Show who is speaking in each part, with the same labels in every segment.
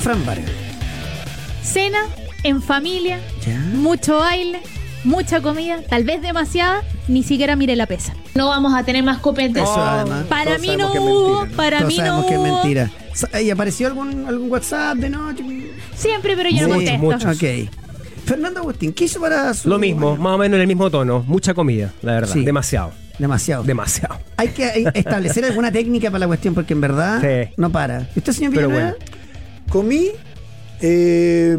Speaker 1: Fran Vargas.
Speaker 2: Cena en familia,
Speaker 1: Ya.
Speaker 2: mucho baile, mucha comida, tal vez demasiada, ni siquiera mire la pesa. No vamos a tener más copetes. Oh.
Speaker 1: Eso, además.
Speaker 2: Para
Speaker 3: Todos
Speaker 2: mí no
Speaker 3: sabemos que es
Speaker 2: hubo,
Speaker 3: mentira, ¿no?
Speaker 2: para
Speaker 1: Todos
Speaker 2: mí no
Speaker 1: sabemos que es
Speaker 2: hubo.
Speaker 1: mentira. Sa- ¿Y apareció algún, algún WhatsApp de noche?
Speaker 2: Siempre, pero yo no
Speaker 3: Muchos,
Speaker 2: contesto.
Speaker 3: muchos.
Speaker 1: Ok. Fernando Agustín, ¿qué hizo para su...
Speaker 3: Lo mismo, más o menos en el mismo tono. Mucha comida, la verdad.
Speaker 1: Sí.
Speaker 3: Demasiado.
Speaker 1: Demasiado.
Speaker 3: Demasiado.
Speaker 1: Hay que eh, establecer alguna técnica para la cuestión porque en verdad
Speaker 3: Sí.
Speaker 1: no para. ¿Y usted, señor
Speaker 3: Pero
Speaker 1: Villanueva?
Speaker 4: Comí. eh,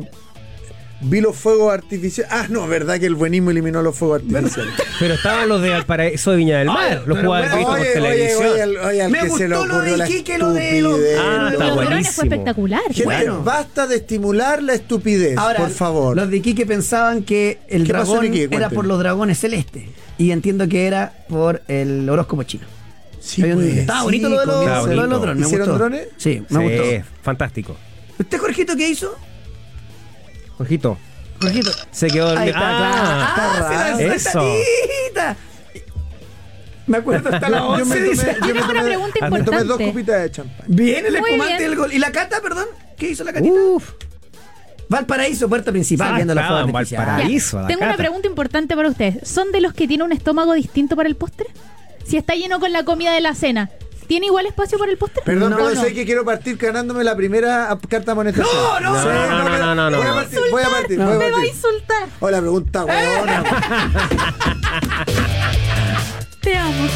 Speaker 4: vi los fuegos artificiales. Ah, no, verdad que el buenismo eliminó los fuegos artificiales.
Speaker 3: Pero estaban los de Valparaíso de Viña del Mar, los
Speaker 1: pero
Speaker 3: jugadores
Speaker 1: bueno,
Speaker 3: vistos por
Speaker 4: Oye, oye,
Speaker 3: televisión.
Speaker 4: oye, al, oye, al
Speaker 1: Me
Speaker 4: que se le
Speaker 1: gustó lo de
Speaker 4: ocurrió la
Speaker 1: Iquique, lo de los-
Speaker 4: estupidez,
Speaker 3: Ah,
Speaker 4: ¿no?
Speaker 3: está
Speaker 2: Los drones fue
Speaker 3: buenísimo.
Speaker 2: espectacular.
Speaker 4: Gente,
Speaker 1: Bueno.
Speaker 4: basta de estimular la estupidez,
Speaker 1: Ahora,
Speaker 4: por favor.
Speaker 1: Los de Iquique pensaban que el
Speaker 4: ¿Qué pasó
Speaker 1: dragón
Speaker 4: en Iquique?
Speaker 1: era
Speaker 4: Cuénteme.
Speaker 1: por los dragones celestes. Y entiendo que era por el horóscopo chino.
Speaker 4: Sí,
Speaker 1: Había un-
Speaker 4: pues,
Speaker 1: Estaba
Speaker 4: sí,
Speaker 1: bonito lo de los,
Speaker 3: comienza.
Speaker 1: lo de los
Speaker 3: Bonito.
Speaker 1: drones. me
Speaker 4: ¿Hicieron
Speaker 1: gustó.
Speaker 4: drones?
Speaker 1: Sí, me
Speaker 3: Sí,
Speaker 1: gustó.
Speaker 3: fantástico.
Speaker 1: ¿Usted, Jorgito, qué hizo?
Speaker 3: Jorgito,
Speaker 1: Jorgito.
Speaker 3: se quedó
Speaker 1: Ahí
Speaker 3: dormido.
Speaker 1: está, claro.
Speaker 3: Ah,
Speaker 1: Ah, se lanzó
Speaker 3: eso.
Speaker 1: esta tita. Me acuerdo hasta la
Speaker 4: Yo me
Speaker 1: once, dice.
Speaker 4: tomé, yo me
Speaker 2: Tenemos una
Speaker 4: tomé-
Speaker 2: pregunta
Speaker 4: me tomé dos
Speaker 2: importante.
Speaker 4: copitas de champán.
Speaker 1: Bien el
Speaker 2: Muy
Speaker 1: espumante
Speaker 2: bien.
Speaker 1: del gol. ¿Y la cata, perdón? ¿Qué hizo la catita?
Speaker 3: Uf,
Speaker 1: Valparaíso, puerta principal,
Speaker 3: Uh. Ah,
Speaker 1: viendo la
Speaker 3: estaba
Speaker 1: foto.
Speaker 3: en
Speaker 2: Ya,
Speaker 3: Valparaíso. Paraíso, la
Speaker 2: Tengo una
Speaker 3: cata.
Speaker 2: pregunta importante para ustedes. ¿Son de los que tienen un estómago distinto para el postre? Si está lleno con la comida de la cena, ¿tiene igual espacio para el postre?
Speaker 4: Perdón,
Speaker 2: ¿O
Speaker 4: pero
Speaker 2: no?
Speaker 4: sé que quiero partir ganándome la primera ap- carta monetaria.
Speaker 1: No, no,
Speaker 4: Sí,
Speaker 3: no, no,
Speaker 4: pero-
Speaker 3: no, no, no,
Speaker 4: Voy a
Speaker 3: no.
Speaker 4: partir, voy a partir.
Speaker 2: Me
Speaker 4: voy a
Speaker 2: voy Eh. a
Speaker 4: partir.
Speaker 2: insultar.
Speaker 4: Oh, la pregunta, weón.
Speaker 2: Te amo.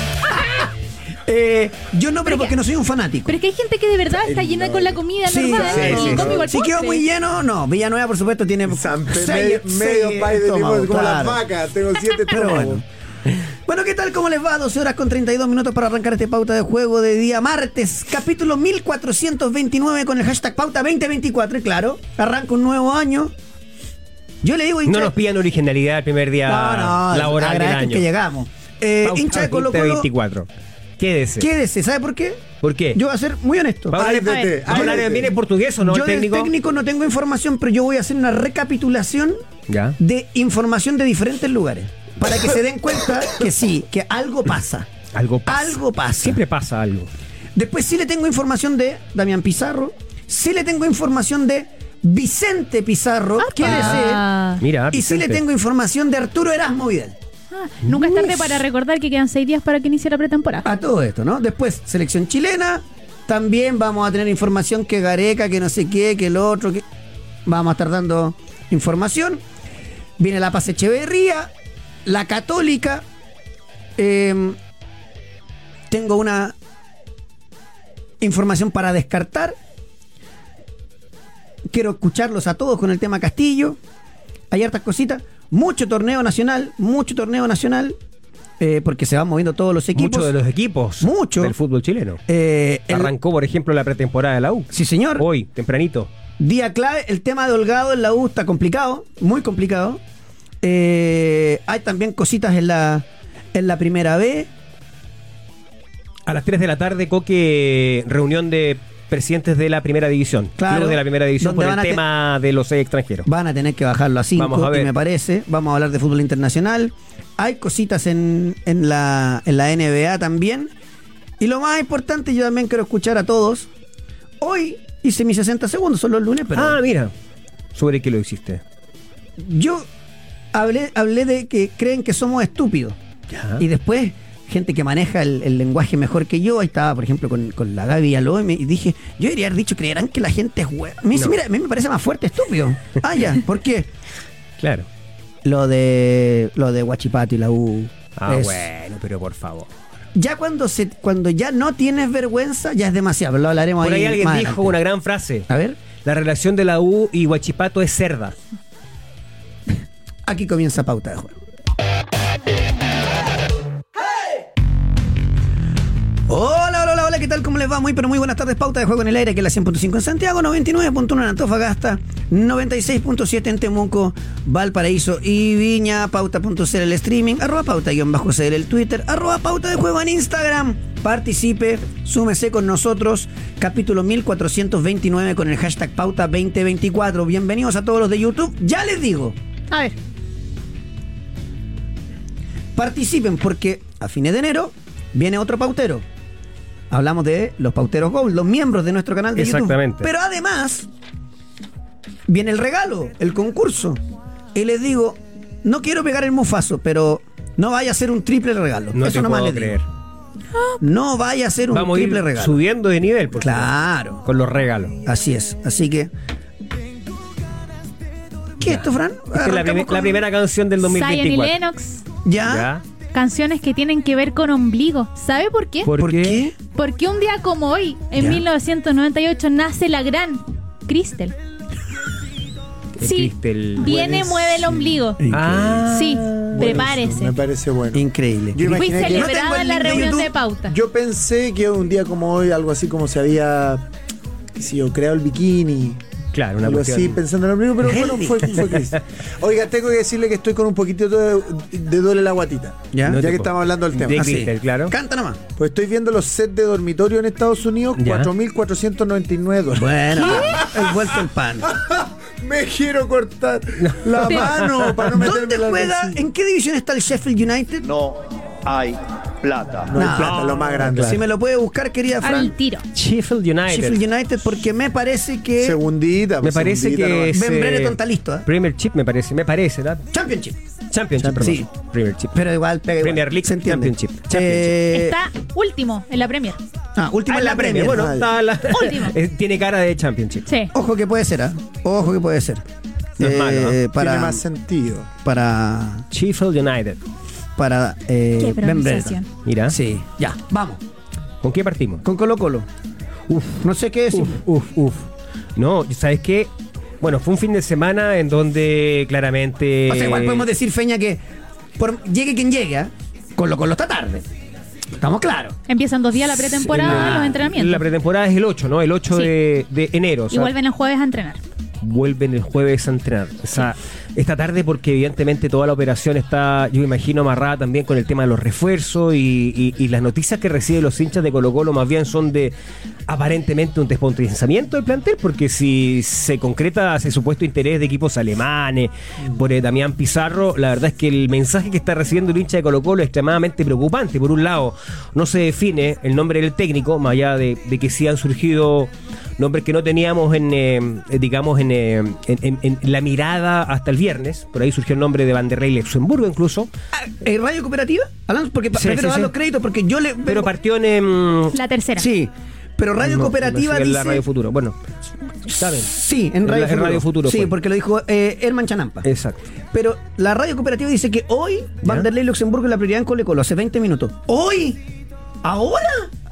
Speaker 1: Eh, yo no, pero porque no soy un fanático.
Speaker 2: Pero es que hay gente que de verdad está llena con la comida
Speaker 1: Sí,
Speaker 2: normal
Speaker 1: sí,
Speaker 2: y
Speaker 1: sí,
Speaker 2: come
Speaker 1: sí.
Speaker 2: igual
Speaker 1: Si quedó
Speaker 2: postre.
Speaker 1: muy lleno, no. Villanueva, por supuesto, tiene
Speaker 4: San
Speaker 1: seis-
Speaker 4: Pedro,
Speaker 1: seis
Speaker 4: medio pay de
Speaker 1: estómagos,
Speaker 4: limón, como las
Speaker 1: claro.
Speaker 4: vacas. Tengo siete
Speaker 1: Pero
Speaker 4: estómagos.
Speaker 1: bueno. Bueno, ¿qué tal? ¿Cómo les va? 12 horas con 32 minutos para arrancar este pauta de juego de día martes, capítulo 1429 con el hashtag pauta 2024, y claro. Arranca un nuevo año. Yo le digo, hincha-
Speaker 3: No nos pidan originalidad el primer día
Speaker 1: no, no,
Speaker 3: laboral del
Speaker 1: agradezco
Speaker 3: año.
Speaker 1: que llegamos. Eh,
Speaker 3: Pauta
Speaker 1: hincha de Colo Colo,
Speaker 3: 2024. Quédese.
Speaker 1: quédese, ¿sabe por qué?
Speaker 3: ¿Por qué?
Speaker 1: Yo voy a ser muy honesto.
Speaker 3: ¿Va a hablar-
Speaker 4: Ándete,
Speaker 3: va a hablar-
Speaker 4: ándete.
Speaker 3: ¿Viene en portugués o no
Speaker 1: yo
Speaker 3: el técnico?
Speaker 1: del técnico no tengo información, pero yo voy a hacer una recapitulación
Speaker 3: Ya.
Speaker 1: de información de diferentes lugares. Para que se den cuenta que sí, que algo pasa.
Speaker 3: Algo pasa.
Speaker 1: Algo pasa.
Speaker 3: Siempre pasa algo.
Speaker 1: Después sí le tengo información de Damián Pizarro. Sí le tengo información de Vicente Pizarro. que
Speaker 2: Ah.
Speaker 3: Mira,
Speaker 1: Y sí le
Speaker 3: Vicente.
Speaker 1: tengo información de Arturo Erasmo Vidal.
Speaker 2: Ah, nunca es tarde para recordar que quedan seis días para que inicie la pretemporada.
Speaker 1: A todo esto, ¿no? Después, selección chilena. También vamos a tener información que Gareca, que no sé qué, que el otro, que. Vamos a estar dando información. Viene la Paz Echeverría, la Católica. Eh, tengo una información para descartar. Quiero escucharlos a todos con el tema Castillo. Hay hartas cositas. Mucho torneo nacional, mucho torneo nacional. eh, porque se van moviendo todos los equipos.
Speaker 3: Muchos de los equipos
Speaker 1: Mucho.
Speaker 3: del fútbol chileno.
Speaker 1: Eh, el-
Speaker 3: Arrancó, por ejemplo, la pretemporada de la U.
Speaker 1: sí, señor.
Speaker 3: Hoy, tempranito.
Speaker 1: Día clave, el tema de Holgado en la U está complicado, muy complicado. Eh, hay también cositas en la, en la primera B.
Speaker 3: A las 3 de la tarde, Coque, reunión de presidentes de la primera división.
Speaker 1: Claro.
Speaker 3: Clubes de la primera división
Speaker 1: Donde
Speaker 3: por
Speaker 1: van
Speaker 3: el
Speaker 1: a te-
Speaker 3: tema de los seis extranjeros.
Speaker 1: Van a tener que bajarlo a 5,
Speaker 3: Vamos a ver.
Speaker 1: me parece. Vamos a hablar de fútbol internacional. Hay cositas en, en la, en la NBA también. Y lo más importante, yo también quiero escuchar a todos. Hoy hice mis 60 segundos, son los lunes, pero...
Speaker 3: ah, mira. ¿Sobre qué lo hiciste?
Speaker 1: Yo hablé, hablé de que creen que somos estúpidos.
Speaker 3: Ya.
Speaker 1: Y después, gente que maneja el, el lenguaje mejor que yo, ahí estaba, por ejemplo, con, con la Gaby Aloe, y me- y dije, yo debería haber dicho, creerán que la gente es hue-". Me dice,
Speaker 3: No.
Speaker 1: mira, a mí me parece más fuerte, estúpido. ah, ya, ¿por qué?
Speaker 3: Claro.
Speaker 1: Lo de lo de Guachipato y la U.
Speaker 3: Ah,
Speaker 1: es-
Speaker 3: bueno, pero por favor.
Speaker 1: Ya cuando se cuando ya no tienes vergüenza, ya es demasiado, pero lo hablaremos
Speaker 3: Por ahí alguien dijo
Speaker 1: más adelante.
Speaker 3: una gran frase.
Speaker 1: A ver,
Speaker 3: La relación de la U y Huachipato es cerda.
Speaker 1: aquí comienza pauta de juego. Hola, hola, hola, hola, ¿qué tal? ¿Cómo les va? Muy, pero muy buenas tardes. Pauta de juego en el aire, que es la 100.5 en Santiago, 99.1 en Antofagasta, 96.7 en Temuco, Valparaíso y Viña, pauta.cl el streaming, arroba pauta-cl el Twitter, arroba pauta de juego en Instagram. Participe, súmese con nosotros, capítulo 1429 con el hashtag pauta 2024. Bienvenidos a todos los de YouTube. Ya les digo,
Speaker 2: A ver,
Speaker 1: participen porque a fines de enero viene otro pautero. Hablamos de los pauteros Gold, los miembros de nuestro canal de YouTube.
Speaker 3: Exactamente.
Speaker 1: Pero además, viene el regalo, el concurso. Y les digo, no quiero pegar el mofazo, pero no vaya a ser un triple regalo.
Speaker 3: No
Speaker 1: Eso
Speaker 3: te
Speaker 1: nomás
Speaker 3: puedo
Speaker 1: les digo.
Speaker 3: creer.
Speaker 1: No vaya a ser un
Speaker 3: Vamos a ir
Speaker 1: triple regalo.
Speaker 3: subiendo de nivel, por
Speaker 1: Claro.
Speaker 3: favor, con los regalos.
Speaker 1: Así es. Así que. ¿Qué es esto, Fran?
Speaker 3: Esta es la,
Speaker 1: Arrancamos
Speaker 3: primer-
Speaker 1: con-
Speaker 3: la primera canción del
Speaker 2: Zion y
Speaker 3: 2024.
Speaker 2: Lennox.
Speaker 1: ¿Ya?
Speaker 2: Canciones que tienen que ver con ombligo. ¿Sabe por qué?
Speaker 3: ¿Por,
Speaker 1: ¿Por
Speaker 3: qué?
Speaker 1: qué?
Speaker 2: Porque un día como hoy, en
Speaker 1: Ya.
Speaker 2: 1998, nace la gran Crystal.
Speaker 3: El
Speaker 2: Sí,
Speaker 3: Crystal.
Speaker 2: viene,
Speaker 4: Buenísimo.
Speaker 2: mueve el ombligo.
Speaker 3: Ah,
Speaker 2: Sí,
Speaker 4: Buenísimo,
Speaker 2: prepárese.
Speaker 4: Me parece bueno.
Speaker 1: Increíble.
Speaker 4: Yo
Speaker 2: Fui
Speaker 4: imaginé que-
Speaker 1: celebra- No tengo el
Speaker 2: celebrada en la
Speaker 1: link de
Speaker 2: reunión
Speaker 1: YouTube.
Speaker 2: de pauta.
Speaker 4: Yo pensé que un día como hoy, algo así como se había, qué sé yo, creado el bikini.
Speaker 3: claro, una
Speaker 4: algo así,
Speaker 3: cuestión.
Speaker 4: pensando en lo mismo, pero bueno,
Speaker 1: Healthy.
Speaker 4: fue, fue Chris. Oiga, tengo que decirle que estoy con un poquitito de, de duele la guatita.
Speaker 1: ¿Ya?
Speaker 3: No
Speaker 4: Ya que
Speaker 3: te puedo.
Speaker 4: estamos hablando del tema.
Speaker 3: De
Speaker 1: Así.
Speaker 3: Crystal, claro.
Speaker 1: Canta nomás.
Speaker 4: Pues estoy viendo los sets de dormitorio en Estados Unidos,
Speaker 3: Ya.
Speaker 4: 4.499 dólares.
Speaker 1: Bueno, el vuelto el pan.
Speaker 4: Me quiero cortar la mano para no meterme
Speaker 1: ¿Dónde
Speaker 4: la
Speaker 1: juega?
Speaker 4: nariz.
Speaker 1: ¿En qué división está el Sheffield United?
Speaker 5: No hay plata.
Speaker 4: No,
Speaker 1: Nada.
Speaker 4: hay plata, lo más grande.
Speaker 1: Si me lo puede buscar, querida
Speaker 2: Al
Speaker 1: Fran.
Speaker 2: tiro.
Speaker 3: Sheffield United.
Speaker 1: Sheffield United, porque me parece que.
Speaker 4: Segundita,
Speaker 3: Me
Speaker 4: pues,
Speaker 3: parece
Speaker 4: segundita
Speaker 3: que
Speaker 4: nomás.
Speaker 3: es.
Speaker 1: Ben Brereton está listo, ¿eh?
Speaker 3: Premier Chip, me parece. Me parece, ¿verdad?
Speaker 1: Championship.
Speaker 3: Championship, perdón.
Speaker 1: Sí.
Speaker 3: Premier Chip.
Speaker 1: Pero igual pega. igual.
Speaker 3: Premier League,
Speaker 1: Se entiende.
Speaker 3: Championship, Championship.
Speaker 1: Eh,
Speaker 2: Está último en la Premier.
Speaker 1: ah, última
Speaker 3: Ah,
Speaker 1: en la, Premier.
Speaker 3: Bueno,
Speaker 4: Ah,
Speaker 3: está la-
Speaker 2: Último.
Speaker 3: Eh, tiene cara de Championship.
Speaker 2: Sí.
Speaker 1: Ojo que puede ser, ¿ah? Ojo que puede ser.
Speaker 3: No es malo, ¿eh?
Speaker 1: para,
Speaker 4: Tiene más sentido.
Speaker 1: para.
Speaker 3: Sheffield United.
Speaker 1: Para. eh,
Speaker 2: Qué
Speaker 1: Ben
Speaker 2: pronunciación.
Speaker 1: Brereton.
Speaker 3: Mira.
Speaker 1: Sí, ya, vamos.
Speaker 3: ¿Con qué partimos?
Speaker 1: Con Colo Colo. Uf, no sé qué decir.
Speaker 3: Uf, uf, uf. No, ¿sabes qué? Bueno, fue un fin de semana en donde claramente.
Speaker 1: O sea, igual podemos decir, Feña, que por, llegue quien llegue, ¿ah? Colo Colo está tarde. Estamos claros.
Speaker 2: Empiezan dos días la pretemporada,
Speaker 1: La-
Speaker 2: los entrenamientos.
Speaker 3: La pretemporada es el 8, ¿no? El 8
Speaker 2: Sí.
Speaker 3: de, de enero. o
Speaker 2: y
Speaker 3: sea,
Speaker 2: vuelven el jueves a entrenar.
Speaker 3: vuelven el jueves a entrenar. O sea, esta tarde porque evidentemente toda la operación está, yo imagino, amarrada también con el tema de los refuerzos y, y- y las noticias que reciben los hinchas de Colo Colo más bien son de aparentemente un despontrizamiento del plantel porque si se concreta ese supuesto interés de equipos alemanes por eh, Damián Pizarro, la verdad es que el mensaje que está recibiendo el hincha de Colo Colo es extremadamente preocupante. Por un lado, no se define el nombre del técnico, más allá de, de que sí han surgido nombres que no teníamos en, eh, digamos, en, eh, en- en- en la mirada hasta el viernes. Por ahí surgió el nombre de Vanderlei Luxemburgo incluso.
Speaker 1: Ah, ¿eh, ¿Radio Cooperativa? Hablamos porque pa-
Speaker 3: Sí,
Speaker 1: prefiero
Speaker 3: sí,
Speaker 1: dar
Speaker 3: sí.
Speaker 1: los créditos porque yo le.
Speaker 3: Pero partió en... em,
Speaker 2: La tercera.
Speaker 1: Sí, pero Radio
Speaker 3: no,
Speaker 1: Cooperativa
Speaker 3: no sé, en
Speaker 1: dice.
Speaker 3: la Radio Futuro. Bueno, saben.
Speaker 1: Sí,
Speaker 3: En
Speaker 1: en Radio
Speaker 3: la- en
Speaker 1: Futuro.
Speaker 3: Radio Futuro
Speaker 1: sí,
Speaker 3: fue.
Speaker 1: porque lo dijo eh, Herman Chanampa.
Speaker 3: Exacto.
Speaker 1: Pero la radio cooperativa dice que hoy Vanderlei Luxemburgo es la prioridad en Colo Colo, hace 20 minutos. ¿Hoy? ¿Ahora?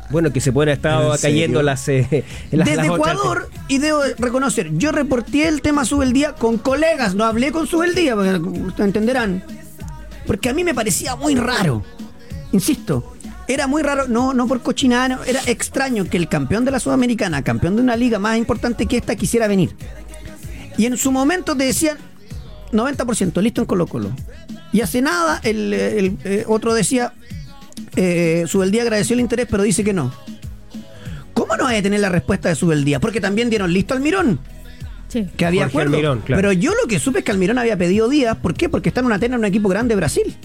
Speaker 3: Bueno, que se pueden haber estado
Speaker 4: ¿En
Speaker 3: cayendo
Speaker 4: serio?
Speaker 3: las, eh, las-
Speaker 1: Desde
Speaker 3: las otras-
Speaker 1: Ecuador, y debo reconocer, yo reporté el tema Sube el Día con colegas, no hablé con Sube el Día, porque ustedes entenderán. Porque a mí me parecía muy raro, insisto, era muy raro, no, no por cochinada, no, era extraño que el campeón de la Sudamericana, campeón de una liga más importante que esta, quisiera venir. Y en su momento te decían 90% listo en Colo Colo. Y hace nada el, el, eh, otro decía, eh, Subeldía agradeció el interés, pero dice que no. ¿Cómo no hay a tener la respuesta de Subeldía? Porque también dieron listo al Mirón,
Speaker 2: Sí.
Speaker 1: que había
Speaker 3: Jorge
Speaker 1: acuerdo.
Speaker 3: Almirón, claro.
Speaker 1: Pero yo lo que supe es que Almirón había pedido días. ¿Por qué? Porque está en una terna en un equipo grande de Brasil.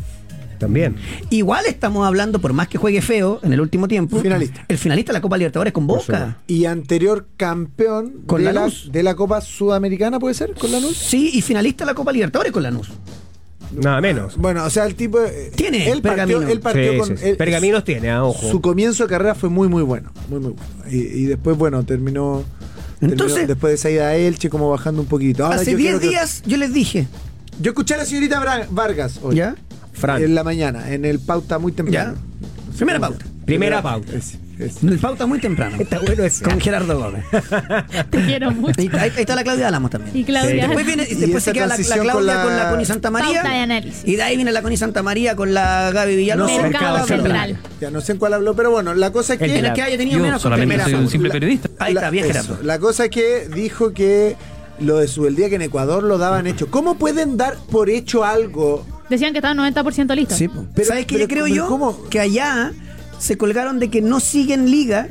Speaker 3: También.
Speaker 1: Igual estamos hablando, por más que juegue feo en el último tiempo,
Speaker 4: Finalista.
Speaker 1: el finalista de la Copa Libertadores con Boca.
Speaker 4: Y anterior campeón
Speaker 1: Con
Speaker 4: de, la,
Speaker 1: Lanús.
Speaker 4: de la Copa Sudamericana, ¿puede ser? ¿Con Lanús?
Speaker 1: Sí, y finalista de la Copa Libertadores con Lanús.
Speaker 3: Nada menos.
Speaker 4: Bueno, o sea, el tipo. eh,
Speaker 1: Tiene
Speaker 4: él partió,
Speaker 1: pergamino.
Speaker 4: él partió
Speaker 3: Sí,
Speaker 4: con.
Speaker 3: sí, sí.
Speaker 4: él-
Speaker 3: Pergaminos tiene, ah, ojo.
Speaker 4: Su comienzo de carrera fue muy, muy bueno. Muy, muy bueno. Y, y después, bueno, terminó. terminó-
Speaker 1: Entonces-
Speaker 4: después de esa ida a Elche, como bajando un poquito. Ahora,
Speaker 1: Hace
Speaker 4: yo
Speaker 1: 10
Speaker 4: creo que-
Speaker 1: días yo les dije,
Speaker 4: yo escuché a la señorita Bra- Vargas hoy.
Speaker 1: ¿ya?
Speaker 3: Fran.
Speaker 4: En la mañana, en el pauta muy temprano.
Speaker 1: Primera pauta.
Speaker 3: Primera pauta.
Speaker 4: Ese, ese.
Speaker 1: El pauta muy temprano.
Speaker 3: Está bueno ese.
Speaker 1: Con Gerardo Gómez.
Speaker 2: Te quiero mucho.
Speaker 1: Ahí, ahí está la Claudia Álamos también.
Speaker 2: Y Claudia.
Speaker 1: Después viene,
Speaker 4: Y
Speaker 1: después
Speaker 4: esa
Speaker 1: se queda la, la
Speaker 4: transición
Speaker 1: Claudia
Speaker 4: con
Speaker 1: con la,
Speaker 4: la-
Speaker 1: Connie Santa María.
Speaker 2: Pauta de análisis.
Speaker 1: Y de ahí viene la Connie Santa María con la Gaby Villalobos.
Speaker 2: Mercado
Speaker 1: Mercado
Speaker 2: Central.
Speaker 4: Ya no sé en cuál habló, pero bueno, la cosa es
Speaker 3: El
Speaker 4: que.
Speaker 3: de
Speaker 1: En el que haya tenido
Speaker 6: Yo
Speaker 1: menos
Speaker 6: solamente
Speaker 1: primera
Speaker 6: soy un
Speaker 1: pauta.
Speaker 6: simple periodista.
Speaker 1: Ahí está, bien
Speaker 4: eso.
Speaker 1: Gerardo.
Speaker 4: La cosa es que dijo que lo de su el día que en Ecuador lo daban hecho. ¿Cómo pueden dar por hecho algo?
Speaker 2: Decían que estaban 90% listos.
Speaker 1: Sí, po.
Speaker 4: Pero-
Speaker 1: ¿Sabes qué
Speaker 4: pero
Speaker 1: yo creo
Speaker 4: ¿cómo-
Speaker 1: yo?
Speaker 4: cómo?
Speaker 1: Que allá se colgaron de que no siguen liga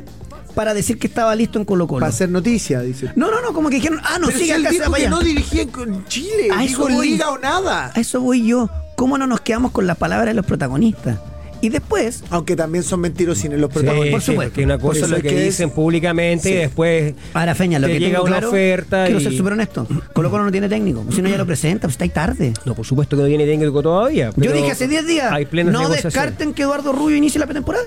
Speaker 1: para decir que estaba listo en Colo Colo.
Speaker 4: Para hacer noticia, dice.
Speaker 1: No, no, no, como que dijeron, ah, no,
Speaker 4: Pero si
Speaker 1: sigue
Speaker 4: él
Speaker 1: acá, se va
Speaker 4: dijo
Speaker 1: para
Speaker 4: que
Speaker 1: allá.
Speaker 4: no dirigía con Chile,
Speaker 1: A
Speaker 4: ni
Speaker 1: eso
Speaker 4: con
Speaker 1: voy.
Speaker 4: liga o nada.
Speaker 1: A eso voy yo. ¿Cómo no nos quedamos con la palabra de los protagonistas? Y después,
Speaker 4: Aunque también son mentirosines los
Speaker 3: Sí,
Speaker 4: protagonistas.
Speaker 1: por
Speaker 3: sí,
Speaker 1: supuesto.
Speaker 3: porque una cosa
Speaker 4: Por
Speaker 3: es lo
Speaker 4: eso
Speaker 3: que,
Speaker 4: es que
Speaker 3: dicen
Speaker 4: es-
Speaker 3: públicamente y
Speaker 4: Sí.
Speaker 3: después
Speaker 1: ahora Feña, lo
Speaker 3: te
Speaker 1: que
Speaker 3: llega
Speaker 1: tengo
Speaker 3: una
Speaker 1: claro,
Speaker 3: oferta
Speaker 1: Quiero
Speaker 3: y...
Speaker 1: ser súper honesto. Colo Colo no tiene técnico. Si no, ya lo presenta, pues está ahí tarde.
Speaker 3: No, por supuesto que no tiene técnico todavía.
Speaker 1: Yo
Speaker 3: pero
Speaker 1: dije hace 10 días,
Speaker 3: Hay plenas
Speaker 1: no
Speaker 3: negociaciones.
Speaker 1: descarten que Eduardo Rubio inicie la pretemporada.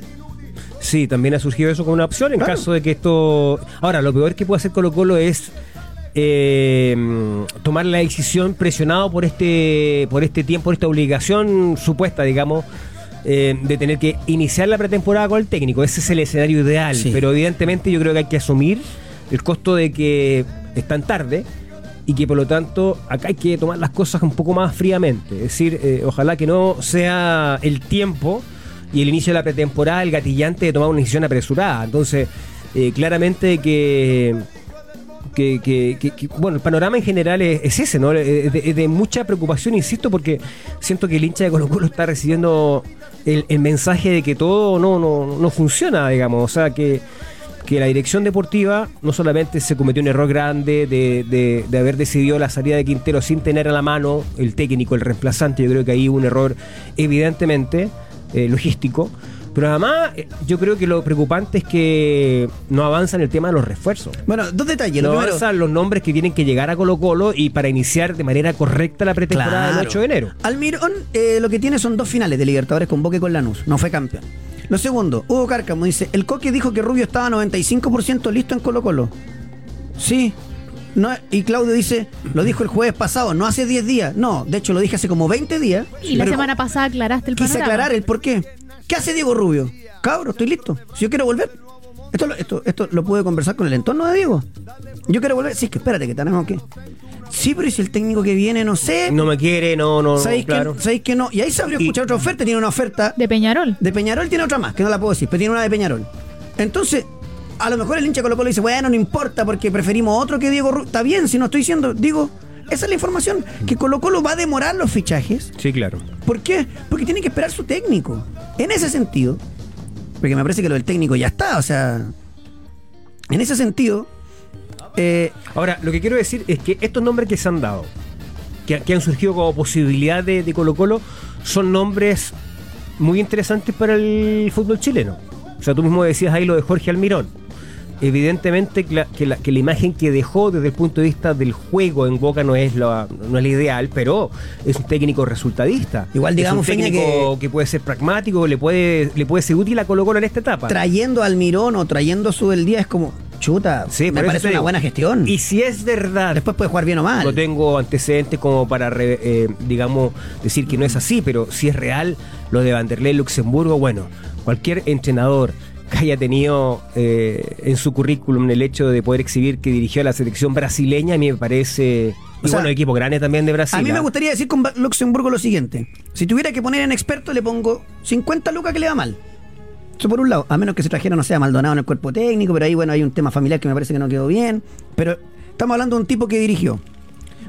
Speaker 3: Sí, también ha surgido eso como una opción en
Speaker 1: Claro.
Speaker 3: caso de que esto. Ahora, lo peor que puede hacer Colo Colo es eh, tomar la decisión presionado por este, por este tiempo, por esta obligación supuesta, digamos. eh, de tener que iniciar la pretemporada con el técnico. Ese es el escenario ideal.
Speaker 1: Sí.
Speaker 3: Pero evidentemente yo creo que hay que asumir el costo de que están tarde y que por lo tanto acá hay que tomar las cosas un poco más fríamente. Es decir, eh, ojalá que no sea el tiempo y el inicio de la pretemporada el gatillante de tomar una decisión apresurada. Entonces, eh, claramente que, que, que- que- que- bueno, el panorama en general es, es ese, ¿no? Es de, es de mucha preocupación, insisto, porque siento que el hincha de Colo Colo está recibiendo el, el mensaje de que todo no, no, no funciona, digamos. O sea, que, que la dirección deportiva no solamente se cometió un error grande de, de- de haber decidido la salida de Quintero sin tener a la mano el técnico, el reemplazante, yo creo que ahí hubo un error evidentemente eh, logístico. Pero además, eh, yo creo que lo preocupante es que no avanza en el tema de los refuerzos.
Speaker 1: Bueno, dos detalles. Lo
Speaker 3: No
Speaker 1: primero,
Speaker 3: avanzan los nombres que tienen que llegar a Colo Colo y para iniciar de manera correcta la pretemporada
Speaker 1: Claro.
Speaker 3: del 8 de enero.
Speaker 1: Almirón eh, lo que tiene son dos finales de Libertadores con Boca y con Lanús. No fue campeón. Lo segundo, Hugo Cárcamo dice, el Coque dijo que Rubio estaba 95% listo en Colo Colo. Sí. No, y Claudio dice, lo dijo el jueves pasado, no hace 10 días. No, de hecho lo dije hace como 20 días.
Speaker 2: Y la
Speaker 1: pero
Speaker 2: semana pasada aclaraste el
Speaker 1: Quise
Speaker 2: panorama.
Speaker 1: aclarar el por qué. ¿Qué hace Diego Rubio? Cabro, estoy listo. Si yo quiero volver. Esto, lo- esto, esto lo pude conversar con el entorno de Diego. Yo quiero volver. Sí, es que espérate, que tenemos que... Sí, pero ¿y si el técnico que viene, no sé...
Speaker 3: No me quiere, no, no, no,
Speaker 1: ¿Sabéis,
Speaker 3: claro.
Speaker 1: que, sabéis que no? Y ahí se abrió a escuchar otra oferta. Tiene una oferta de,
Speaker 2: De Peñarol.
Speaker 1: Peñarol, tiene otra más, que no la puedo decir, pero tiene una de Peñarol. Entonces, a lo mejor el hincha Colo Colo dice, bueno, no importa porque preferimos otro que Diego Rubio. Está bien, si no estoy diciendo, digo, esa es la información, que Colo Colo va a demorar los fichajes.
Speaker 3: Sí, claro.
Speaker 1: ¿Por qué? Porque tiene que esperar su técnico. En ese sentido, porque me parece que lo del técnico ya está, o sea, en ese sentido, eh,
Speaker 3: Ahora, lo que quiero decir es que estos nombres que se han dado, que, que han surgido como posibilidad de, de Colo Colo, son nombres muy interesantes para el fútbol chileno. O sea, tú mismo decías ahí lo de Jorge Almirón. Evidentemente que la, que la- que la imagen que dejó desde el punto de vista del juego en Boca no es la, no es la ideal, pero es un técnico resultadista.
Speaker 1: Igual
Speaker 3: Es
Speaker 1: digamos,
Speaker 3: un
Speaker 1: Feña,
Speaker 3: técnico que... puede ser pragmático, le puede, le puede ser útil a Colo Colo en esta etapa.
Speaker 1: trayendo al Mirón o trayendo su del día es como, chuta,
Speaker 3: Sí, por
Speaker 1: me
Speaker 3: eso
Speaker 1: parece
Speaker 3: te
Speaker 1: una
Speaker 3: digo.
Speaker 1: buena gestión.
Speaker 3: Y si es verdad
Speaker 1: Después puede jugar bien o mal.
Speaker 3: No tengo antecedentes como para, re- eh, digamos, decir que no es así, pero si es real lo de Vanderlei Luxemburgo, bueno, cualquier entrenador que haya tenido eh, en su currículum el hecho de poder exhibir que dirigió a la selección brasileña, a mí me parece...
Speaker 1: O
Speaker 3: Y
Speaker 1: sea,
Speaker 3: bueno, equipo grande también de Brasil.
Speaker 1: a mí me
Speaker 3: ¿ah?
Speaker 1: gustaría decir con Ba- Luxemburgo lo siguiente. Si tuviera que poner en experto, le pongo 50 lucas que le va mal. Eso por un lado. A menos que se trajera, no sea Maldonado en el cuerpo técnico, pero ahí, bueno, hay un tema familiar que me parece que no quedó bien. Pero estamos hablando de un tipo que dirigió.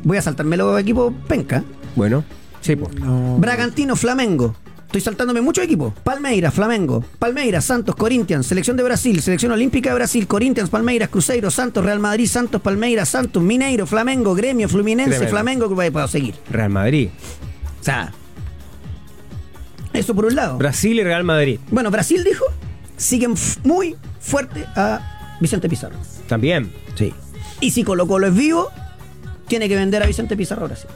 Speaker 1: Voy a saltarme los equipos penca.
Speaker 3: Bueno, sí, po.
Speaker 1: Bragantino, Flamengo. Estoy saltándome muchos equipos. Palmeiras, Flamengo. Palmeiras, Santos, Corinthians. Selección de Brasil. Selección Olímpica de Brasil. Corinthians, Palmeiras, Cruzeiro, Santos, Real Madrid, Santos, Palmeiras, Santos, Mineiro, Flamengo, Gremio, Fluminense,
Speaker 3: Tremendo.
Speaker 1: Flamengo. que Puedo seguir.
Speaker 3: Real Madrid.
Speaker 1: O sea, eso por un lado.
Speaker 3: Brasil y Real Madrid.
Speaker 1: bueno, Brasil dijo, siguen f- muy fuerte a Vicente Pizarro.
Speaker 3: También.
Speaker 1: Sí. Y si Colo Colo es vivo, tiene que vender a Vicente Pizarro a Brasil.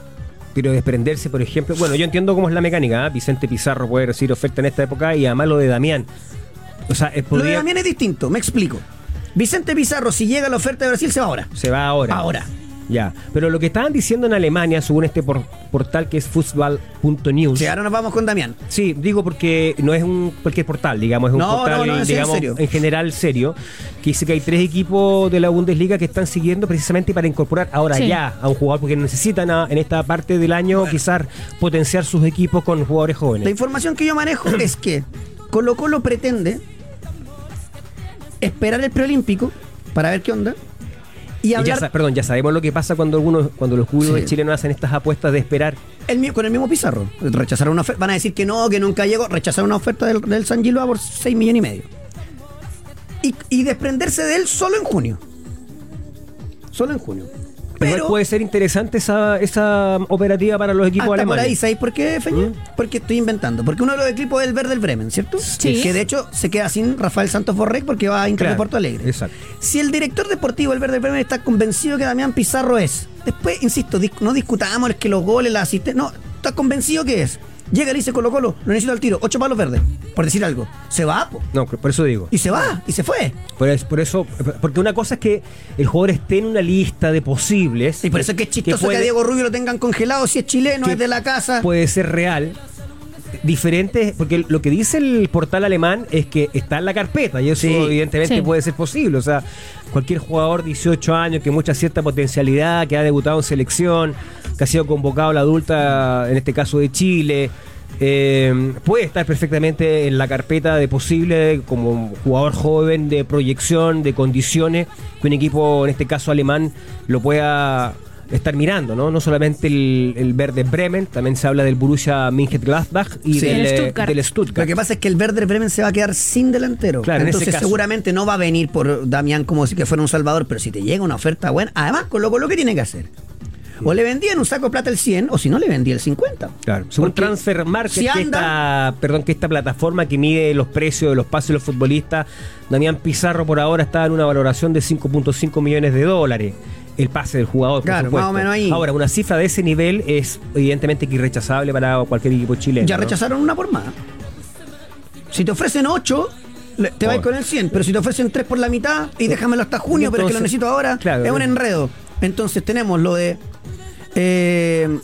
Speaker 3: Pero desprenderse, por ejemplo, bueno, yo entiendo cómo es la mecánica. ¿ah? Vicente Pizarro puede recibir oferta en esta época y además lo de Damián. O sea,
Speaker 1: Lo
Speaker 3: eh,
Speaker 1: de
Speaker 3: podría-
Speaker 1: Damián es distinto, me explico. Vicente Pizarro, si llega la oferta de Brasil, se va ahora.
Speaker 3: Se va ahora.
Speaker 1: Ahora.
Speaker 3: Ya. Pero lo que estaban diciendo en Alemania, según este por- portal que es football.news.
Speaker 1: Sí, ahora nos vamos con Damián.
Speaker 3: Sí, digo porque no es un cualquier portal, digamos, es un
Speaker 1: No,
Speaker 3: portal eh,
Speaker 1: no, no, es en
Speaker 3: digamos,
Speaker 1: serio.
Speaker 3: general serio, que dice que hay tres equipos de la Bundesliga que están siguiendo precisamente para incorporar ahora
Speaker 2: Sí.
Speaker 3: ya a un jugador, porque necesitan a- en esta parte del año quizás potenciar sus equipos con jugadores jóvenes.
Speaker 1: La información que yo manejo es que Colo Colo pretende esperar el preolímpico para ver qué onda y
Speaker 3: Y ya
Speaker 1: hablar
Speaker 3: sa- perdón, ya sabemos lo que pasa cuando algunos, cuando los clubes
Speaker 1: Sí.
Speaker 3: chilenos hacen estas apuestas de esperar.
Speaker 1: El mi- con el mismo Pizarro. Rechazaron una oferta. Van a decir que no, que nunca llegó. Rechazaron una oferta del, del San Giloa por 6 millones y medio. Y, y desprenderse de él solo en junio. Solo en junio. Pero-
Speaker 3: Igual puede ser interesante esa, esa operativa para los equipos
Speaker 1: Hasta por ahí,
Speaker 3: alemanes.
Speaker 1: ¿sabéis por qué, Feña?
Speaker 3: Mm.
Speaker 1: Porque estoy inventando. Porque uno de los equipos es el verde del Bremen, ¿cierto?
Speaker 2: Sí.
Speaker 1: Que de hecho se queda sin Rafael Santos Borré porque va a Inter de
Speaker 3: Claro,
Speaker 1: Porto Alegre.
Speaker 3: exacto.
Speaker 1: Si el director deportivo del verde del Bremen está convencido que Damián Pizarro es, después, insisto, dis- no discutamos es que los goles, la asistencia. No, está convencido que es. Llega y le dice Colo Colo, lo necesito al tiro, ocho palos verdes, por decir algo. Se va, po.
Speaker 3: No, por eso digo.
Speaker 1: Y se va, y se fue.
Speaker 3: Por, es- por eso, porque una cosa es que el jugador esté en una lista de posibles.
Speaker 1: Y por eso es que es chistoso que,
Speaker 3: puede-
Speaker 1: a Diego Rubio lo tengan congelado si es chileno,
Speaker 3: que
Speaker 1: es de la casa.
Speaker 3: Puede ser real. Diferente, porque lo que dice el portal alemán es que está en la carpeta y eso
Speaker 1: Sí.
Speaker 3: evidentemente
Speaker 2: Sí.
Speaker 3: puede ser posible. O sea, cualquier jugador 18 años que muestra cierta potencialidad, que ha debutado en selección, que ha sido convocado a la adulta, en este caso de Chile, eh, puede estar perfectamente en la carpeta de posible como jugador joven de proyección, de condiciones, que un equipo, en este caso alemán, lo pueda estar mirando, ¿no? No solamente el, el verde Bremen, también se habla del Borussia Mönchengladbach y
Speaker 1: Sí.
Speaker 2: El
Speaker 3: del, eh,
Speaker 2: Stuttgart.
Speaker 3: del
Speaker 1: Lo que pasa es que el Werder Bremen se va a quedar sin delantero.
Speaker 3: Claro, en ese
Speaker 1: Entonces
Speaker 3: caso.
Speaker 1: seguramente no va a venir por Damián como si que fuera un salvador, pero si te llega una oferta buena, además con lo, con lo que tiene que hacer. O le vendía en un saco de plata el 100 o si no le vendía el 50.
Speaker 3: Claro, según
Speaker 1: Porque
Speaker 3: Transfer Market,
Speaker 1: si
Speaker 3: que
Speaker 1: anda-
Speaker 3: esta, perdón, que esta plataforma que mide los precios de los pases de los futbolistas, Damián Pizarro por ahora está en una valoración de 5.5 millones de dólares. El pase del jugador, por
Speaker 1: Claro,
Speaker 3: supuesto.
Speaker 1: más o menos ahí.
Speaker 3: Ahora, una cifra de ese nivel es evidentemente que irrechazable para cualquier equipo chileno.
Speaker 1: Ya
Speaker 3: ¿no?
Speaker 1: rechazaron una por más. Si te ofrecen 8, te vas
Speaker 3: Oh.
Speaker 1: con el 100, pero si te ofrecen 3 por la mitad y déjamelo hasta junio, pero es que lo
Speaker 3: Entonces,
Speaker 1: necesito ahora,
Speaker 3: claro,
Speaker 1: es un
Speaker 3: eh.
Speaker 1: enredo. Entonces tenemos lo de... eh,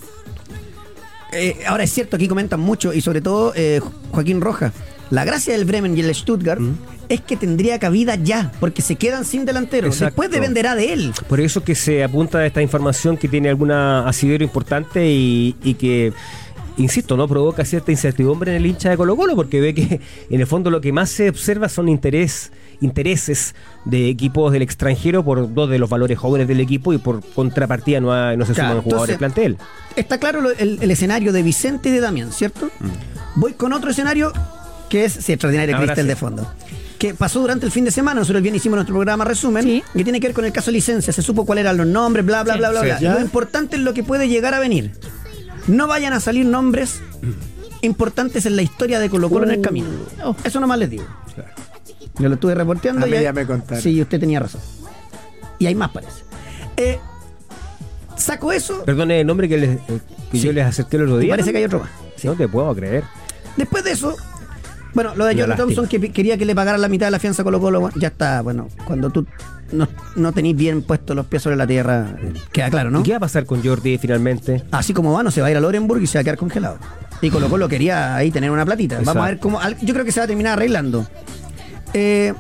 Speaker 1: eh, ahora es cierto, aquí comentan mucho, y sobre todo eh, Jo- Joaquín Rojas, la gracia del Bremen y el Stuttgart
Speaker 3: Mm.
Speaker 1: es que tendría cabida ya, porque se quedan sin delantero.
Speaker 3: Exacto.
Speaker 1: Después dependerá de él.
Speaker 3: Por eso que se apunta a esta información que tiene alguna asidero importante y, y que, insisto, no provoca cierta incertidumbre en el hincha de Colo Colo, porque ve que en el fondo lo que más se observa son interés, intereses de equipos del extranjero por dos de los valores jóvenes del equipo y por contrapartida no, ha- no se
Speaker 1: Claro,
Speaker 3: suman jugadores
Speaker 1: entonces-
Speaker 3: plantel.
Speaker 1: Está claro lo- el, el escenario de Vicente y de Damián, ¿cierto?
Speaker 4: Mm.
Speaker 1: Voy con otro escenario que es sí, extraordinario
Speaker 3: Ahora
Speaker 1: cristal
Speaker 3: sí.
Speaker 1: de fondo. Que pasó durante el fin de semana, nosotros el viernes hicimos nuestro programa resumen,
Speaker 2: Sí.
Speaker 1: que tiene que ver con el caso licencia, se supo cuáles eran los nombres, bla, bla,
Speaker 2: Sí.
Speaker 1: bla, bla,
Speaker 4: Sí,
Speaker 1: bla.
Speaker 4: ya.
Speaker 1: Lo importante es lo que puede llegar a venir. No vayan a salir nombres importantes en la historia de Colo Colo en el camino.
Speaker 2: Oh.
Speaker 1: Eso nomás les digo. Yo lo estuve reporteando
Speaker 4: A
Speaker 1: y
Speaker 4: mí
Speaker 1: hay-
Speaker 4: ya me contaron.
Speaker 1: Sí, usted tenía razón. Y hay más, parece. Eh, saco eso
Speaker 3: Perdone el nombre que, les- eh, que yo les acerqué el otro
Speaker 1: y
Speaker 3: día.
Speaker 1: parece que hay otro más.
Speaker 3: No te puedo creer.
Speaker 1: Después de eso, bueno, lo de
Speaker 3: Una
Speaker 1: John
Speaker 3: lástima.
Speaker 1: Thompson que pi- quería que le pagara la mitad de la fianza a Colo Colo, bueno, ya está, bueno, cuando tú no, no tenés bien puestos los pies sobre la tierra, eh, queda claro, ¿no?
Speaker 3: ¿Y ¿Qué va a pasar con Jordi finalmente?
Speaker 1: Así como va, no se va a ir a Lorenburg y se va a quedar congelado. Y Colo Colo quería ahí tener una platita. Vamos a ver cómo. al- Yo creo que se va a terminar arreglando. Eh,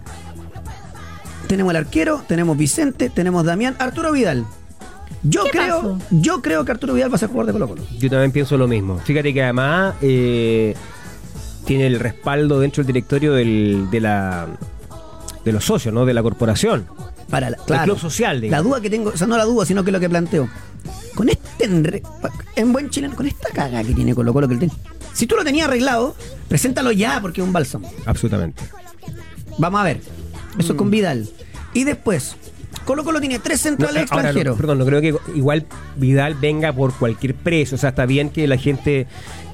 Speaker 1: tenemos el arquero, tenemos Vicente, tenemos Damián, Arturo Vidal. Yo
Speaker 2: ¿Qué
Speaker 1: creo,
Speaker 2: pasó?
Speaker 1: yo creo que Arturo Vidal va a ser jugador de Colo Colo.
Speaker 3: Yo también pienso lo mismo. Fíjate que además eh, tiene el respaldo dentro del directorio del- de la de los socios, ¿no? De la corporación.
Speaker 1: Para la, claro.
Speaker 3: club social, digamos.
Speaker 1: La duda que tengo, o sea, no la duda, sino que lo que planteo. Con este enre- en buen chileno, con esta caga que tiene Colo Colo que él tiene. Si tú lo tenías arreglado, preséntalo ya porque es un bálsamo.
Speaker 3: Absolutamente.
Speaker 1: Vamos a ver. Eso
Speaker 3: Mm.
Speaker 1: es con Vidal. Y después, Colo Colo tiene tres
Speaker 3: No,
Speaker 1: centrales
Speaker 3: eh, ahora, no,
Speaker 1: extranjeros.
Speaker 3: perdón, no creo que igual Vidal venga por cualquier precio. O sea, está bien que la gente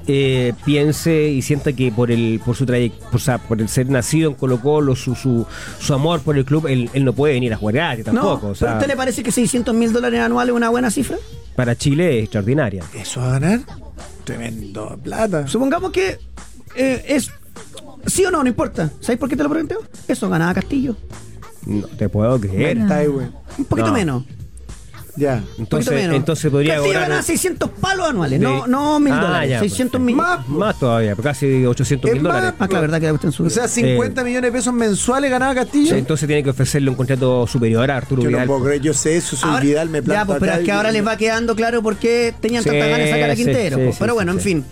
Speaker 3: eh, piense y sienta que por el por su trayectoria, o sea, por el ser nacido en Colo Colo, su, su, su amor por el club, él, él no puede venir a jugar gratis tampoco.
Speaker 1: no,
Speaker 3: o sea,
Speaker 1: ¿pero a usted le parece que 600 mil dólares anuales es una buena cifra?
Speaker 3: Para Chile es extraordinaria.
Speaker 4: ¿Eso va a ganar? Tremendo plata.
Speaker 1: Supongamos que eh, es... Sí o no, no importa. ¿Sabéis por qué te lo planteo? Eso ganaba Castillo.
Speaker 3: No te puedo creer.
Speaker 4: Está ahí, güey.
Speaker 1: Un poquito
Speaker 3: No.
Speaker 1: menos.
Speaker 4: Ya.
Speaker 1: poquito
Speaker 3: Entonces,
Speaker 1: menos.
Speaker 3: entonces podría
Speaker 1: Castillo
Speaker 3: cobrar-
Speaker 1: ganaba 600 palos anuales,
Speaker 3: de-
Speaker 1: no, no mil
Speaker 3: Ah,
Speaker 1: dólares.
Speaker 3: ya,
Speaker 1: 600 mil.
Speaker 3: perfecto. Más todavía, casi 800
Speaker 4: Es
Speaker 3: mil
Speaker 4: más,
Speaker 3: dólares.
Speaker 1: Ah, que la verdad que usted en su
Speaker 4: O sea, 50 millones de pesos mensuales ganaba Castillo.
Speaker 3: Sí, Entonces tiene que ofrecerle un contrato superior a Arturo
Speaker 4: Yo no
Speaker 3: Vidal.
Speaker 4: puedo creer, yo sé eso, soy
Speaker 1: Ahora-
Speaker 4: Vidal, me
Speaker 1: Ya,
Speaker 4: planto
Speaker 1: pues, pero
Speaker 4: acá
Speaker 1: es que
Speaker 4: y-
Speaker 1: ahora les va quedando claro por qué tenían
Speaker 3: Sí,
Speaker 1: tantas ganas de sacar a
Speaker 3: sí,
Speaker 1: Quintero.
Speaker 3: sí,
Speaker 1: pues.
Speaker 3: sí,
Speaker 1: pero
Speaker 3: sí,
Speaker 1: bueno, en
Speaker 3: sí.
Speaker 1: fin.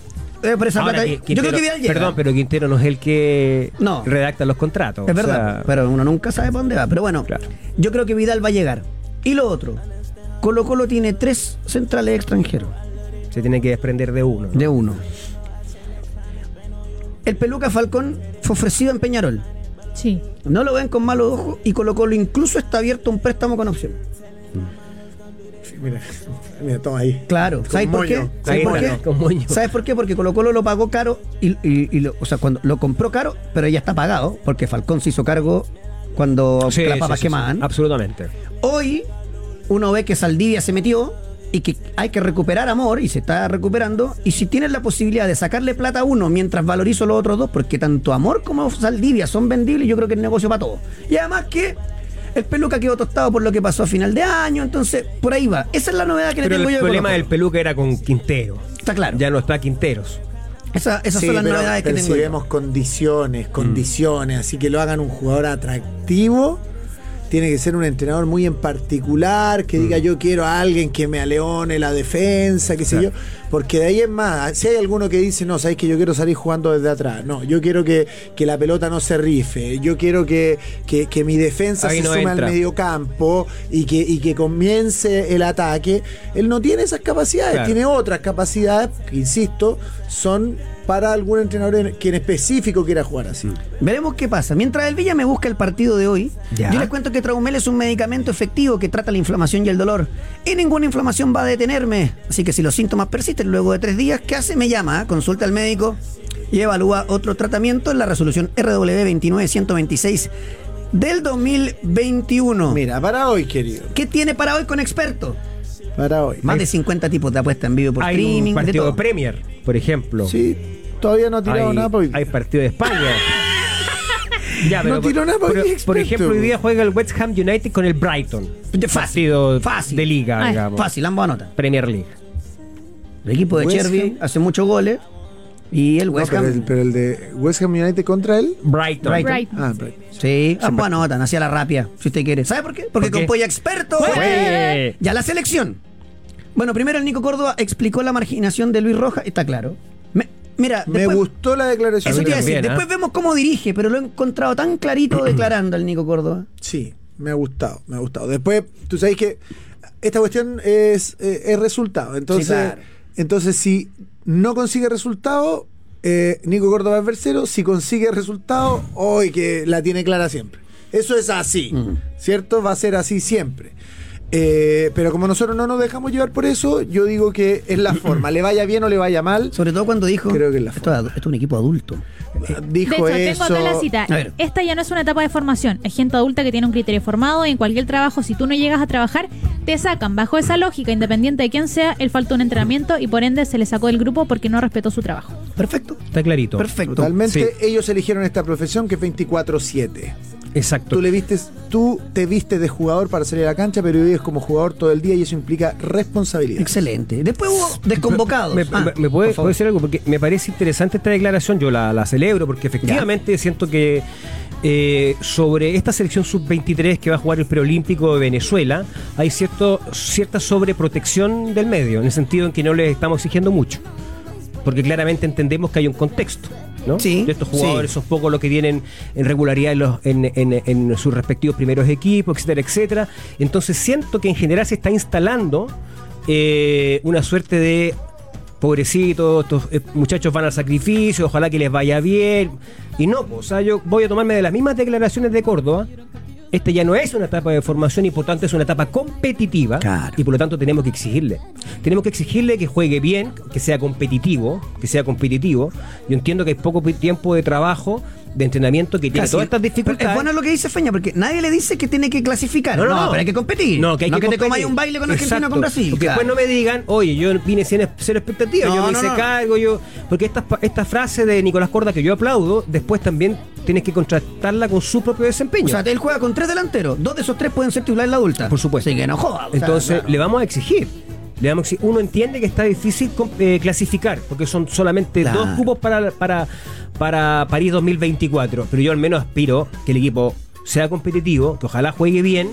Speaker 1: Eh, por esa
Speaker 3: Ahora,
Speaker 1: plata-
Speaker 3: Qui-
Speaker 1: yo
Speaker 3: Quintero-
Speaker 1: creo que Vidal llega.
Speaker 3: Perdón, pero Quintero no es el que
Speaker 1: No.
Speaker 3: redacta los contratos.
Speaker 1: Es
Speaker 3: o
Speaker 1: verdad,
Speaker 3: sea,
Speaker 1: pero uno nunca sabe para dónde va. Pero bueno,
Speaker 3: Claro.
Speaker 1: yo creo que Vidal va a llegar. Y lo otro, Colo Colo tiene tres centrales extranjeros
Speaker 3: se tiene que desprender de uno. ¿no?
Speaker 1: de uno. El Peluca Falcón fue ofrecido en Peñarol.
Speaker 2: Sí.
Speaker 1: No lo ven con malos ojos y Colo Colo incluso está abierto a un préstamo con opción.
Speaker 4: Mira, mira, toma ahí.
Speaker 1: Claro,
Speaker 4: Con
Speaker 1: ¿sabes por qué?
Speaker 4: moño, con
Speaker 1: ¿Sabes por
Speaker 4: moño.
Speaker 1: qué?
Speaker 3: Con moño.
Speaker 1: ¿Sabes por qué? Porque Colo Colo lo pagó caro y, y- y lo- o sea, cuando lo compró caro, pero ya está pagado, porque Falcón se hizo cargo cuando
Speaker 3: Sí,
Speaker 1: las
Speaker 3: sí,
Speaker 1: papas
Speaker 3: sí, Ah, sí,
Speaker 1: quemaban.
Speaker 3: Absolutamente.
Speaker 1: Hoy uno ve que Saldivia se metió y que hay que recuperar amor y se está recuperando. Y si tienes la posibilidad de sacarle plata a uno mientras valorizo los otros dos, porque tanto amor como Saldivia son vendibles, yo creo que el negocio para todos. Y además que el peluca quedó tostado por lo que pasó a final de año, entonces por ahí va. Esa es la novedad que
Speaker 3: Pero
Speaker 1: le tengo
Speaker 3: el
Speaker 1: yo. de
Speaker 3: problema
Speaker 1: Colo-Colo.
Speaker 3: del peluca era con Quintero.
Speaker 1: Está claro.
Speaker 3: Ya no está Quinteros.
Speaker 1: Esa- esas
Speaker 4: Sí,
Speaker 1: son las
Speaker 4: pero
Speaker 1: novedades que tengo.
Speaker 4: percibimos
Speaker 1: yo.
Speaker 4: condiciones, condiciones, así que lo hagan un jugador atractivo. Tiene que ser un entrenador muy en particular, que
Speaker 3: Mm.
Speaker 4: diga yo quiero a alguien que me aleone la defensa, qué sé yo. Porque de ahí es más, si hay alguno que dice, no, sabéis que yo quiero salir jugando desde atrás. No, yo quiero que, que la pelota no se rife. Yo quiero que, que- que mi defensa
Speaker 3: Ahí
Speaker 4: se
Speaker 3: no
Speaker 4: sume
Speaker 3: entra.
Speaker 4: al mediocampo y que, y que comience el ataque. Él no tiene esas capacidades,
Speaker 3: Claro.
Speaker 4: tiene otras capacidades que, insisto, son para algún entrenador en- que en específico quiera jugar así.
Speaker 1: Mm. Veremos qué pasa. Mientras el Villa me busca el partido de hoy,
Speaker 3: Ya.
Speaker 1: yo les cuento que Traumel es un medicamento efectivo que trata la inflamación y el dolor. Y ninguna inflamación va a detenerme. Así que si los síntomas persisten luego de tres días, ¿qué hace? Me llama, ¿eh? consulta al médico y evalúa otro tratamiento en la resolución RW 29126 del 2021.
Speaker 4: Mira, para hoy, querido,
Speaker 1: ¿Qué tiene para hoy con experto?
Speaker 4: para hoy.
Speaker 1: Más de 50 tipos de apuestas en vivo por
Speaker 3: hay
Speaker 1: streaming. de
Speaker 3: un partido de,
Speaker 1: todo.
Speaker 3: Premier, por ejemplo.
Speaker 4: Sí, todavía no ha tirado
Speaker 3: hay,
Speaker 4: nada para hoy.
Speaker 3: hay partido de España. Ya,
Speaker 4: No
Speaker 3: por-
Speaker 4: tiró nada para
Speaker 3: pero,
Speaker 4: hoy,
Speaker 3: Por
Speaker 4: experto.
Speaker 3: ejemplo, hoy día juega el West Ham United con el Brighton.
Speaker 1: De fácil,
Speaker 3: Partido
Speaker 1: fácil.
Speaker 3: de liga,
Speaker 2: Ah,
Speaker 3: digamos.
Speaker 1: Fácil, ambos anotan.
Speaker 3: Premier League.
Speaker 1: El equipo de
Speaker 4: West
Speaker 1: Cherby
Speaker 4: Ham.
Speaker 1: hace muchos goles. Y el
Speaker 4: No,
Speaker 1: West Ham.
Speaker 4: pero, el, pero el de West Ham United contra él.
Speaker 3: Brighton.
Speaker 1: Brighton.
Speaker 2: Brighton.
Speaker 4: Ah, Brighton.
Speaker 1: Sí, ambos anotan, hacia la rapia, si usted quiere. ¿Sabe por qué? Porque
Speaker 3: ¿Por qué?
Speaker 1: con Polla Experto.
Speaker 3: Juegue.
Speaker 1: Ya la selección. Bueno, primero el Nico Córdoba explicó la marginación de Luis Rojas, está claro. Me- mira,
Speaker 4: me
Speaker 1: después-
Speaker 4: gustó la declaración.
Speaker 1: Eso te iba a
Speaker 3: También,
Speaker 1: decir.
Speaker 3: ¿eh?
Speaker 1: Después vemos cómo dirige, pero lo he encontrado tan clarito declarando al Nico Córdoba.
Speaker 4: Sí, me ha gustado, me ha gustado. Después, tú sabes que esta cuestión es, eh, es resultado. Entonces,
Speaker 1: Sí, claro.
Speaker 4: entonces, si no consigue resultado, eh, Nico Córdoba es versero. Si consigue resultado, hoy que la tiene clara siempre. Eso es así, ¿cierto? Va a ser así siempre. Eh, pero como nosotros no nos dejamos llevar por eso, yo digo que es la forma. Le vaya bien o le vaya mal,
Speaker 1: Sobre todo cuando dijo.
Speaker 4: Creo que la
Speaker 1: esto, es adu- esto es un equipo adulto.
Speaker 2: De
Speaker 4: eh, dijo
Speaker 2: hecho,
Speaker 4: eso.
Speaker 2: tengo acá la cita.
Speaker 1: A ver.
Speaker 2: Esta ya no es una etapa de formación. Es gente adulta que tiene un criterio formado y en cualquier trabajo, si tú no llegas a trabajar, te sacan. Bajo esa lógica, independiente de quién sea, él faltó un entrenamiento y por ende se le sacó del grupo porque no respetó su trabajo.
Speaker 1: Perfecto.
Speaker 3: Está clarito.
Speaker 1: Perfecto.
Speaker 4: Totalmente,
Speaker 3: Sí.
Speaker 4: ellos eligieron esta profesión que es 24-7.
Speaker 3: Exacto.
Speaker 4: Tú le vistes, tú te vistes de jugador para salir a la cancha, pero vives como jugador todo el día y eso implica responsabilidad.
Speaker 1: Excelente. Después hubo desconvocados.
Speaker 3: ¿Me,
Speaker 1: Ah,
Speaker 3: me- me puede,
Speaker 1: por favor.
Speaker 3: puede decir algo? Porque me parece interesante esta declaración, yo la, la celebro, porque efectivamente siento que eh, sobre esta selección sub-23 que va a jugar el preolímpico de Venezuela, hay cierto, cierta sobreprotección del medio, en el sentido en que no les estamos exigiendo mucho. Porque claramente entendemos que hay un contexto. ¿no?
Speaker 1: Sí,
Speaker 3: de estos jugadores
Speaker 1: sí.
Speaker 3: son pocos los que tienen en regularidad en, los- en- en- en sus respectivos primeros equipos, etcétera, etcétera. Entonces siento que en general se está instalando eh, una suerte de pobrecitos, estos eh, muchachos van al sacrificio, ojalá que les vaya bien. Y no, po, o sea, yo voy a tomarme de las mismas declaraciones de Córdoba. Este ya no es una etapa de formación y por tanto es una etapa competitiva
Speaker 1: Claro.
Speaker 3: y por lo tanto tenemos que exigirle. Tenemos que exigirle que juegue bien, que sea competitivo, que sea competitivo. Yo entiendo que hay poco pi- tiempo de trabajo, de entrenamiento que tiene
Speaker 1: Casi.
Speaker 3: todas estas
Speaker 1: Pero
Speaker 3: dificultades.
Speaker 1: Es bueno lo que dice Feña, porque nadie le dice que tiene que clasificar. No, pero hay que competir.
Speaker 3: No, que hay que,
Speaker 1: te
Speaker 3: competir.
Speaker 1: comáis un baile con Argentina o
Speaker 3: Exacto.
Speaker 1: con Brasil.
Speaker 3: Porque
Speaker 1: claro.
Speaker 3: después no me digan, oye, yo vine sin cero expectativas,
Speaker 1: No,
Speaker 3: yo me
Speaker 1: no,
Speaker 3: hice
Speaker 1: no.
Speaker 3: cargo, yo. Porque esta, esta frase de Nicolás Corda que yo aplaudo, después también tienes que contrastarla con su propio desempeño.
Speaker 1: O sea, él juega con tres delanteros. Dos de esos tres pueden ser titulares en la adulta.
Speaker 3: Por supuesto.
Speaker 1: Así que no joda. o sea,
Speaker 3: Entonces,
Speaker 1: claro.
Speaker 3: le vamos a exigir. Le vamos a exigir. Uno entiende que está difícil com- eh, clasificar, porque son solamente
Speaker 1: Claro.
Speaker 3: dos cupos para, para, para París 2024. Pero yo al menos aspiro que el equipo sea competitivo, que ojalá juegue bien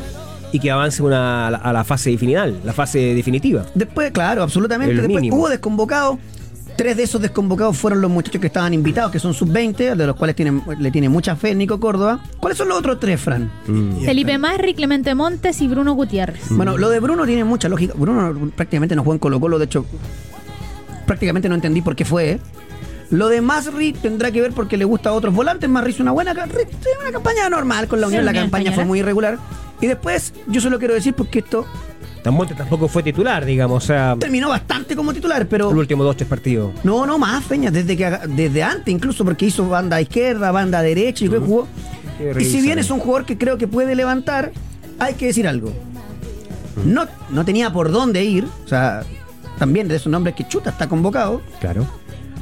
Speaker 3: y que avance una, a, la, a la fase final, la fase definitiva.
Speaker 1: Después, claro, absolutamente.
Speaker 3: El
Speaker 1: Después
Speaker 3: mínimo.
Speaker 1: hubo desconvocados. Tres de esos desconvocados fueron los muchachos que estaban invitados, que son sub-20, de los cuales tienen- le tiene mucha fe Nico Córdoba. ¿Cuáles son los otros tres, Fran?
Speaker 2: Felipe Masri, Clemente Montes y Bruno Gutiérrez.
Speaker 1: Bueno, lo de Bruno tiene mucha lógica. Bruno no- prácticamente no jugó en Colo Colo, de hecho, prácticamente no entendí por qué fue. ¿eh? Lo de Masri tendrá que ver porque le gusta a otros volantes. Masri hizo una buena ca- re- una campaña normal con la
Speaker 2: Sí,
Speaker 1: Unión, la
Speaker 2: una
Speaker 1: campaña
Speaker 2: campaña,
Speaker 1: fue
Speaker 2: ¿no?
Speaker 1: muy irregular. Y después, yo solo quiero decir porque esto
Speaker 3: Tamponte tampoco fue titular, digamos. O sea,
Speaker 1: Terminó bastante como titular, pero.
Speaker 3: los últimos dos, tres partidos.
Speaker 1: No, no, más Peña, desde que haga- desde antes incluso, porque hizo banda izquierda, banda derecha, y creo que jugó.
Speaker 3: Qué
Speaker 1: Y si
Speaker 3: revisar.
Speaker 1: bien
Speaker 4: eh.
Speaker 1: es un jugador que creo que puede levantar, hay que decir algo. No, no tenía por dónde ir, o sea, también de esos nombres que chuta está convocado.
Speaker 3: Claro.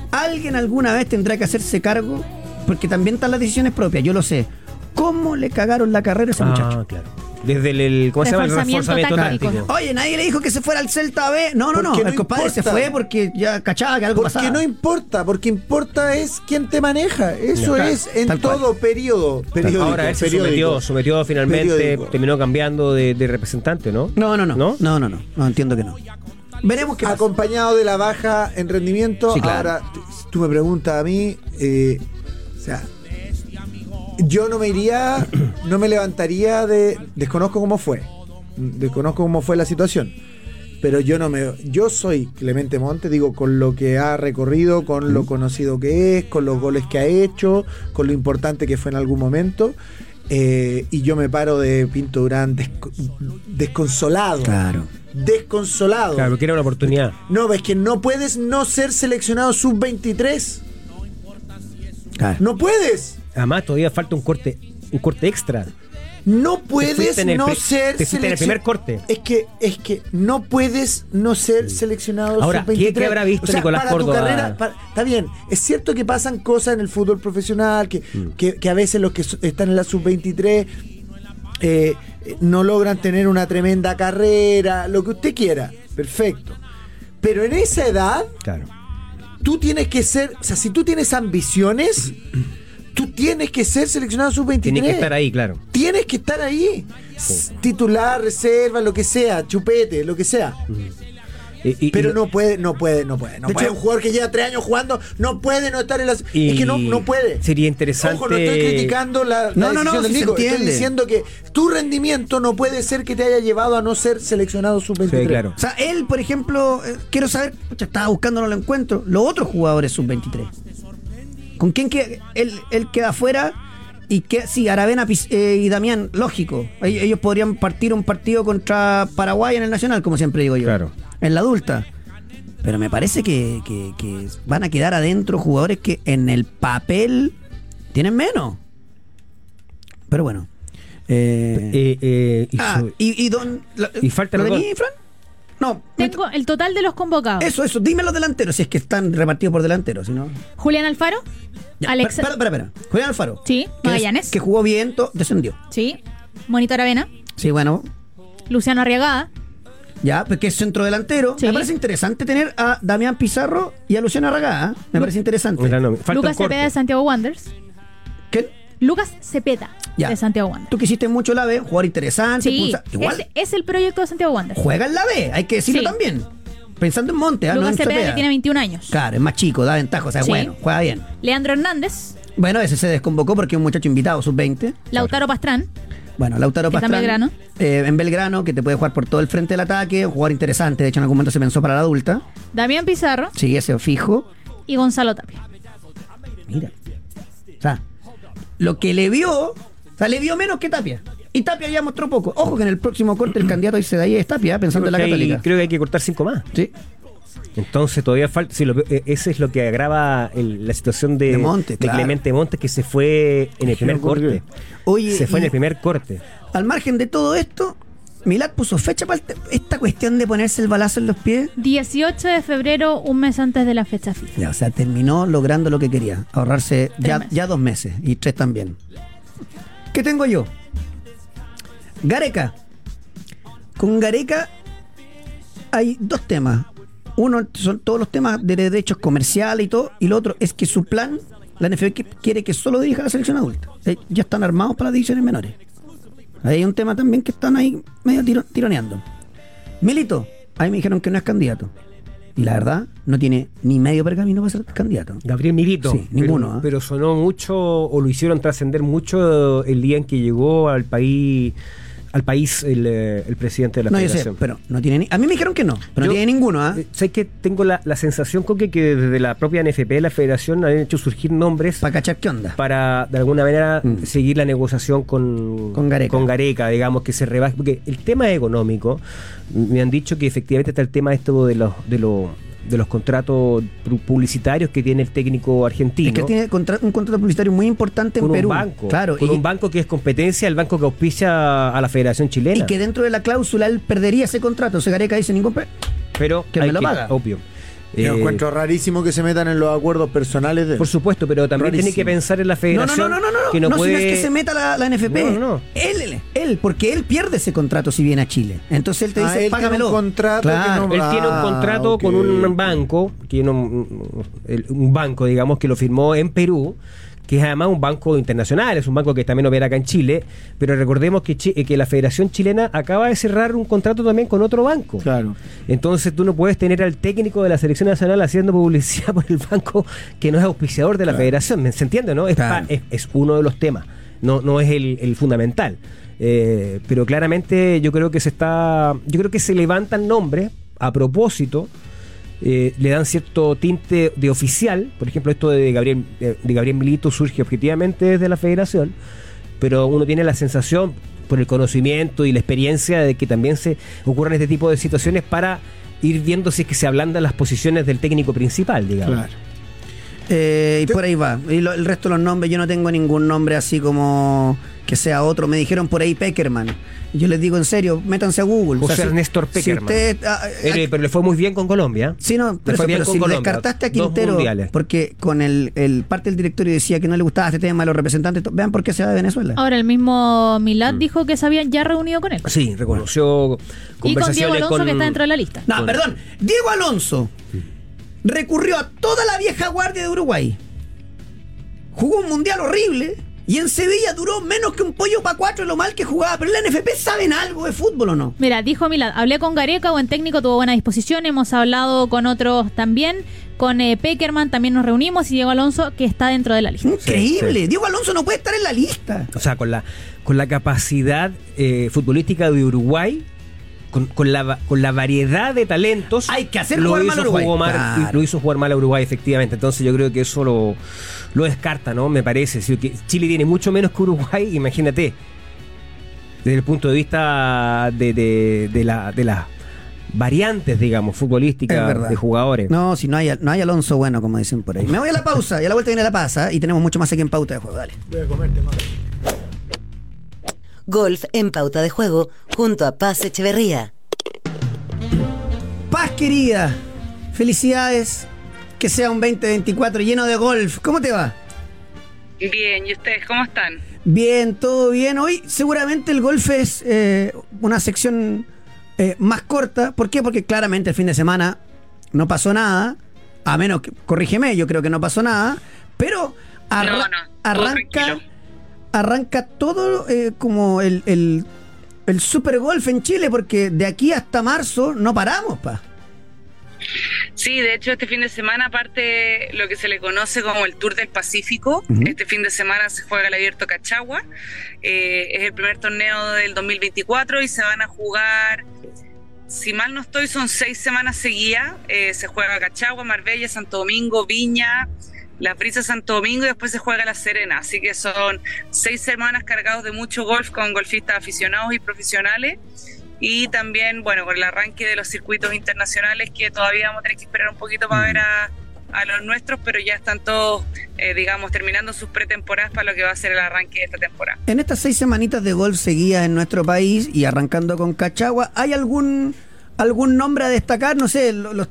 Speaker 1: Alguien alguna vez tendrá que hacerse cargo, porque también están las decisiones propias, yo lo sé. ¿Cómo le cagaron la carrera a ese muchacho?
Speaker 3: Ah, claro. Desde el, el- ¿cómo se llama? El
Speaker 2: Reforzamiento
Speaker 3: reforzamiento
Speaker 2: táctico.
Speaker 3: táctico.
Speaker 1: Oye, nadie le dijo que se fuera al Celta B. No, no,
Speaker 4: Porque
Speaker 1: no.
Speaker 4: no
Speaker 1: el compadre se
Speaker 4: importa.
Speaker 1: fue porque ya cachaba que algo
Speaker 4: Porque
Speaker 1: pasaba.
Speaker 4: no importa, porque importa es quién te maneja. Eso
Speaker 1: Claro,
Speaker 4: es en
Speaker 1: tal cual.
Speaker 4: todo periodo. periódico,
Speaker 3: Ahora él se
Speaker 4: periódico.
Speaker 3: sometió, sometió finalmente,
Speaker 4: Periódico.
Speaker 3: terminó cambiando de, de representante, ¿no?
Speaker 1: No, no, no. No, no, no. No, entiendo que no. Veremos
Speaker 4: Ah,
Speaker 1: qué pasa.
Speaker 4: acompañado de la baja en rendimiento.
Speaker 1: Sí, claro.
Speaker 4: Ahora, t- si tú me preguntas a mí, eh, o sea, yo no me iría, no me levantaría de. Desconozco cómo fue. Desconozco cómo fue la situación. Pero yo no me. Yo soy Clemente Montes, digo, con lo que ha recorrido, con lo conocido que es, con los goles que ha hecho, con lo importante que fue en algún momento. eh, y yo me paro de Pinto Durán desco- desconsolado.
Speaker 1: Claro.
Speaker 4: Desconsolado.
Speaker 3: Claro, porque era una oportunidad.
Speaker 4: No, es que no puedes no ser seleccionado sub-23.
Speaker 1: Claro.
Speaker 4: No puedes.
Speaker 3: Además, todavía falta un corte, un corte extra.
Speaker 4: No
Speaker 3: Te
Speaker 4: puedes
Speaker 3: fuiste en el
Speaker 4: no
Speaker 3: pri-
Speaker 4: ser
Speaker 3: te fuiste en el
Speaker 4: seleccion-
Speaker 3: primer corte.
Speaker 4: Es que, es que no puedes no ser seleccionado
Speaker 3: Ahora, ¿qué-
Speaker 4: sub-23.
Speaker 3: qué habrá visto
Speaker 4: O sea,
Speaker 3: Nicolás
Speaker 4: para tu
Speaker 3: Córdoba?
Speaker 4: carrera, para- está bien, es cierto que pasan cosas en el fútbol profesional, que,
Speaker 3: Mm.
Speaker 4: que- que a veces los que so- están en la sub-23 eh, eh, no logran tener una tremenda carrera, lo que usted quiera. Perfecto. Pero en esa edad,
Speaker 3: Claro.
Speaker 4: tú tienes que ser, o sea, si tú tienes ambiciones, tú tienes que ser seleccionado sub-23.
Speaker 3: Tiene que estar ahí, claro.
Speaker 4: Tienes que estar ahí. S- Titular, reserva, lo que sea, chupete, lo que sea.
Speaker 3: Y- y-
Speaker 4: Pero
Speaker 3: y-
Speaker 4: no puede, no puede, no puede. No
Speaker 1: De
Speaker 4: puede.
Speaker 1: hecho-
Speaker 4: un jugador que lleva tres años jugando no puede no estar en las.
Speaker 3: y
Speaker 4: es que no, no puede.
Speaker 3: Sería interesante.
Speaker 4: Ojo, no estoy criticando la, la
Speaker 1: No, no, no,
Speaker 4: decisión del
Speaker 1: sí se
Speaker 4: Nico. Estoy
Speaker 1: entiende.
Speaker 4: diciendo que tu rendimiento no puede ser que te haya llevado a no ser seleccionado sub-23.
Speaker 3: Sí, claro.
Speaker 1: O sea, él, por ejemplo, eh, quiero saber, pucha, estaba buscando, no lo encuentro. Los otros jugadores sub-23. ¿Con quién queda? Él, él queda afuera y que sí, Aravena Pis- eh, y Damián, lógico. Ell- Ellos podrían partir un partido contra Paraguay en el Nacional, como siempre digo yo.
Speaker 3: Claro.
Speaker 1: En la adulta. Pero me parece que, que- que van a quedar adentro jugadores que en el papel tienen menos. Pero bueno. Eh,
Speaker 3: Eh, eh, y
Speaker 1: Ah,
Speaker 3: sobre-
Speaker 1: y, y don. lo-
Speaker 3: Y falta
Speaker 1: ¿Lo
Speaker 3: el
Speaker 1: tenís,
Speaker 3: gol.
Speaker 1: Fran? No.
Speaker 2: Tengo el total de los convocados.
Speaker 1: Eso, eso. Dime los delanteros, si es que están repartidos por delanteros, si no.
Speaker 2: Julián Alfaro.
Speaker 1: Ya,
Speaker 2: Alex-
Speaker 1: Espera, espera, espera. Julián Alfaro.
Speaker 2: Sí,
Speaker 1: Que-
Speaker 2: Magallanes.
Speaker 1: Que jugó bien, to- descendió.
Speaker 2: Sí. Monito Aravena.
Speaker 1: Sí, bueno.
Speaker 2: Luciano Arriagada.
Speaker 1: Ya, porque es centro delantero.
Speaker 2: Sí.
Speaker 1: Me parece interesante tener a Damián Pizarro y a Luciano Arragá. ¿eh? Me parece interesante.
Speaker 3: mira, Pues no, falta
Speaker 2: Lucas
Speaker 3: un corte.
Speaker 2: Cepeda de Santiago Wanderers.
Speaker 1: ¿Qué?
Speaker 2: Lucas Cepeda
Speaker 1: Ya.
Speaker 2: de Santiago Wanderers.
Speaker 1: Tú que hiciste mucho la B, jugador interesante.
Speaker 2: Sí,
Speaker 1: pulsa- Igual
Speaker 2: ese es el proyecto de Santiago Wanderers.
Speaker 1: juega en la B, hay que decirlo
Speaker 2: Sí.
Speaker 1: también. Pensando en Monte, ¿ah? no
Speaker 2: Lucas
Speaker 1: en
Speaker 2: Cepeda que
Speaker 1: Cepeda.
Speaker 2: tiene 21 años.
Speaker 1: Claro, es más chico, da ventaja, o sea,
Speaker 2: Sí.
Speaker 1: bueno, juega bien.
Speaker 2: Leandro Hernández.
Speaker 1: Bueno, ese se desconvocó porque es un muchacho invitado, sub-20.
Speaker 2: Lautaro Pastrán.
Speaker 1: Bueno, Lautaro
Speaker 2: Que está en
Speaker 1: Pastrán.
Speaker 2: Belgrano.
Speaker 1: eh, en Belgrano, que te puede jugar por todo el frente del ataque. Un jugador interesante. De hecho, en algún momento se pensó para la adulta.
Speaker 2: Damián Pizarro
Speaker 1: Sí, ese fijo.
Speaker 2: y Gonzalo Tapia.
Speaker 1: Mira. O sea, lo que le vio. O sea, le vio menos que Tapia. Y Tapia ya mostró poco. Ojo que en el próximo corte el candidato dice de ahí es Tapia, pensando
Speaker 3: Creo
Speaker 1: en la
Speaker 3: que hay-
Speaker 1: Católica.
Speaker 3: creo que hay que cortar cinco más.
Speaker 1: Sí.
Speaker 3: Entonces todavía falta. sí, lo- eh, ese es lo que agrava el- la situación de,
Speaker 1: De Montes, claro.
Speaker 3: Clemente Montes, que se fue en el primer corte.
Speaker 1: Oye,
Speaker 3: se fue en
Speaker 1: y-
Speaker 3: el primer corte.
Speaker 1: Al margen de todo esto, Milad puso fecha para el te- esta cuestión de ponerse el balazo en los pies.
Speaker 2: 18 de febrero, un mes antes de la fecha FIFA.
Speaker 1: Ya, o sea, terminó logrando lo que quería, ahorrarse
Speaker 2: Tres
Speaker 1: ya,
Speaker 2: meses.
Speaker 1: ya dos meses y tres también. ¿Qué tengo yo? Gareca. Con Gareca hay dos temas. Uno son todos los temas de derechos comerciales y todo, y lo otro es que su plan, la NFB qui- quiere que solo dirija la selección adulta. Eh, ya están armados para las divisiones menores. Ahí hay un tema también que están ahí medio tiro- tironeando. Milito, ahí me dijeron que no es candidato. Y la verdad, no tiene ni medio pergamino para ser candidato.
Speaker 3: Gabriel Milito.
Speaker 1: Sí,
Speaker 3: pero-
Speaker 1: ninguno, ¿eh?
Speaker 3: Pero, eh, sonó mucho, o lo hicieron trascender mucho el día en que llegó al país, al país el, eh, el presidente de la
Speaker 1: No, yo sé,
Speaker 3: federación.
Speaker 1: pero no tiene ni- A mí me dijeron que no, pero no
Speaker 3: Yo-
Speaker 1: tiene ninguno, ¿ah?
Speaker 3: Eh, ¿Sabes que Tengo la, la sensación, Coque, que desde la propia NFP, la federación, han hecho surgir nombres
Speaker 1: Para cachar qué onda.
Speaker 3: para, de alguna manera,
Speaker 1: Mm.
Speaker 3: seguir la negociación con,
Speaker 1: Con Gareca.
Speaker 3: Gareca, digamos, que se rebaje. Porque el tema económico, me han dicho que efectivamente está el tema esto de los, de los, de los contratos pu- publicitarios que tiene el técnico argentino.
Speaker 1: Es que él tiene contra- un contrato publicitario muy importante en
Speaker 3: con
Speaker 1: Perú.
Speaker 3: un banco,
Speaker 1: claro,
Speaker 3: con
Speaker 1: y,
Speaker 3: un banco que es competencia, el banco que auspicia a la Federación Chilena.
Speaker 1: y que dentro de la cláusula él perdería ese contrato. O sea, Gareca dice ningún. pe-
Speaker 3: pero
Speaker 1: que
Speaker 3: hay
Speaker 1: me lo paga.
Speaker 3: obvio.
Speaker 4: Yo
Speaker 3: Eh,
Speaker 4: encuentro rarísimo que se metan en los acuerdos personales de
Speaker 3: por supuesto, pero también
Speaker 4: Rarísimo.
Speaker 3: tiene que pensar en la
Speaker 1: No, no,
Speaker 3: Federación
Speaker 1: no, no, no, no.
Speaker 3: que no,
Speaker 1: no, si
Speaker 3: puede
Speaker 1: no es que se meta la, la NFP.
Speaker 3: No, no, no.
Speaker 1: Él, él, él, porque él pierde ese contrato si viene a Chile. Entonces él te
Speaker 4: Ah,
Speaker 1: dice,
Speaker 4: él tiene
Speaker 1: págamelo.
Speaker 4: un contrato que no-
Speaker 3: Él tiene un
Speaker 4: Ah,
Speaker 3: contrato
Speaker 4: ok.
Speaker 3: con un banco, que no- el- un banco, digamos, que lo firmó en Perú, que es además un banco internacional, es un banco que también opera acá en Chile, pero recordemos que, Chi- eh, que la Federación Chilena acaba de cerrar un contrato también con otro banco.
Speaker 4: Claro.
Speaker 3: Entonces tú no puedes tener al técnico de la selección nacional haciendo publicidad por el banco que no es auspiciador de la federación. ¿Me- ¿Se entiende, no? Es,
Speaker 1: Claro.
Speaker 3: pa- es- es uno de los temas, no, no es el, el fundamental. Eh, pero claramente yo creo que se está. Yo creo que se levantan nombres a propósito. eh, le dan cierto tinte de oficial, por ejemplo, esto de Gabriel, eh, de de Gabriel Milito surge objetivamente desde la federación, pero uno tiene la sensación por el conocimiento y la experiencia de que también se ocurran este tipo de situaciones para ir viendo si es que se ablandan las posiciones del técnico principal, digamos.
Speaker 4: Claro.
Speaker 1: Eh, y por ahí va. Y lo- el resto de los nombres, yo no tengo ningún nombre así como que sea otro. Me dijeron por ahí Peckerman. Yo les digo en serio, métanse a Google.
Speaker 3: José
Speaker 1: si-
Speaker 3: Ernesto
Speaker 1: si
Speaker 3: Peckerman.
Speaker 1: usted, ah, ah,
Speaker 3: Eh, pero le fue muy bien con Colombia. ¿eh?
Speaker 1: Sí, no,
Speaker 3: Le
Speaker 1: pero,
Speaker 3: fue
Speaker 1: eso-
Speaker 3: bien
Speaker 1: pero
Speaker 3: con
Speaker 1: si
Speaker 3: Colombia.
Speaker 1: descartaste a
Speaker 3: Dos
Speaker 1: Quintero,
Speaker 3: mundiales.
Speaker 1: porque con el, el parte del directorio decía que no le gustaba este tema a los representantes, to- vean por qué se va de Venezuela.
Speaker 2: Ahora, el mismo Milad dijo que se habían ya reunido con él.
Speaker 3: Sí, reconoció
Speaker 2: Y con
Speaker 3: conversaciones
Speaker 2: Diego Alonso,
Speaker 3: con-
Speaker 2: que está dentro de la lista.
Speaker 1: no, perdón, Diego Alonso recurrió a toda la vieja guardia de Uruguay. Jugó un mundial horrible y en Sevilla duró menos que un pollo para cuatro lo mal que jugaba. Pero en la NFP saben algo de fútbol o no.
Speaker 2: Mira, dijo Milad, hablé con Gareca, buen técnico, tuvo buena disposición, hemos hablado con otros también, con eh, Peckerman también nos reunimos y Diego Alonso que está dentro de la lista.
Speaker 1: Increíble,
Speaker 3: sí.
Speaker 1: Diego Alonso no puede estar en la lista.
Speaker 3: O sea, con la, con la capacidad eh, futbolística de Uruguay, con, con la, va- con la variedad de talentos.
Speaker 1: Hay que hacer
Speaker 3: lo
Speaker 1: jugar
Speaker 3: hizo
Speaker 1: mal a Uruguay,
Speaker 3: jugó mal-
Speaker 1: claro.
Speaker 3: Lo hizo jugar mal a Uruguay, efectivamente. Entonces yo creo que eso lo, lo descarta, ¿no? Me parece. Si que Chile tiene mucho menos que Uruguay, imagínate. Desde el punto de vista de, de- de la, de las variantes, digamos,
Speaker 1: Es
Speaker 3: futbolísticas
Speaker 1: verdad.
Speaker 3: de jugadores.
Speaker 1: No, si no hay, no hay Alonso bueno, como dicen por ahí. Me voy a la pausa y a la vuelta viene la pasa y tenemos mucho más aquí en pauta de juego. Dale.
Speaker 4: Voy a comerte más.
Speaker 6: Golf en Pauta de Juego junto a Paz Echeverría.
Speaker 1: Paz querida, felicidades. Que sea un 2024 lleno de golf. ¿Cómo te va?
Speaker 7: Bien, ¿y ustedes cómo están?
Speaker 1: Bien, todo bien. Hoy seguramente el golf es eh, una sección eh, más corta. ¿Por qué? Porque claramente el fin de semana no pasó nada. A menos que, corrígeme, yo creo que no pasó nada. Pero arra-
Speaker 7: No, no, todo
Speaker 1: arranca,
Speaker 7: tranquilo.
Speaker 1: arranca todo eh, como el, el, el super golf en Chile. Porque de aquí hasta marzo no paramos, pa.
Speaker 7: Sí, de hecho este fin de semana parte lo que se le conoce como el Tour del Pacífico.
Speaker 1: Ujú.
Speaker 7: Este fin de semana se juega el Abierto Cachagua. Eh, es el primer torneo del 2024 y se van a jugar, si mal no estoy, son seis semanas seguidas. Eh, se juega Cachagua, Marbella, Santo Domingo, Viña. Las brisas Santo Domingo y después se juega La Serena. Así que son seis semanas cargados de mucho golf con golfistas aficionados y profesionales. Y también, bueno, con el arranque de los circuitos internacionales que todavía vamos a tener que esperar un poquito para ver a, a los nuestros, pero ya están todos, eh, digamos, terminando sus pretemporadas para lo que va a ser el arranque de esta temporada.
Speaker 1: En estas seis semanitas de golf seguidas en nuestro país y arrancando con Cachagua, ¿hay algún algún nombre a destacar? No sé, lo- los,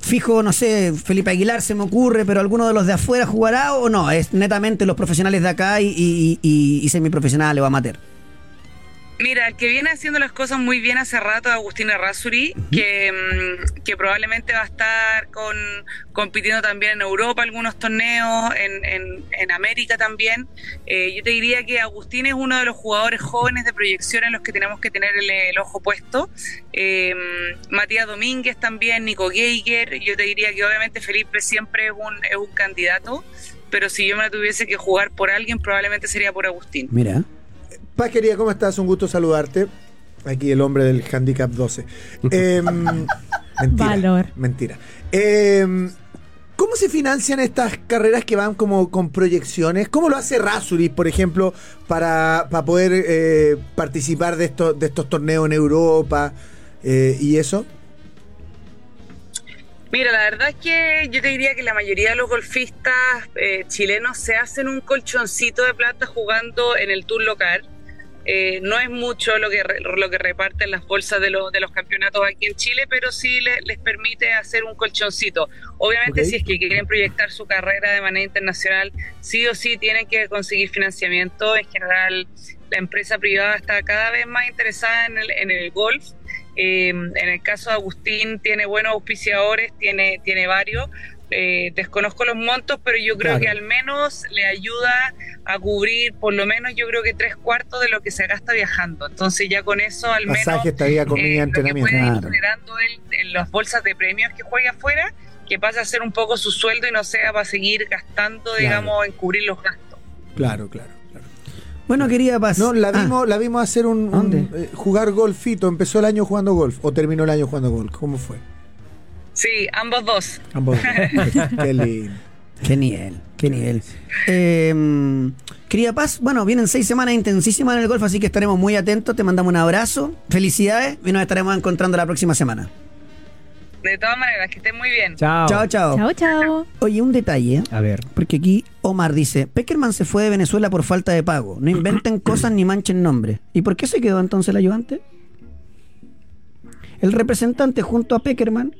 Speaker 1: fijo, no sé, Felipe Aguilar se me ocurre, pero alguno de los de afuera jugará o no? Es netamente los profesionales de acá y, y, y, y semiprofesionales o amateur.
Speaker 7: Mira, el que viene haciendo las cosas muy bien hace rato es Agustín Errázuri, que, mm, que probablemente va a estar con, compitiendo también en Europa algunos torneos, en, en- en América también. Eh, yo te diría que Agustín es uno de los jugadores jóvenes de proyección en los que tenemos que tener el, el ojo puesto. Eh, Matías Domínguez también, Nico Geiger, yo te diría que obviamente Felipe siempre es un, es un candidato, pero si yo me la tuviese que jugar por alguien, probablemente sería por Agustín.
Speaker 1: Mira.
Speaker 4: Paz querida, ¿cómo estás? Un gusto saludarte. Aquí el hombre del handicap 12. Em, mentira.
Speaker 2: Valor.
Speaker 4: Mentira. Em, ¿Cómo se financian estas carreras que van como con proyecciones? ¿Cómo lo hace Rasuris, por ejemplo, para, para poder eh, participar de estos, de estos torneos en Europa eh, y eso?
Speaker 7: Mira, la verdad es que yo te diría que la mayoría de los golfistas eh, chilenos se hacen un colchoncito de plata jugando en el tour local. Eh, no es mucho lo que, re- lo que reparten las bolsas de, los- de los campeonatos aquí en Chile, pero sí le- les permite hacer un colchoncito. Obviamente,
Speaker 4: Ok.
Speaker 7: si es que quieren proyectar su carrera de manera internacional, sí o sí tienen que conseguir financiamiento. En general, la empresa privada está cada vez más interesada en el, en el golf. Eh, en el caso de Agustín, tiene buenos auspiciadores, tiene, tiene varios. Eh, desconozco los montos, pero yo creo
Speaker 3: Claro.
Speaker 7: que al menos le ayuda a cubrir por lo menos yo creo que tres cuartos de lo que se gasta viajando. Entonces ya con eso al menos
Speaker 4: Pasaje, estadía, comida,
Speaker 7: eh, lo que
Speaker 4: entrenamiento.
Speaker 7: puede ir
Speaker 4: Claro.
Speaker 7: generando él en las bolsas de premios que juega afuera, que pasa a ser un poco su sueldo y no sea para seguir gastando, digamos, en cubrir los gastos.
Speaker 4: Claro, claro. claro.
Speaker 1: Bueno, querida Paz.
Speaker 4: No, la
Speaker 1: Ah,
Speaker 4: vimos, la vimos hacer un, un,
Speaker 1: ¿Dónde?
Speaker 4: eh, jugar golfito. Empezó el año jugando golf o terminó el año jugando golf. ¿Cómo fue?
Speaker 7: Sí, ambos dos.
Speaker 4: Ambos. Qué lindo.
Speaker 1: Qué nivel, qué nivel. Eh, querida Paz, bueno, vienen seis semanas intensísimas en el golf, así que estaremos muy atentos. Te mandamos un abrazo, felicidades y nos estaremos encontrando la próxima semana.
Speaker 7: De todas maneras, que estén muy bien.
Speaker 3: Chao.
Speaker 1: Chao, chao.
Speaker 2: Chao, chao.
Speaker 1: Oye, un detalle, ¿eh?
Speaker 3: A ver.
Speaker 1: porque aquí Omar dice, Peckerman se fue de Venezuela por falta de pago. No inventen cosas ni manchen nombres. ¿Y por qué se quedó entonces el ayudante? El representante junto a Peckerman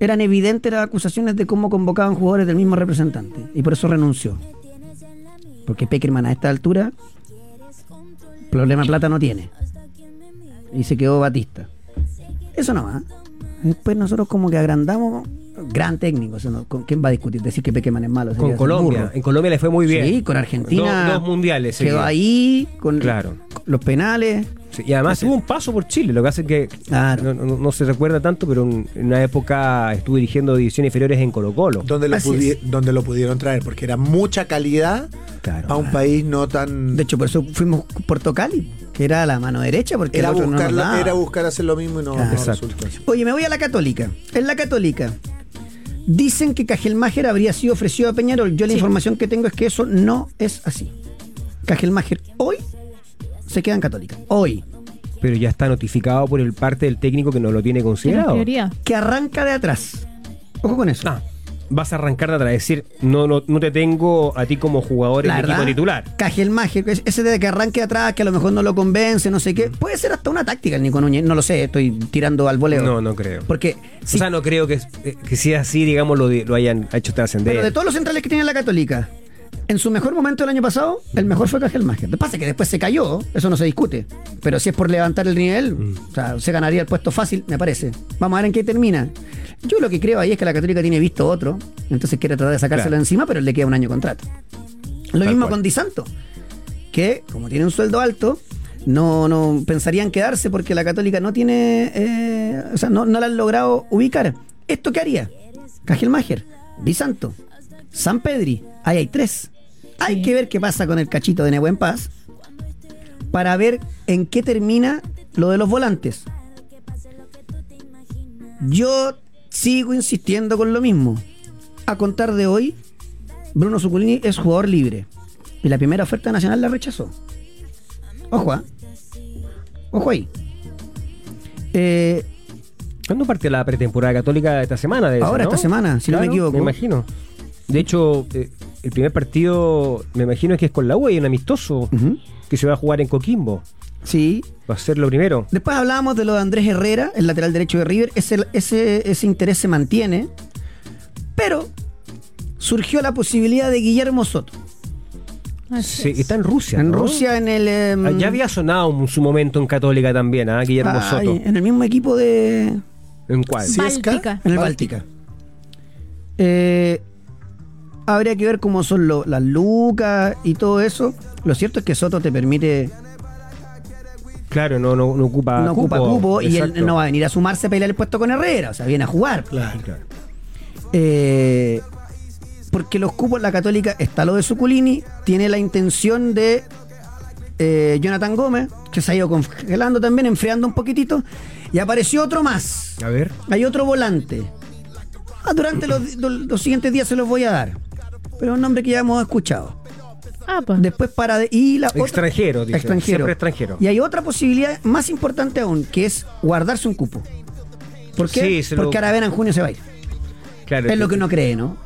Speaker 1: eran evidentes las acusaciones de cómo convocaban jugadores del mismo representante y por eso renunció. Porque Peckerman a esta altura problema de plata no tiene. Y se quedó Batista. Eso nomás. Después nosotros como que agrandamos gran técnico. eso no- ¿Con quién va a discutir? Decir que Peckerman es malo. sería
Speaker 3: Con
Speaker 1: ser burro.
Speaker 3: Colombia. En Colombia le fue muy bien.
Speaker 1: Sí, con Argentina.
Speaker 3: Do- dos mundiales.
Speaker 1: Quedó
Speaker 3: seguidos.
Speaker 1: ahí, con
Speaker 3: Claro.
Speaker 1: los penales.
Speaker 3: Sí, y además hubo un paso por Chile, lo que hace que
Speaker 1: Claro.
Speaker 3: no, no- no se recuerda tanto, pero en en una época estuve dirigiendo divisiones inferiores en Colo Colo.
Speaker 4: Donde lo,
Speaker 1: Así
Speaker 4: pudi- donde lo pudieron traer, porque era mucha calidad
Speaker 3: Claro.
Speaker 4: para un país no tan.
Speaker 1: De hecho, por eso fuimos Puerto Cali, que era la mano derecha, porque
Speaker 4: era,
Speaker 1: el otro no
Speaker 4: buscar,
Speaker 1: nos
Speaker 4: la-
Speaker 1: daba.
Speaker 4: era buscar hacer lo mismo y no,
Speaker 1: Claro.
Speaker 4: no
Speaker 3: Exacto.
Speaker 4: resultó así.
Speaker 1: Oye, me voy a la Católica. En la Católica. Dicen que Cajelmacher habría sido ofrecido a Peñarol. Yo la información que tengo es que eso no es así. Cajelmacher hoy se queda en Católica. Hoy.
Speaker 3: Pero ya está notificado por el parte del técnico que no lo tiene
Speaker 2: Era
Speaker 3: considerado.
Speaker 2: teoría.
Speaker 1: Que arranca de atrás. Ojo con eso.
Speaker 3: Ah, vas a arrancar de atrás, es decir, no, no, no te tengo a ti como jugador en
Speaker 1: La
Speaker 3: el
Speaker 1: verdad,
Speaker 3: equipo titular.
Speaker 1: Cajelmacher, que es- ese de que arranque de atrás, que a lo mejor no lo convence, no sé qué.
Speaker 3: Mm.
Speaker 1: Puede ser hasta una táctica el Nico Núñez. No lo sé, estoy tirando al voleo.
Speaker 3: No, no creo.
Speaker 1: Porque si
Speaker 3: O sea, no creo que, eh, que sea así, digamos, lo, de- lo hayan hecho trascender.
Speaker 1: Pero de todos los centrales que tiene la Católica, en su mejor momento el año pasado, el mejor fue Cajelmacher. Lo que pasa es que después se cayó, eso no se discute. Pero si es por levantar el nivel, o sea, se ganaría el puesto fácil, me parece. Vamos a ver en qué termina. Yo lo que creo ahí es que la Católica tiene visto otro, entonces quiere tratar de sacárselo
Speaker 3: Claro.
Speaker 1: encima, pero le queda un año de contrato. Lo
Speaker 3: Tal
Speaker 1: mismo
Speaker 3: cual.
Speaker 1: con Di Santo, que como tiene un sueldo alto, no, no pensarían quedarse porque la Católica no tiene, eh, o sea, no, no la han logrado ubicar. ¿Esto qué haría? Cajelmacher, Di Santo, San Pedri, ahí hay tres. Hay
Speaker 2: Sí.
Speaker 1: que ver qué pasa con el cachito de Nebuen Paz para ver en qué termina lo de los volantes. Yo sigo insistiendo con lo mismo. A contar de hoy, Bruno Zuculini es jugador libre. Y la primera oferta nacional la rechazó. Ojo, ¿ah? Ojo ahí. Eh,
Speaker 3: ¿Cuándo partió la pretemporada católica de esta semana? debe ser,
Speaker 1: Ahora,
Speaker 3: ¿no?
Speaker 1: esta semana, si no me equivoco.
Speaker 3: Me imagino. De hecho, eh, el primer partido, me imagino, es que es con la UE, un amistoso
Speaker 1: Ujú.
Speaker 3: que se va a jugar en Coquimbo.
Speaker 1: Sí.
Speaker 3: Va a ser lo primero.
Speaker 1: Después hablábamos de lo de Andrés Herrera, el lateral derecho de River. Ese, ese, ese interés se mantiene. Pero surgió la posibilidad de Guillermo Soto.
Speaker 2: Así
Speaker 3: Sí,
Speaker 2: es.
Speaker 3: está en Rusia.
Speaker 1: En
Speaker 3: ¿no?
Speaker 1: Rusia, en el. em,
Speaker 3: Ah, Ya había sonado en su momento en Católica también, ¿ah? Guillermo
Speaker 1: ay,
Speaker 3: Soto.
Speaker 1: En el mismo equipo de.
Speaker 3: ¿En cuál?
Speaker 4: Sí. es
Speaker 2: Báltica.
Speaker 1: En el Báltica. Eh, habría que ver cómo son lo- las lucas y todo eso. Lo cierto es que Soto te permite
Speaker 3: Claro, no, no, no ocupa
Speaker 1: no ocupa
Speaker 3: Ah, cupo,
Speaker 1: cupo y él
Speaker 3: exacto.
Speaker 1: no va a venir a sumarse a pelear el puesto con Herrera, o sea, viene a jugar.
Speaker 3: Claro.
Speaker 1: Eh, porque los cupos, la Católica está lo de Suculini, tiene la intención de eh, Jonathan Gómez, que se ha ido congelando también, enfriando un poquitito. Y apareció otro más.
Speaker 3: A ver.
Speaker 1: Hay otro volante. Ah, durante los, los siguientes días se los voy a dar. Pero es un nombre que ya hemos escuchado.
Speaker 2: Ah, pues.
Speaker 1: Después para de, y la otra-
Speaker 3: Extranjero, dice.
Speaker 1: extranjero.
Speaker 3: Siempre extranjero.
Speaker 1: Y hay otra posibilidad más importante aún, que es guardarse un cupo. ¿Por qué?
Speaker 3: Sí, se lo-
Speaker 1: Porque Aravena en junio se va a ir.
Speaker 3: Claro,
Speaker 1: Es lo que uno cree, ¿no?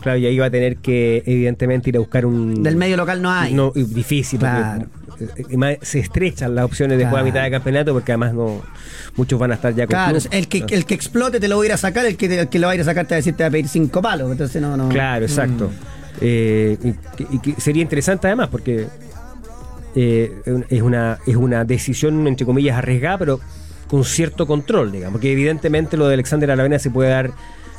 Speaker 3: Claro, y ahí va a tener que, evidentemente, ir a buscar un.
Speaker 1: Del medio local no hay.
Speaker 3: No, y difícil. porque,
Speaker 1: Claro.
Speaker 3: eh, y más se estrechan las opciones de jugar a
Speaker 1: Claro.
Speaker 3: mitad de campeonato porque además no muchos van a estar ya con
Speaker 1: Claro,
Speaker 3: club.
Speaker 1: el que, el que explote te lo va a ir a sacar, el que, el que lo va a ir a sacar te va a decir te va a pedir cinco palos. Entonces no, no.
Speaker 3: Claro, exacto. Eh, y, que- y que sería interesante además porque eh, es, una, es una decisión, entre comillas, arriesgada, pero con cierto control, digamos. Porque evidentemente lo de Alexander Aravena se puede dar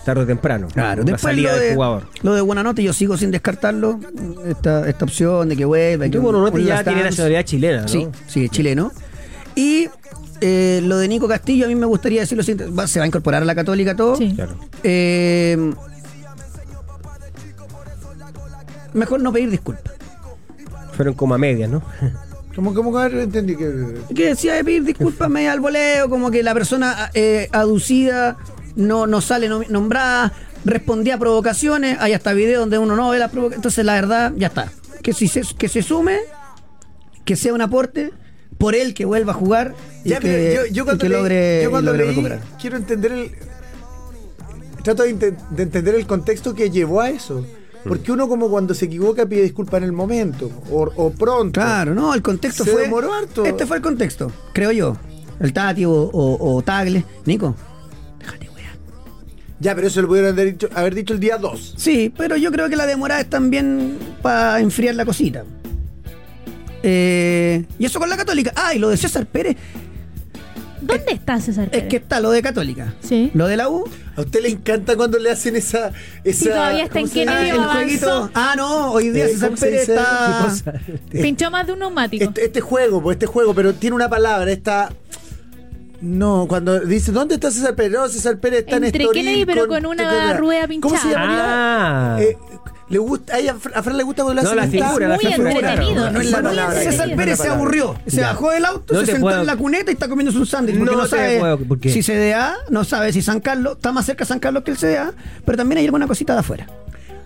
Speaker 3: tarde o temprano.
Speaker 1: Claro,
Speaker 3: la
Speaker 1: después
Speaker 3: salida
Speaker 1: lo
Speaker 3: del
Speaker 1: de,
Speaker 3: jugador.
Speaker 1: Lo de Buenanote, yo sigo sin descartarlo. Esta, esta opción de que vuelva. y que
Speaker 3: Yo, bueno,
Speaker 1: un-
Speaker 3: Notti
Speaker 1: un
Speaker 3: ya
Speaker 1: Last
Speaker 3: tiene
Speaker 1: Dance.
Speaker 3: nacionalidad chilena, ¿no?
Speaker 1: Sí, sí, es chileno. Y eh, lo de Nico Castillo, a mí me gustaría decirlo. siguiente. Va- Se va a incorporar a la Católica todo.
Speaker 2: Sí.
Speaker 3: Claro.
Speaker 1: Eh, mejor no pedir disculpas.
Speaker 3: Fueron como a medias, ¿no?
Speaker 4: Como, como que entendí que.
Speaker 1: Que decía de pedir disculpas media al voleo, como que la persona eh, aducida no, no sale nom- nombrada, respondía a provocaciones, hay hasta videos donde uno no ve las provocaciones. Entonces, la verdad, ya está. Que, si se, que se sume, que sea un aporte, por él que vuelva a jugar y
Speaker 4: Ya,
Speaker 1: que,
Speaker 4: pero yo, yo
Speaker 1: y
Speaker 4: cuando
Speaker 1: que
Speaker 4: leí-
Speaker 1: logre,
Speaker 4: yo cuando
Speaker 1: logre
Speaker 4: leí,
Speaker 1: recuperar.
Speaker 4: quiero entender el. Trato de, inten- de entender el contexto que llevó a eso.
Speaker 1: Mm.
Speaker 4: Porque uno, como cuando se equivoca, pide disculpas en el momento o, o pronto.
Speaker 1: Claro, no, el contexto
Speaker 4: Se
Speaker 1: fue.
Speaker 4: demoró harto.
Speaker 1: Este fue el contexto, creo yo. El Tati o, o, o Tagle. Nico. Déjate, weá.
Speaker 4: Ya, pero eso lo pudieron haber dicho, haber dicho el día 2.
Speaker 1: Sí, pero yo creo que la demorada es también para enfriar la cosita. Eh, y eso con la Católica. Ah, y lo de César Pérez.
Speaker 2: ¿Dónde está César
Speaker 1: Es
Speaker 2: Pérez?
Speaker 1: que está lo de Católica.
Speaker 2: Sí.
Speaker 1: Lo de la U.
Speaker 4: A usted le encanta cuando le hacen esa. esa
Speaker 2: todavía está en
Speaker 4: ¿cómo se llama?
Speaker 1: Ah,
Speaker 2: Kennedy,
Speaker 1: el
Speaker 2: avanzó.
Speaker 1: jueguito. Ah, no, hoy día
Speaker 4: Eh,
Speaker 1: César
Speaker 4: ¿cómo se
Speaker 1: Pérez
Speaker 4: dice?
Speaker 1: está.
Speaker 2: Pinchó más de un neumático.
Speaker 4: Este, este juego, pues este juego, pero tiene una palabra, esta. No, cuando dice, ¿dónde está César Pérez? No, César Pérez está
Speaker 2: Entre
Speaker 4: en Estoril.
Speaker 2: Kennedy, pero con una rueda
Speaker 4: ¿Cómo se
Speaker 2: pinchada.
Speaker 4: llamaría?
Speaker 3: Ah,
Speaker 4: Eh, le gusta, a, ella- a Fran le gusta cuando le
Speaker 3: No,
Speaker 4: hacen
Speaker 3: la
Speaker 4: esta-
Speaker 3: figura, la
Speaker 2: Es muy
Speaker 3: figura.
Speaker 2: entretenido.
Speaker 4: No es
Speaker 2: es
Speaker 4: la
Speaker 2: muy
Speaker 4: palabra.
Speaker 2: entretenido.
Speaker 1: César Pérez se
Speaker 4: palabra.
Speaker 1: aburrió. Se
Speaker 3: Ya.
Speaker 1: bajó del auto,
Speaker 3: No
Speaker 1: se
Speaker 3: te
Speaker 1: sentó
Speaker 3: puedo-
Speaker 1: en la cuneta y está comiéndose un sándwich. Porque
Speaker 3: No
Speaker 1: no,
Speaker 3: te
Speaker 1: sabe
Speaker 3: puedo- ¿por qué?
Speaker 1: si CDA, no sabe si San Carlos. Está más cerca San Carlos que el CDA, pero también hay alguna cosita de afuera.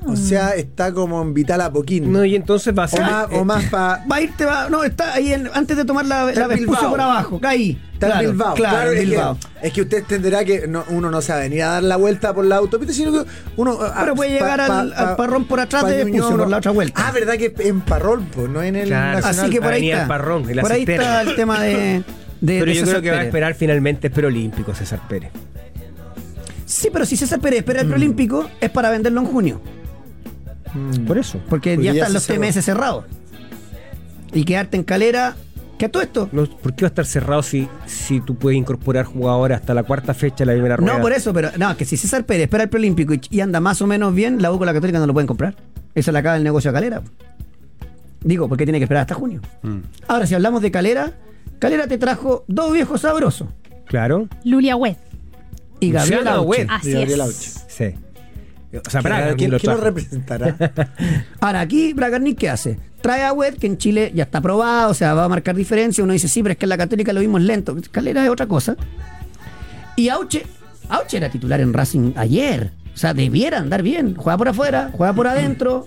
Speaker 4: O sea, está como en Vital a Poquín.
Speaker 3: no, y entonces va a
Speaker 4: o,
Speaker 3: ser.
Speaker 4: más, o
Speaker 3: eh,
Speaker 4: más pa-
Speaker 1: Va a irte, va. No, está ahí en- antes de tomar la,
Speaker 4: Está
Speaker 1: la
Speaker 4: en
Speaker 1: Vespucio
Speaker 4: Bilbao.
Speaker 1: por abajo. Ahí.
Speaker 4: Está en Bilbao.
Speaker 1: Claro, en
Speaker 4: es que-
Speaker 1: Bilbao.
Speaker 4: Es, que, usted entenderá que no- uno no sabe ni a dar la vuelta por la autopista, sino que uno. ah,
Speaker 1: Pero puede
Speaker 4: pa-
Speaker 1: llegar
Speaker 4: pa-
Speaker 1: al-
Speaker 4: pa-
Speaker 1: al parrón por atrás
Speaker 4: pa
Speaker 1: de
Speaker 4: Ñuñoa,
Speaker 1: Pucio, por
Speaker 4: no.
Speaker 1: la otra vuelta.
Speaker 4: Ah, verdad que en parrón, pues, no en el.
Speaker 3: Claro.
Speaker 4: Nacional.
Speaker 1: Así que por ahí
Speaker 3: Avenida
Speaker 1: está.
Speaker 3: El Parrón y la
Speaker 1: por ahí
Speaker 3: cisterna.
Speaker 1: está el tema de. de-
Speaker 3: pero
Speaker 1: de
Speaker 3: yo
Speaker 1: César
Speaker 3: creo que va a
Speaker 1: Pérez.
Speaker 3: esperar finalmente el preolímpico César Pérez.
Speaker 1: Sí, pero si César Pérez espera el preolímpico, es para venderlo en junio.
Speaker 3: Por eso.
Speaker 1: Porque,
Speaker 4: Porque
Speaker 1: ya,
Speaker 4: ya
Speaker 1: están
Speaker 4: se
Speaker 1: los
Speaker 4: cerró.
Speaker 1: TMS cerrados. Y quedarte en calera. ¿Qué todo esto?
Speaker 3: No, ¿Por qué va a estar cerrado si, si tú puedes incorporar jugadores hasta la cuarta fecha de la primera rueda?
Speaker 1: No, por eso, pero no, que si César Pérez espera el preolímpico y, y anda más o menos bien, la U con la Católica no lo pueden comprar. Esa la acaba el negocio a Calera. Digo, porque tiene que esperar hasta junio. Ahora, si hablamos de Calera, Calera te trajo dos viejos sabrosos.
Speaker 3: Claro.
Speaker 2: Lulia Web.
Speaker 1: Y Gabriel Ah.
Speaker 3: Luciano
Speaker 1: Auche.
Speaker 3: Wed.
Speaker 2: Así
Speaker 4: Gabriel
Speaker 2: es.
Speaker 3: Sí. O sea,
Speaker 4: ¿Quién-
Speaker 3: Braga,
Speaker 4: ¿Quién,
Speaker 3: lo
Speaker 4: quién lo
Speaker 3: trajo.
Speaker 4: representará?
Speaker 1: Ahora, aquí Bragarnik, ¿qué hace? Trae a Wed, que en Chile ya está aprobado, o sea, va a marcar diferencia. Uno dice, sí, pero es que en la Católica lo vimos lento. Calera es otra cosa. Y Auche, Auche era titular en Racing ayer. O sea, debiera andar bien. Juega por afuera, juega por adentro.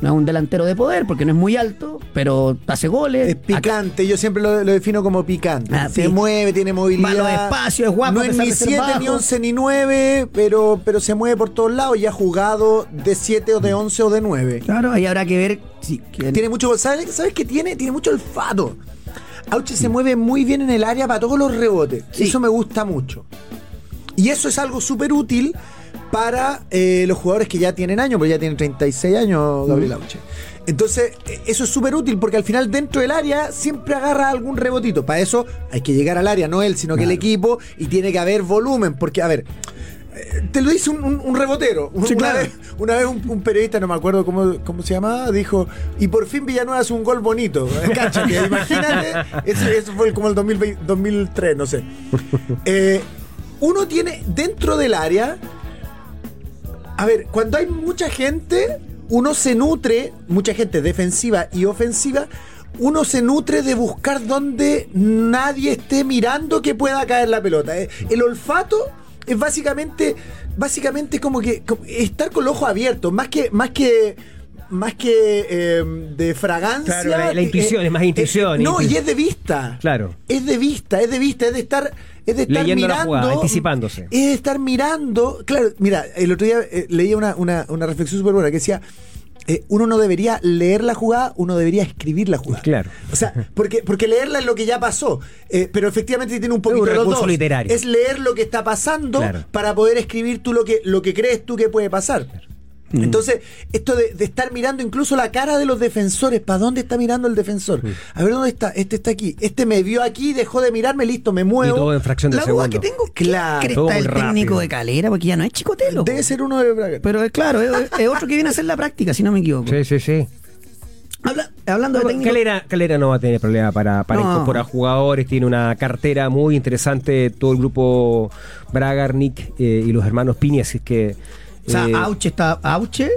Speaker 1: No es un delantero de poder porque no es muy alto, pero hace goles.
Speaker 4: Es picante, yo siempre lo, lo defino como picante.
Speaker 1: Ah,
Speaker 4: se
Speaker 1: pi-
Speaker 4: mueve, tiene movilidad.
Speaker 1: Va a los espacios, es guapo,
Speaker 4: No
Speaker 1: a
Speaker 4: es
Speaker 1: pesar
Speaker 4: ni
Speaker 1: de ser
Speaker 4: 7, ni
Speaker 1: bajo.
Speaker 4: 11, ni 9, pero, pero se mueve por todos lados y ha jugado de 7 o de
Speaker 1: Mm.
Speaker 4: 11 o de 9.
Speaker 1: Claro, ahí habrá que ver si quién-
Speaker 4: Tiene mucho, ¿sabes, ¿sabes qué tiene? Tiene mucho olfato. Auche se mueve muy bien en el área para todos los rebotes.
Speaker 1: Sí.
Speaker 4: Eso me gusta mucho. Y eso es algo súper útil para eh, los jugadores que ya tienen años, porque ya tienen 36 años Gabriel Auche. Entonces, eh, eso es súper útil porque al final dentro del área siempre agarra algún rebotito. Para eso hay que llegar al área, no él, sino que el equipo y tiene que haber volumen. Porque, a ver, eh, te lo dice un, un- un rebotero.
Speaker 1: Sí,
Speaker 4: una,
Speaker 1: claro.
Speaker 4: vez, una vez un, un periodista, no me acuerdo cómo, cómo se llamaba, dijo, y por fin Villanueva hace un gol bonito. Cacha, que imagínate, eso, eso fue como el 2020 2003, no sé. Eh, uno tiene dentro del área, a ver, cuando hay mucha gente, uno se nutre, mucha gente defensiva y ofensiva, uno se nutre de buscar donde nadie esté mirando que pueda caer la pelota. Eh, El olfato es básicamente, básicamente es como que como- estar con los ojos abiertos, más que, más que, más que eh, de fragancia. eh,
Speaker 3: Claro, la- la intuición, es más intuición,
Speaker 4: no,
Speaker 3: intu-
Speaker 4: y es de vista.
Speaker 3: Claro.
Speaker 4: Es de vista, es de vista, es de estar, es de estar
Speaker 3: Leyendo la
Speaker 4: mirando,
Speaker 3: jugada, anticipándose.
Speaker 4: Es de estar mirando. Claro, mira, el otro día eh, leía una, una, una reflexión súper buena que decía. eh, uno no debería leer la jugada, uno debería escribir la jugada.
Speaker 3: Claro.
Speaker 4: O sea, porque, porque leerla es lo que ya pasó. eh, pero efectivamente tiene un poquito
Speaker 3: un
Speaker 4: de los
Speaker 3: recurso
Speaker 4: dos.
Speaker 3: literario.
Speaker 4: Es leer lo que está pasando
Speaker 3: Claro.
Speaker 4: para poder escribir tú lo que, lo que crees tú que puede pasar.
Speaker 3: Mm.
Speaker 4: Entonces, esto de, de estar mirando incluso la cara de los defensores, ¿para dónde está mirando el defensor?
Speaker 3: Mm.
Speaker 4: A ver dónde está, este está aquí, este me vio aquí, dejó de mirarme, listo, me muevo.
Speaker 3: todo en fracción de
Speaker 1: La duda que
Speaker 3: segundo.
Speaker 1: tengo, ¿qué
Speaker 4: Claro.
Speaker 1: cresta
Speaker 3: Todo muy
Speaker 1: el técnico
Speaker 3: rápido.
Speaker 1: de Calera? Porque ya no es chicotelo.
Speaker 4: Debe ser uno de Braga.
Speaker 1: Pero es claro, es, es otro que viene a hacer la práctica, si no me equivoco.
Speaker 3: Sí, sí, sí.
Speaker 1: Habla- hablando de
Speaker 3: Bueno,
Speaker 1: técnico...
Speaker 3: Calera, Calera no va a tener problema para, para
Speaker 1: No.
Speaker 3: incorporar jugadores, tiene una cartera muy interesante, todo el grupo Bragarnik eh, y los hermanos Pini, así es que...
Speaker 1: O sea,
Speaker 3: eh,
Speaker 1: Auche está. Auche,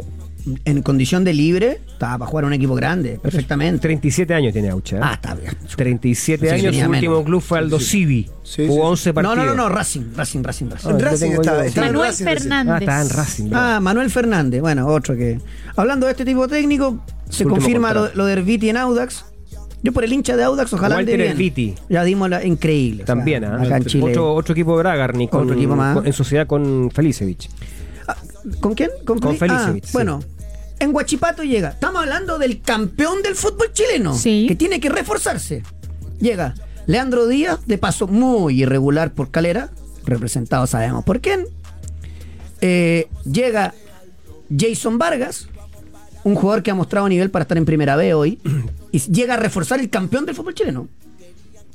Speaker 1: en condición de libre, estaba para jugar a un equipo grande, perfectamente.
Speaker 3: 37 años tiene Aucha. ¿eh?
Speaker 1: Ah, está bien.
Speaker 3: 37
Speaker 1: Sí,
Speaker 3: años,
Speaker 1: tenía
Speaker 3: su último
Speaker 1: menos.
Speaker 3: club fue Aldo Civi.
Speaker 4: Sí, sí,
Speaker 3: jugó
Speaker 4: sí.
Speaker 3: 11
Speaker 1: No,
Speaker 3: partidos.
Speaker 1: no, no, no, Racing, Racing, Racing, Racing.
Speaker 3: Ah, yo
Speaker 4: Racing
Speaker 3: tengo
Speaker 4: está,
Speaker 3: ahí-
Speaker 4: está en
Speaker 2: Manuel
Speaker 4: Racing, recién.
Speaker 2: Fernández.
Speaker 3: Ah, está en Racing.
Speaker 1: Ah, Manuel Fernández, bueno, otro que. Hablando de este tipo de técnico, se
Speaker 3: Último
Speaker 1: confirma lo,
Speaker 3: contrato.
Speaker 1: lo de Erviti en Audax. Yo por el hincha de Audax, ojalá ande
Speaker 3: Walter
Speaker 1: bien.
Speaker 3: Erviti.
Speaker 1: Ya dimos la increíble. o sea,
Speaker 3: También, ¿ah?
Speaker 1: Acá en Chile.
Speaker 3: Otro, otro equipo Bragarnik,
Speaker 1: Otro
Speaker 3: con-
Speaker 1: equipo más.
Speaker 3: con- en sociedad con Felicevich.
Speaker 1: Ah, ¿Con quién?
Speaker 3: Con
Speaker 1: Feli-
Speaker 3: Felicevich,
Speaker 1: Ah,
Speaker 3: sí.
Speaker 1: Bueno, en Guachipato llega. Estamos hablando del campeón del fútbol chileno.
Speaker 2: Sí.
Speaker 1: Que tiene que reforzarse. Llega Leandro Díaz, de paso muy irregular por calera. Representado sabemos por quién. Eh, llega Jason Vargas, un jugador que ha mostrado nivel para estar en primera B hoy. Y llega a reforzar el campeón del fútbol chileno.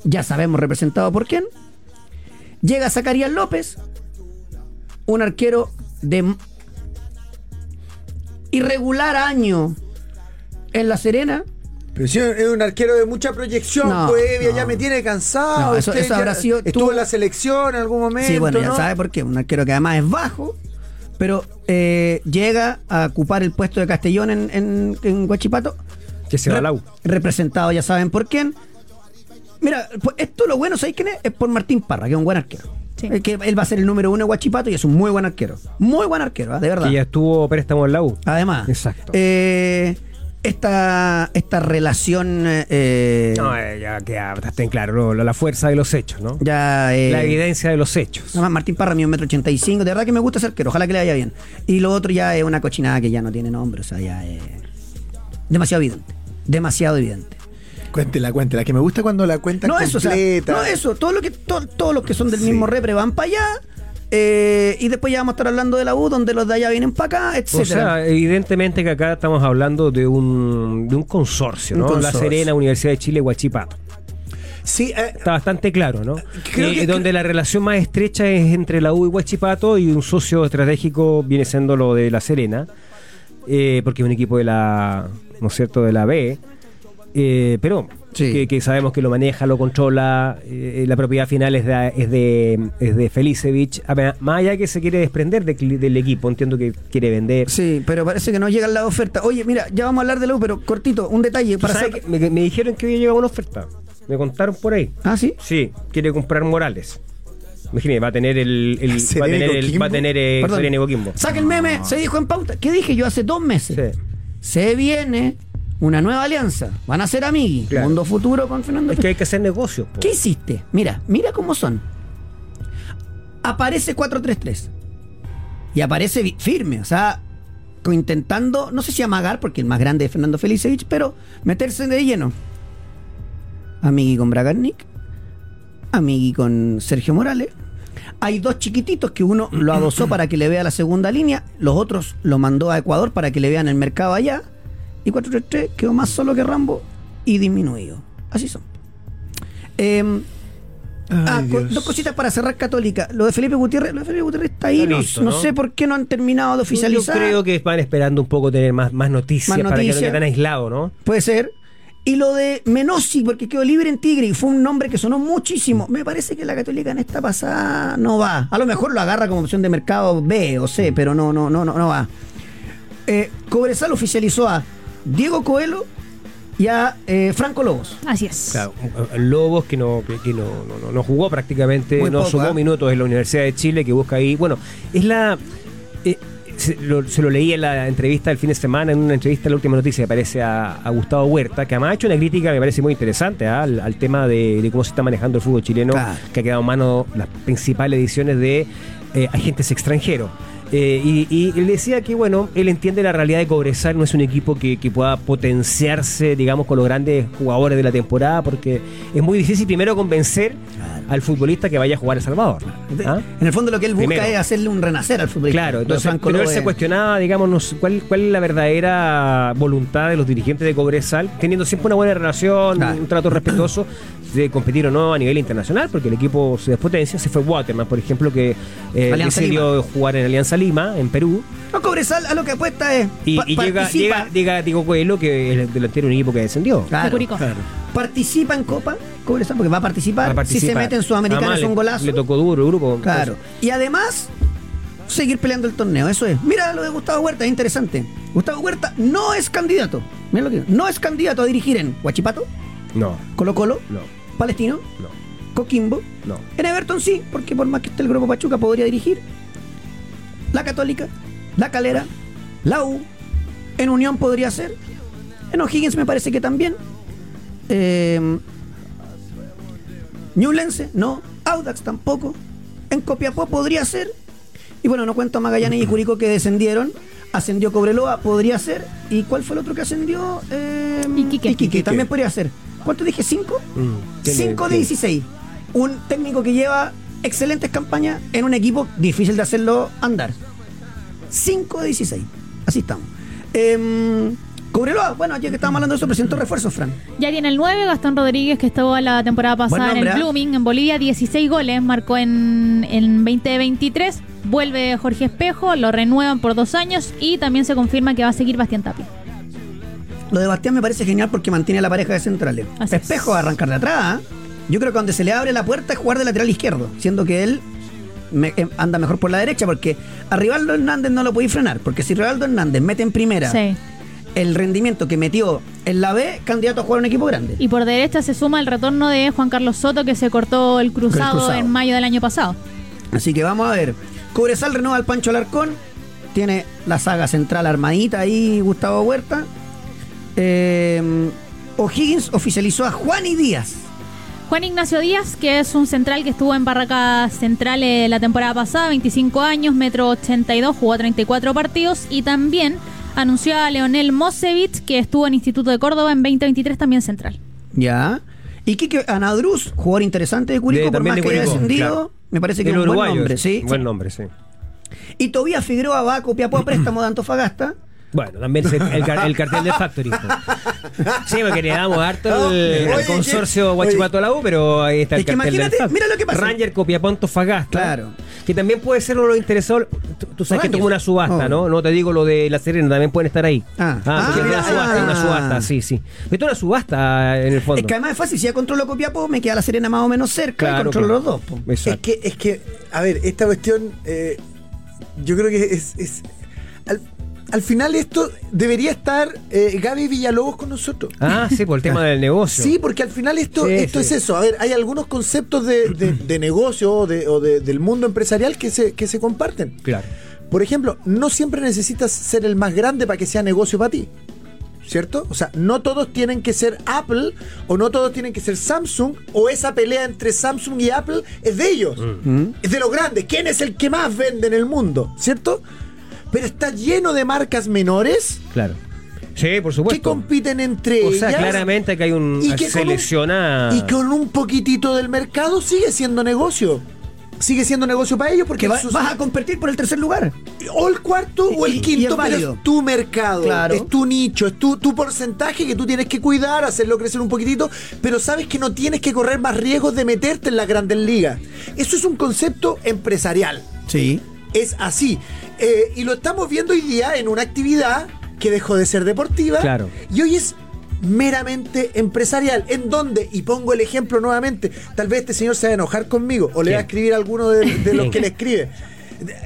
Speaker 1: Ya sabemos representado por quién. Llega Zacarías López, un arquero de m- irregular año en La Serena.
Speaker 4: Pero sí, es un arquero de mucha proyección,
Speaker 1: No,
Speaker 4: Cuevia,
Speaker 1: no.
Speaker 4: ya me tiene cansado.
Speaker 1: No, eso-
Speaker 4: usted
Speaker 1: eso
Speaker 4: ya
Speaker 1: habrá sido-
Speaker 4: Estuvo
Speaker 1: tú-
Speaker 4: en la selección en algún momento.
Speaker 1: Sí, bueno, ya
Speaker 4: ¿no?
Speaker 1: sabe por qué. Un arquero que además es bajo, pero eh, llega a ocupar el puesto de Castellón en, en, en Huachipato.
Speaker 3: Que se va a la U.
Speaker 1: Representado, ya saben por quién. Mira, pues, esto lo bueno, ¿sabéis quién es? Es por Martín Parra, que es un buen arquero.
Speaker 2: Sí.
Speaker 1: Eh, Que él va a ser el número uno de Huachipato y es un muy buen arquero. Muy buen arquero, ¿ah? de verdad.
Speaker 3: Que ya estuvo préstamo en la U.
Speaker 1: Además,
Speaker 3: Exacto.
Speaker 1: eh, esta, esta relación eh,
Speaker 3: No, eh, ya queda, está en claro, lo- lo- la fuerza de los hechos, ¿no?
Speaker 1: ya. eh,
Speaker 3: la evidencia de los hechos.
Speaker 1: Además, Martín Parra, mide un metro ochenta y cinco. De verdad que me gusta ser arquero. Ojalá que le vaya bien. Y lo otro ya es una cochinada que ya no tiene nombre. O sea, ya es demasiado evidente. Demasiado evidente.
Speaker 4: Cuéntela, cuéntela, que me gusta cuando la cuentan
Speaker 1: No eso, o sea,
Speaker 4: completa.
Speaker 1: no eso. Todo lo que, to- todos los que son del
Speaker 4: Sí.
Speaker 1: mismo repre van para allá. eh, y después ya vamos a estar hablando de la U, donde los de allá vienen para acá,
Speaker 3: O
Speaker 1: etcétera.
Speaker 3: sea, evidentemente que acá estamos hablando de un, de un consorcio,
Speaker 1: Un
Speaker 3: ¿no?
Speaker 1: consorcio.
Speaker 3: La Serena, Universidad de Chile, Huachipato.
Speaker 4: Sí, eh,
Speaker 3: Está bastante claro, ¿no?
Speaker 4: Creo
Speaker 3: Eh,
Speaker 4: que-
Speaker 3: donde la relación más estrecha es entre la U y Huachipato y un socio estratégico viene siendo lo de la Serena, eh, porque es un equipo de la, ¿no es cierto?, de la B. eh, pero
Speaker 1: Sí.
Speaker 3: que, que sabemos que lo maneja, lo controla, eh, la propiedad final es de, es de, es de Felicevich, A ver, más allá que se quiere desprender de- del equipo, entiendo que quiere vender.
Speaker 1: Sí, pero parece que no llegan las ofertas. Oye, mira, ya vamos a hablar de la U, pero cortito, un detalle.
Speaker 3: Tú
Speaker 1: Para
Speaker 3: sabes
Speaker 1: sac-
Speaker 3: que me, me dijeron que hoy llegaba una oferta, me contaron por ahí.
Speaker 1: Ah, sí.
Speaker 3: Sí, quiere comprar Morales. Imagínate, va a tener el, el- va a
Speaker 4: Serena y
Speaker 3: tener el, va a
Speaker 4: Coquimbo.
Speaker 3: tener eh,
Speaker 1: Perdón.
Speaker 3: Serena y Coquimbo.
Speaker 1: Saca el meme, se dijo en pauta. ¿Qué dije yo hace dos meses?
Speaker 3: Sí.
Speaker 1: Se viene una nueva alianza. Van a ser amigos.
Speaker 3: Claro.
Speaker 1: Mundo futuro con Fernando.
Speaker 3: Es que hay que hacer negocios. po.
Speaker 1: ¿Qué hiciste? Mira, mira cómo son. Aparece 433. Y aparece vi- firme, o sea, co- intentando, no sé si amagar, porque el más grande es Fernando Felicevich, pero meterse de lleno. Amigui con Bragarnik, amigui con Sergio Morales. Hay dos chiquititos que uno lo adosó para que le vea la segunda línea, los otros lo mandó a Ecuador para que le vean el mercado allá. Y 433 quedó más solo que Rambo y disminuido. Así son. Em, ah,
Speaker 4: Ay,
Speaker 1: co-
Speaker 4: Dios.
Speaker 1: dos cositas para cerrar Católica. Lo de Felipe Gutiérrez, lo de Felipe Gutiérrez está ahí.
Speaker 3: Está
Speaker 1: no-
Speaker 3: listo,
Speaker 1: no,
Speaker 3: ¿no?
Speaker 1: sé por qué no han terminado de
Speaker 3: Yo
Speaker 1: oficializar.
Speaker 3: creo que van esperando un poco tener más, más noticias
Speaker 1: Más
Speaker 3: para que no
Speaker 1: noticias.
Speaker 3: quede tan aislado, ¿no?
Speaker 1: Puede ser. Y lo de Menossi, porque quedó libre en Tigre y fue un nombre que sonó muchísimo. Me parece que la Católica en esta pasada no va. A lo mejor lo agarra como opción de mercado B o C, pero no, no, no, no, no va. Eh, Cobresal oficializó a Diego Coelho, y a eh, Franco Lobos.
Speaker 2: Así es.
Speaker 3: Claro, Lobos que no, que- que no, no- no- no jugó prácticamente,
Speaker 1: Muy
Speaker 3: no
Speaker 1: poco,
Speaker 3: sumó
Speaker 1: ¿eh?
Speaker 3: minutos en la Universidad de Chile, que busca ahí. Bueno, es la. eh, se, lo, se lo leí en la entrevista del fin de semana, en una entrevista, la última noticia, me parece, a, a Gustavo Huerta, que además ha hecho una crítica, me parece muy interesante, ¿ah? al, al tema de, de cómo se está manejando el fútbol chileno,
Speaker 1: Claro.
Speaker 3: que ha quedado en mano las principales ediciones de eh, agentes extranjeros. Eh, y, y él decía que, bueno, él entiende la realidad de Cobresal, no es un equipo que, que pueda potenciarse, digamos, con los grandes jugadores de la temporada, porque es muy difícil primero convencer al futbolista que vaya a jugar a El Salvador. ¿ah?
Speaker 1: En el fondo lo que él busca
Speaker 3: Primero.
Speaker 1: es hacerle un renacer al futbolista.
Speaker 3: Claro,
Speaker 1: Lo de
Speaker 3: entonces
Speaker 1: Franco
Speaker 3: pero él
Speaker 1: Lobos
Speaker 3: se
Speaker 1: es-
Speaker 3: cuestionaba, digamos, no sé, cuál, cuál es la verdadera voluntad de los dirigentes de Cobresal, teniendo siempre una buena relación,
Speaker 1: Claro.
Speaker 3: un trato respetuoso de competir o no a nivel internacional, porque el equipo se despotencia, se fue Waterman, por ejemplo, que eh,
Speaker 1: Alianza
Speaker 3: decidió jugar en Alianza Lima, en Perú,
Speaker 1: No, Cobresal a lo que apuesta es.
Speaker 3: y,
Speaker 1: pa-
Speaker 3: y llega,
Speaker 1: participa,
Speaker 3: llega, llega Diego Coelho, que es el delantero de un equipo que descendió.
Speaker 1: Claro.
Speaker 2: De Curicó.
Speaker 1: participa en Copa Cobresal porque va a participar.
Speaker 3: para
Speaker 1: Si se
Speaker 3: participar.
Speaker 1: mete en Sudamericana
Speaker 3: Además,
Speaker 1: es un
Speaker 3: le-
Speaker 1: golazo.
Speaker 3: Le tocó duro el grupo.
Speaker 1: Claro.
Speaker 3: entonces,
Speaker 1: Y además, seguir peleando el torneo. Eso es. Mira lo de Gustavo Huerta, es interesante. Gustavo Huerta no es candidato. Mira lo que No es candidato a dirigir en Huachipato,
Speaker 3: no,
Speaker 1: Colo Colo,
Speaker 3: no,
Speaker 1: Palestino,
Speaker 3: no,
Speaker 1: Coquimbo.
Speaker 3: no.
Speaker 1: En Everton sí, porque por más que esté el grupo Pachuca podría dirigir. La Católica, la Calera, la U. En Unión podría ser. En O'Higgins me parece que también. Eh, Newlense, no. Audax tampoco. En Copiapó podría ser. Y bueno, no cuento a Magallanes y Curicó que descendieron. Ascendió Cobreloa, podría ser. ¿Y cuál fue el otro que ascendió? Eh,
Speaker 2: Iquique.
Speaker 4: Iquique.
Speaker 1: también podría ser. ¿Cuánto dije? ¿Cinco?
Speaker 3: Mm, tiene-
Speaker 1: 5 de
Speaker 3: tiene-
Speaker 1: 16. Un técnico que lleva excelentes campañas en un equipo difícil de hacerlo andar. 5 de 16. Así estamos. Eh, Cobreloa, bueno, ya que estábamos hablando de eso, presentó refuerzos, Fran.
Speaker 2: Ya tiene el 9, Gastón Rodríguez, que estuvo la temporada pasada
Speaker 1: Buen
Speaker 2: en
Speaker 1: nombre,
Speaker 2: el
Speaker 1: ¿ah?
Speaker 2: Blooming, en Bolivia, 16 goles, marcó en, en 2023. Vuelve Jorge Espejo, lo renuevan por dos años y también se confirma que va a seguir Bastián Tapia.
Speaker 1: Lo de Bastián me parece genial porque mantiene a la pareja de centrales.
Speaker 2: Así es.
Speaker 1: Espejo va a arrancar de atrás. ¿eh? Yo creo que donde se le abre la puerta es jugar de lateral izquierdo, siendo que él me- eh, anda mejor por la derecha porque a Rivaldo Hernández no lo podéis frenar, porque si Rivaldo Hernández mete en primera
Speaker 2: Sí.
Speaker 1: el rendimiento que metió en la B, candidato a jugar en un equipo grande.
Speaker 2: Y por derecha se suma el retorno de Juan Carlos Soto, que se cortó el
Speaker 1: El
Speaker 2: cruzado,
Speaker 1: cruzado.
Speaker 2: en mayo del año pasado.
Speaker 1: Así que vamos a ver. Cobresal renueva al Pancho Alarcón. Tiene la saga central armadita ahí, Gustavo Huerta. Eh, O'Higgins oficializó a Juan y Díaz.
Speaker 2: Juan Ignacio Díaz, que es un central que estuvo en Barracas Central eh, la temporada pasada, 25 años, metro 82, jugó 34 partidos y también anunció a Leonel Mosevich, que estuvo en Instituto de Córdoba en 2023 también central.
Speaker 1: Ya. Y Kike Anadruz, jugador interesante de Curicó,
Speaker 3: De-
Speaker 1: por
Speaker 3: también
Speaker 1: más
Speaker 3: de
Speaker 1: que haya
Speaker 3: Curicó,
Speaker 1: descendido.
Speaker 3: claro.
Speaker 1: Me parece que es
Speaker 3: El
Speaker 1: un
Speaker 3: uruguayo,
Speaker 1: buen nombre, sí.
Speaker 3: Buen nombre, sí.
Speaker 1: Y Tobías Figueroa va a Copiapó a préstamo de Antofagasta.
Speaker 3: Bueno, también se- el, car- el cartel de Factory. po. Sí, porque le damos harto el,
Speaker 4: No, oye,
Speaker 3: consorcio
Speaker 4: que-
Speaker 3: Guachipato a la U, pero ahí está el
Speaker 1: Es que
Speaker 3: cartel
Speaker 1: imagínate,
Speaker 3: del Factory.
Speaker 1: mira lo que pasa.
Speaker 3: Ranger Copiapó Antofagasta.
Speaker 1: Claro.
Speaker 3: Que también puede ser uno de los interesados. Tú, tú sabes que
Speaker 1: Ranger.
Speaker 3: tuvo una subasta,
Speaker 1: Oh.
Speaker 3: ¿no? No te digo lo de la Serena, también pueden estar ahí.
Speaker 1: Ah.
Speaker 3: porque
Speaker 1: Ah.
Speaker 3: es una subasta, una subasta, sí, sí. Pero una subasta en el fondo.
Speaker 1: Es que además es fácil, si ya controlo Copiapó, me queda la Serena más o menos cerca y
Speaker 3: Claro,
Speaker 1: controlo
Speaker 3: claro.
Speaker 1: los dos. po.
Speaker 4: Es
Speaker 3: Exacto.
Speaker 4: que, es que, a ver, esta cuestión, eh, yo creo que es. es- al, al final, esto debería estar eh, Gaby Villalobos con nosotros.
Speaker 3: Ah, sí, por el tema del negocio.
Speaker 4: Sí, porque al final esto,
Speaker 3: Sí,
Speaker 4: esto
Speaker 3: sí.
Speaker 4: es eso. A ver, hay algunos conceptos de, de- de negocio o, de, o de- del mundo empresarial que se, que se comparten.
Speaker 3: Claro.
Speaker 4: Por ejemplo, no siempre necesitas ser el más grande para que sea negocio para ti. ¿Cierto? O sea, no todos tienen que ser Apple o no todos tienen que ser Samsung o esa pelea entre Samsung y Apple es de ellos.
Speaker 3: Mm.
Speaker 4: Es de los grandes. ¿Quién es el que más vende en el mundo? ¿Cierto? Pero está lleno de marcas menores
Speaker 3: Claro. Sí, por
Speaker 4: que
Speaker 3: supuesto.
Speaker 4: compiten entre
Speaker 3: O sea,
Speaker 4: ellas.
Speaker 3: claramente que hay un
Speaker 4: Y que con un-
Speaker 3: selecciona.
Speaker 4: Y con un poquitito del mercado sigue siendo negocio. Sigue siendo negocio para ellos
Speaker 1: Que
Speaker 4: porque
Speaker 1: va-
Speaker 4: sus-
Speaker 1: vas a competir por el tercer lugar.
Speaker 4: o el cuarto o
Speaker 1: Y- y
Speaker 4: el
Speaker 1: es
Speaker 4: quinto,
Speaker 1: válido.
Speaker 4: pero es tu mercado,
Speaker 1: Claro.
Speaker 4: es tu nicho, es tu, tu porcentaje que tú tienes que cuidar, hacerlo crecer un poquitito, pero sabes que no tienes que correr más riesgos de meterte en las grandes ligas. Eso es un concepto empresarial.
Speaker 1: Sí.
Speaker 4: Es así. Eh, y lo estamos viendo hoy día en una actividad que dejó de ser deportiva
Speaker 3: Claro.
Speaker 4: y hoy es meramente empresarial. En donde, y pongo el ejemplo nuevamente, tal vez este señor se va a enojar conmigo o le va a
Speaker 3: ¿Quién?
Speaker 4: escribir a alguno de, de los
Speaker 3: ¿Quién?
Speaker 4: que le escribe.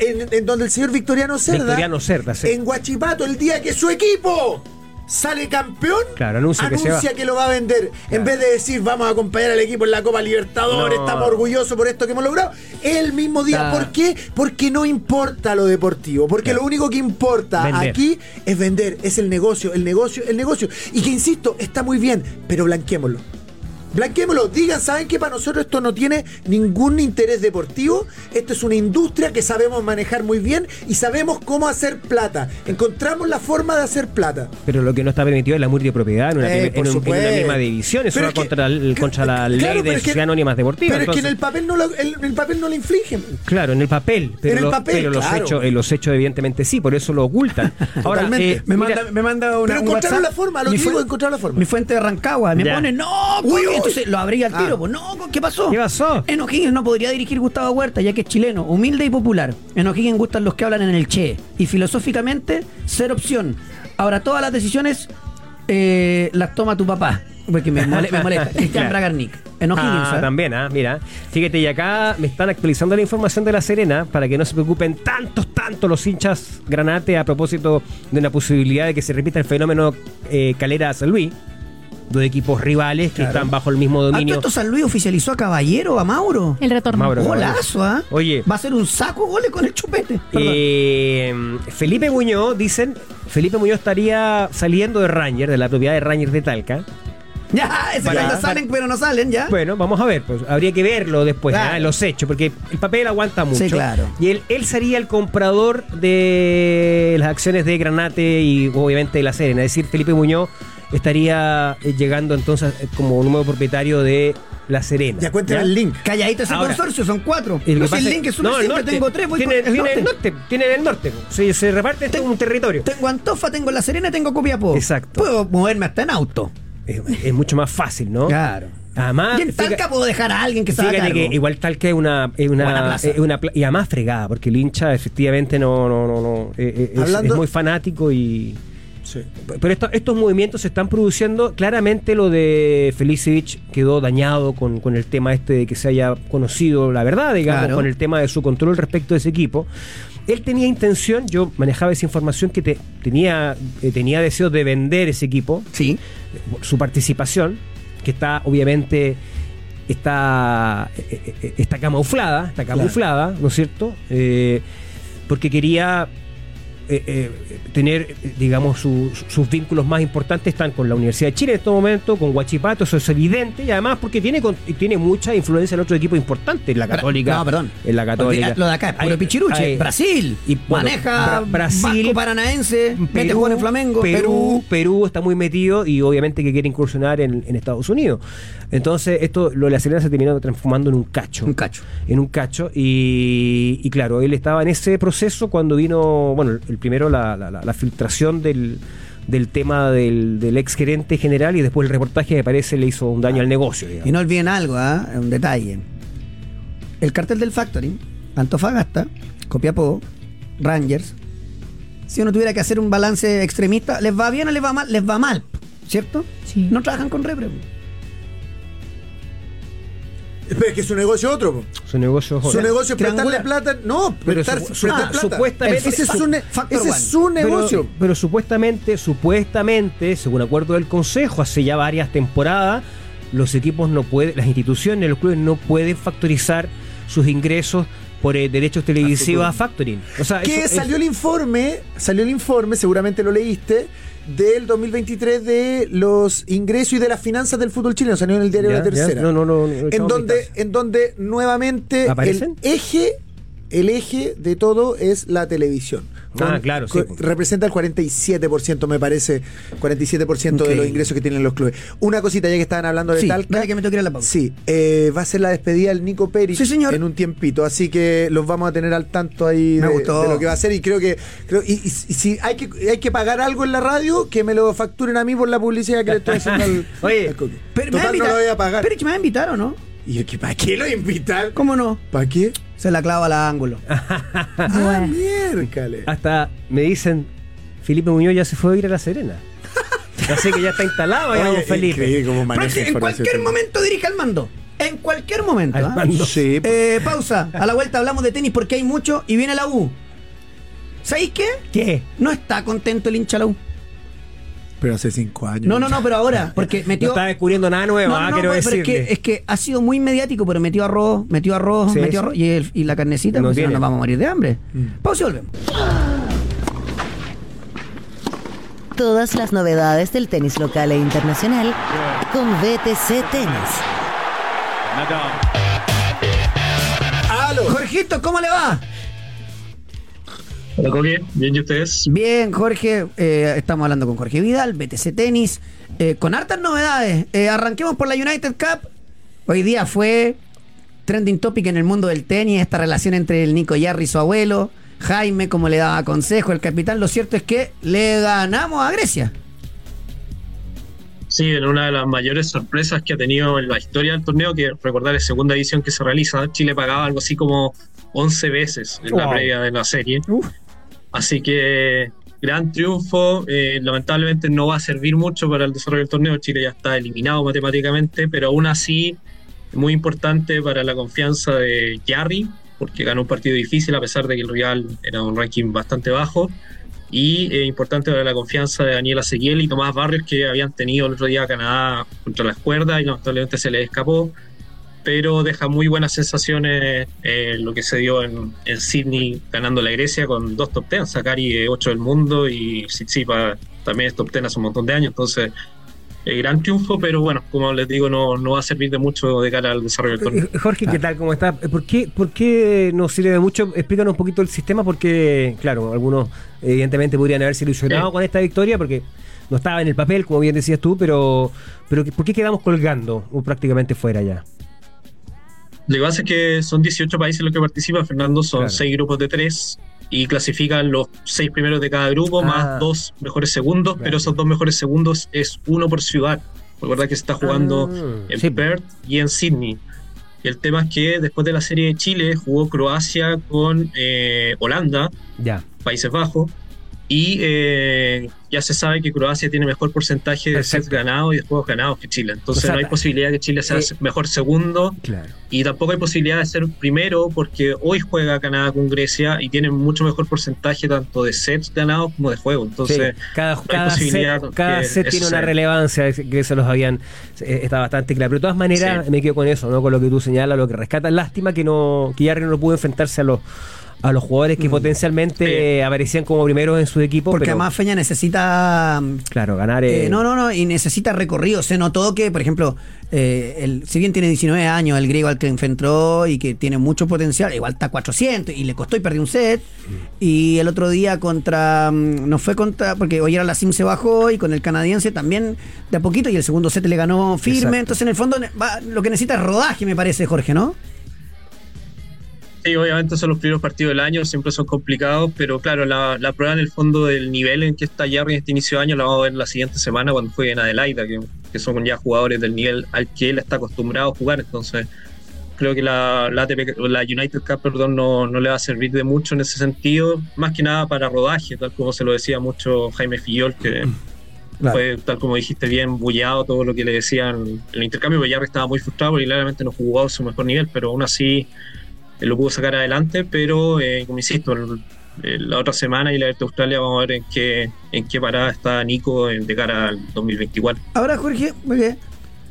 Speaker 4: En, en donde el señor Victoriano Cerda,
Speaker 3: Victoriano Cerda, sí.
Speaker 4: en Guachipato, el día que su equipo sale campeón,
Speaker 3: Claro, anuncia que se va.
Speaker 4: lo va a vender. En vez de decir, vamos a acompañar al equipo en la Copa Libertadores,
Speaker 3: No.
Speaker 4: estamos orgullosos por esto que hemos logrado, el mismo día.
Speaker 3: Claro.
Speaker 4: ¿Por qué? Porque no importa lo deportivo, porque
Speaker 3: Claro.
Speaker 4: lo único que importa
Speaker 3: Vender.
Speaker 4: aquí es vender, es el negocio, el negocio, el negocio. Y que, insisto, está muy bien, pero blanquémoslo. Blanquémoslo, digan, ¿saben que para nosotros esto no tiene ningún interés deportivo? Esto es una industria que sabemos manejar muy bien y sabemos cómo hacer plata. Encontramos la forma de hacer plata.
Speaker 3: Pero lo que no está permitido es la multipropiedad en una,
Speaker 4: Eh,
Speaker 3: prim- en
Speaker 4: por
Speaker 3: un- en una
Speaker 4: supuesto.
Speaker 3: misma división. Eso
Speaker 4: Pero
Speaker 3: va
Speaker 4: es que-
Speaker 3: contra, el-
Speaker 4: que-
Speaker 3: contra la
Speaker 4: claro,
Speaker 3: ley
Speaker 4: pero
Speaker 3: de
Speaker 4: es que-
Speaker 3: sociedades anónimas deportivas.
Speaker 4: Pero es que en
Speaker 3: entonces-
Speaker 4: el papel no lo, el, el papel no lo infringen.
Speaker 3: Claro, en el papel. Pero,
Speaker 4: En el
Speaker 3: los-
Speaker 4: papel,
Speaker 3: pero los,
Speaker 4: claro.
Speaker 3: hechos, eh, los hechos, evidentemente, sí, por eso lo ocultan. Ahora,
Speaker 4: Totalmente.
Speaker 3: eh,
Speaker 1: Me
Speaker 3: mira,
Speaker 1: manda, me manda una.
Speaker 4: Pero
Speaker 1: un
Speaker 4: encontraron
Speaker 1: WhatsApp.
Speaker 4: la forma, lo
Speaker 1: Mi
Speaker 4: que digo,
Speaker 1: fuen-
Speaker 4: encontraron la forma.
Speaker 1: Mi fuente de Rancagua me
Speaker 3: Ya.
Speaker 1: pone, no,
Speaker 4: Uy,
Speaker 1: porque-".
Speaker 4: uy.
Speaker 1: entonces lo abrí al
Speaker 4: Ah.
Speaker 1: tiro, pues, no, ¿qué pasó?
Speaker 3: ¿Qué pasó?
Speaker 4: Eh,
Speaker 1: En O'Higgins no podría dirigir Gustavo Huerta, ya que es chileno, humilde y popular. En O'Higgins gustan los que hablan en el che, y filosóficamente, ser opción. Ahora, todas las decisiones eh, las toma tu papá, porque me, mole- me molesta. Cristian
Speaker 3: Claro.
Speaker 1: Bragarnik, en O'Higgins. ¿eh?
Speaker 3: Ah,
Speaker 4: ¿eh?
Speaker 1: ¿sabes?
Speaker 3: también, ah, mira. Fíjate, y acá me están actualizando la información de La Serena para que no se preocupen tantos, tantos los hinchas granate a propósito de una posibilidad de que se repita el fenómeno eh, Calera San Luis. Dos equipos rivales que están bajo el mismo
Speaker 1: ¿A todo
Speaker 3: dominio.
Speaker 1: esto San Luis oficializó a Caballero, a Mauro?
Speaker 2: El retorno.
Speaker 3: Mauro.
Speaker 1: Golazo, ¿ah?
Speaker 3: Oye.
Speaker 1: Va a ser un saco de goles con el chupete. Perdón.
Speaker 3: Eh, Felipe Muñoz, dicen, Felipe Muñoz estaría saliendo de Ranger, de la propiedad de Ranger de Talca.
Speaker 1: ya, ese
Speaker 3: para-
Speaker 1: cuando salen, pero no salen, ya.
Speaker 3: Bueno, vamos a ver, pues habría que verlo después,
Speaker 1: ¿Ah? Claro.
Speaker 3: ¿ah? en los hechos, porque el papel aguanta mucho.
Speaker 1: Sí, claro.
Speaker 3: Y él, él sería el comprador de las acciones de Granate y obviamente de la Serena. Es decir, Felipe Muñoz estaría eh, llegando entonces eh, como un nuevo propietario de la Serena.
Speaker 4: Ya cuenten el link.
Speaker 1: Calladito ese
Speaker 3: Ahora,
Speaker 1: consorcio, son cuatro.
Speaker 3: Y lo
Speaker 1: No
Speaker 3: que
Speaker 1: sé, el
Speaker 3: pasa
Speaker 1: link es súper
Speaker 3: no, el
Speaker 1: simple,
Speaker 3: norte.
Speaker 1: tengo tres, voy
Speaker 3: tiene,
Speaker 1: por el
Speaker 3: tiene el
Speaker 1: norte.
Speaker 3: norte, tiene el norte. Se, se reparte todo un territorio.
Speaker 1: Tengo Antofa, tengo La Serena, tengo Copiapó.
Speaker 3: Exacto.
Speaker 1: Puedo moverme hasta en auto.
Speaker 3: Es, es mucho más fácil, ¿no?
Speaker 1: Claro.
Speaker 3: Además,
Speaker 1: y en Talca
Speaker 3: fíjate-
Speaker 1: puedo dejar a alguien que se haga
Speaker 3: Fíjate que
Speaker 1: cargo.
Speaker 3: igual Talca es una, es
Speaker 1: Buena
Speaker 3: una,
Speaker 1: plaza.
Speaker 3: es una pla- y además fregada, porque el hincha efectivamente no, no, no, no, eh, eh, es,
Speaker 4: Hablando-
Speaker 3: es muy fanático y.
Speaker 4: Sí.
Speaker 3: Pero esto- estos movimientos se están produciendo. Claramente lo de Felicevich quedó dañado con, con el tema este de que se haya conocido la verdad, digamos,
Speaker 1: Claro.
Speaker 3: con el tema de su control respecto de ese equipo. Él tenía intención, yo manejaba esa información que te- tenía, eh, tenía deseo de vender ese equipo,
Speaker 1: Sí.
Speaker 3: su participación, que está obviamente está, eh, eh, está camuflada, está camuflada, ¿no es cierto? Eh, porque quería eh, eh, tener, eh, digamos, su- su- sus vínculos más importantes están con la Universidad de Chile en este momento, con Huachipato, eso es evidente, y además porque tiene, con- tiene mucha influencia en otro equipo importante, en la Católica.
Speaker 1: No, perdón.
Speaker 3: En la Católica.
Speaker 1: Porque Lo de acá es puro
Speaker 3: Hay-
Speaker 1: pichiruche.
Speaker 3: hay-
Speaker 1: Brasil.
Speaker 3: y, bueno,
Speaker 1: maneja
Speaker 3: Bra- Brasil,
Speaker 1: Vasco Paranaense. mete jugar en Flamengo.
Speaker 3: Perú,
Speaker 1: Perú.
Speaker 3: Perú está muy metido y obviamente que quiere incursionar en, en Estados Unidos. Entonces, esto, lo de la Serena se terminó transformando en un cacho.
Speaker 1: Un cacho.
Speaker 3: En un cacho. Y, y claro, él estaba en ese proceso cuando vino, bueno, el primero la, la- la- la filtración del del tema del, del ex gerente general y después el reportaje me parece le hizo un daño al negocio. digamos.
Speaker 1: Ah. Y no olviden algo, ¿ah? un detalle. El cartel del Factory, Antofagasta, Copiapó, Rangers. Si uno tuviera que hacer un balance extremista, ¿les va bien o les va mal? Les va mal, ¿cierto?
Speaker 2: Sí.
Speaker 1: No trabajan con Repre.
Speaker 4: Pero es que su negocio es otro. po.
Speaker 3: Su negocio
Speaker 4: Su
Speaker 3: joder.
Speaker 4: negocio es prestarle
Speaker 1: triangular.
Speaker 4: plata. No,
Speaker 3: Pero
Speaker 4: prestar,
Speaker 3: su-
Speaker 4: prestar
Speaker 3: ah,
Speaker 4: plata.
Speaker 3: supuestamente-
Speaker 4: Ese es su, ne-
Speaker 1: Factor
Speaker 4: ese es
Speaker 1: one.
Speaker 4: su
Speaker 3: Pero-
Speaker 4: negocio.
Speaker 3: Pero, supuestamente, supuestamente, según acuerdo del Consejo, hace ya varias temporadas, los equipos no pueden, las instituciones, los clubes no pueden factorizar sus ingresos por eh, derechos televisivos a factoring. O sea,
Speaker 4: que
Speaker 3: eso es-
Speaker 4: salió el informe, salió el informe, seguramente lo leíste, del 2023 de los ingresos y de las finanzas del fútbol chileno, salió en el diario
Speaker 3: Ya,
Speaker 4: La Tercera.
Speaker 3: ya. No, no, no, no,
Speaker 4: en
Speaker 3: chao,
Speaker 4: donde
Speaker 3: Mitas.
Speaker 4: en donde nuevamente
Speaker 3: ¿Aparecen?
Speaker 4: el eje el eje de todo es la televisión.
Speaker 3: Ah, claro, sí.
Speaker 4: Representa el 47%, me parece, 47% de
Speaker 1: Ok.
Speaker 4: los ingresos que tienen los clubes. Una cosita, ya que estaban hablando de
Speaker 1: Sí,
Speaker 4: Talca.
Speaker 1: dale que me tengo que ir a la pausa.
Speaker 4: Sí, eh, va a ser la despedida del Nico Pérez
Speaker 1: Sí, señor.
Speaker 4: en un tiempito, así que los vamos a tener al tanto ahí
Speaker 1: Me
Speaker 4: de,
Speaker 1: gustó.
Speaker 4: de lo que va a hacer y creo que creo, y, y- y si hay que hay que pagar algo en la radio que me lo facturen a mí por la publicidad que le estoy haciendo al,
Speaker 3: Oye,
Speaker 4: al Coqui.
Speaker 1: Pero
Speaker 4: Total, no lo voy a pagar.
Speaker 1: Pero me va a invitar o no?
Speaker 4: ¿Y el que para qué lo invitar?
Speaker 1: ¿Cómo no?
Speaker 4: ¿Para qué?
Speaker 1: Se la clava al ángulo.
Speaker 4: Ah, miércale.
Speaker 3: Hasta me dicen, Felipe Muñoz ya se fue a ir a La Serena. Así que ya está instalado, ya
Speaker 4: Oye,
Speaker 3: don Felipe.
Speaker 4: increíble cómo maneja
Speaker 1: Próximo- en
Speaker 4: información.
Speaker 1: cualquier momento dirige al mando. En cualquier momento.
Speaker 3: Al
Speaker 1: ¿ah?
Speaker 3: mando.
Speaker 4: Sí, pues. po.
Speaker 1: Eh, pausa. A la vuelta hablamos de tenis porque hay mucho y viene la U. ¿Sabéis qué?
Speaker 3: ¿Qué?
Speaker 1: No está contento el hincha la U.
Speaker 4: Pero hace cinco años.
Speaker 1: No, no, no, pero ahora, porque
Speaker 3: No
Speaker 1: metió.
Speaker 3: está descubriendo nada nuevo,
Speaker 1: No,
Speaker 3: ah,
Speaker 1: no, no,
Speaker 3: quiero
Speaker 1: pero
Speaker 3: decirle.
Speaker 1: es que, es que ha sido muy mediático, pero metió arroz, metió arroz,
Speaker 3: Sí, sí. Mm.
Speaker 1: metió arroz y, el- y la carnecita,
Speaker 3: No
Speaker 1: porque si no
Speaker 3: tiene.
Speaker 1: nos vamos a morir de hambre. Pausa y volvemos.
Speaker 6: Todas las novedades del tenis local e internacional con BTC Tenis.
Speaker 1: Jorgito, ¿cómo le va?
Speaker 8: Hola, Coque. Bien, ¿y ustedes?
Speaker 1: Bien, Jorge, eh, estamos hablando con Jorge Vidal, BTC Tenis, eh, con hartas novedades. Eh, arranquemos por la United Cup. Hoy día fue trending topic en el mundo del tenis, esta relación entre el Nico Yarri y su abuelo, Jaime, como le daba consejo, el capitán. Lo cierto es que le ganamos a Grecia.
Speaker 8: Sí, en una de las mayores sorpresas que ha tenido en la historia del torneo, que recordar es segunda edición que se realiza, Chile pagaba algo así como 11 veces en la
Speaker 1: Wow.
Speaker 8: previa de la serie.
Speaker 1: Uf.
Speaker 8: Así que gran triunfo, eh, lamentablemente no va a servir mucho para el desarrollo del torneo, Chile ya está eliminado matemáticamente, pero aún así muy importante para la confianza de Jarry, porque ganó un partido difícil a pesar de que el rival era un ranking bastante bajo. y eh, importante para la confianza de Daniel Ezequiel y Tomás Barrios que habían tenido el otro día a Canadá contra las cuerdas y lamentablemente se les escapó pero deja muy buenas sensaciones eh, lo que se dio en, en Sydney ganando la Grecia con dos top 10, Sakari de 8 del mundo y Tsitsipas también es top 10 hace un montón de años, entonces eh, gran triunfo, pero bueno, como les digo, no, no va a servir de mucho de cara al desarrollo del torneo.
Speaker 3: Eh, Jorge, ¿qué tal? ¿Cómo está? Eh, ¿Por qué, ¿Por qué no sirve de mucho? Explícanos un poquito el sistema, porque, claro, algunos evidentemente podrían haberse ilusionado
Speaker 8: Sí.
Speaker 3: con esta victoria, porque no estaba en el papel, como bien decías tú, pero, pero ¿por qué quedamos colgando o prácticamente fuera ya?
Speaker 8: Lo que pasa es que son 18 países los que participan, Fernando, son
Speaker 3: Claro.
Speaker 8: 6 grupos de 3 y clasifican los 6 primeros de cada grupo
Speaker 3: Ah.
Speaker 8: más 2 mejores segundos,
Speaker 3: Claro.
Speaker 8: pero esos 2 mejores segundos es uno por ciudad. Recuerda que se está jugando
Speaker 3: Ah,
Speaker 8: en
Speaker 3: sí.
Speaker 8: Perth y en Sydney. Y el tema es que después de la serie de Chile jugó Croacia con eh, Holanda,
Speaker 3: Ya.
Speaker 8: Países Bajos. Y eh, ya se sabe que Croacia tiene mejor porcentaje de sets
Speaker 3: Perfecto.
Speaker 8: ganados y de juegos ganados que Chile. Entonces
Speaker 3: O sea,
Speaker 8: no hay posibilidad que Chile sea
Speaker 3: eh,
Speaker 8: mejor segundo
Speaker 3: Claro.
Speaker 8: y tampoco hay posibilidad de ser primero porque hoy juega Canadá con Grecia y tienen mucho mejor porcentaje tanto de sets ganados como de juego. Entonces,
Speaker 3: Sí, cada,
Speaker 8: hay
Speaker 3: cada
Speaker 8: posibilidad
Speaker 3: set, cada
Speaker 8: que
Speaker 3: set
Speaker 8: eso
Speaker 3: tiene una
Speaker 8: sea.
Speaker 3: relevancia, es- que eso los habían, eh, está bastante claro. Pero de todas maneras,
Speaker 8: Sí.
Speaker 3: me quedo con eso, ¿no? Con lo que tú señalas, lo que rescatas. Lástima que no, que Jarry no pudo enfrentarse a los a los jugadores que potencialmente
Speaker 8: Sí.
Speaker 3: eh, aparecían como primeros en su equipo.
Speaker 1: Porque
Speaker 3: Oh, pero,
Speaker 1: además Feña necesita mm,
Speaker 3: claro, ganar eh,
Speaker 1: Eh, no, no, no, y necesita recorrido. Se notó que, por ejemplo, eh, el, si bien tiene 19 años, el griego al que enfrentó y que tiene mucho potencial, igual está 400 y le costó y perdió un set. Y el otro día contra, mm, no fue contra, porque hoy era la Sim se bajó y con el canadiense también de a poquito y el segundo set le ganó firme.
Speaker 3: Exacto.
Speaker 1: Entonces, en el fondo, ne- va- lo que necesita es rodaje, me parece, Jorge, ¿no?
Speaker 8: sí, obviamente son los primeros partidos del año, siempre son complicados, pero claro, la, la prueba en el fondo del nivel en que está Jarry en este inicio de año la vamos a ver la siguiente semana cuando juegue en Adelaida, que, que son ya jugadores del nivel al que él está acostumbrado a jugar. Entonces, creo que la, la, ATP la United Cup perdón, no, no le va a servir de mucho en ese sentido, más que nada para rodaje, tal como se lo decía mucho Jaime Fillol, que fue, tal como dijiste bien, bullado todo lo que le decían en el intercambio, pero Jarry estaba muy frustrado porque claramente no jugó a su mejor nivel, pero aún así eh, lo pudo sacar adelante, pero eh, como insisto, el- el- la otra semana y la de Australia vamos a ver en qué, en qué parada está Nico eh, de cara al 2024.
Speaker 1: Ahora, Jorge, porque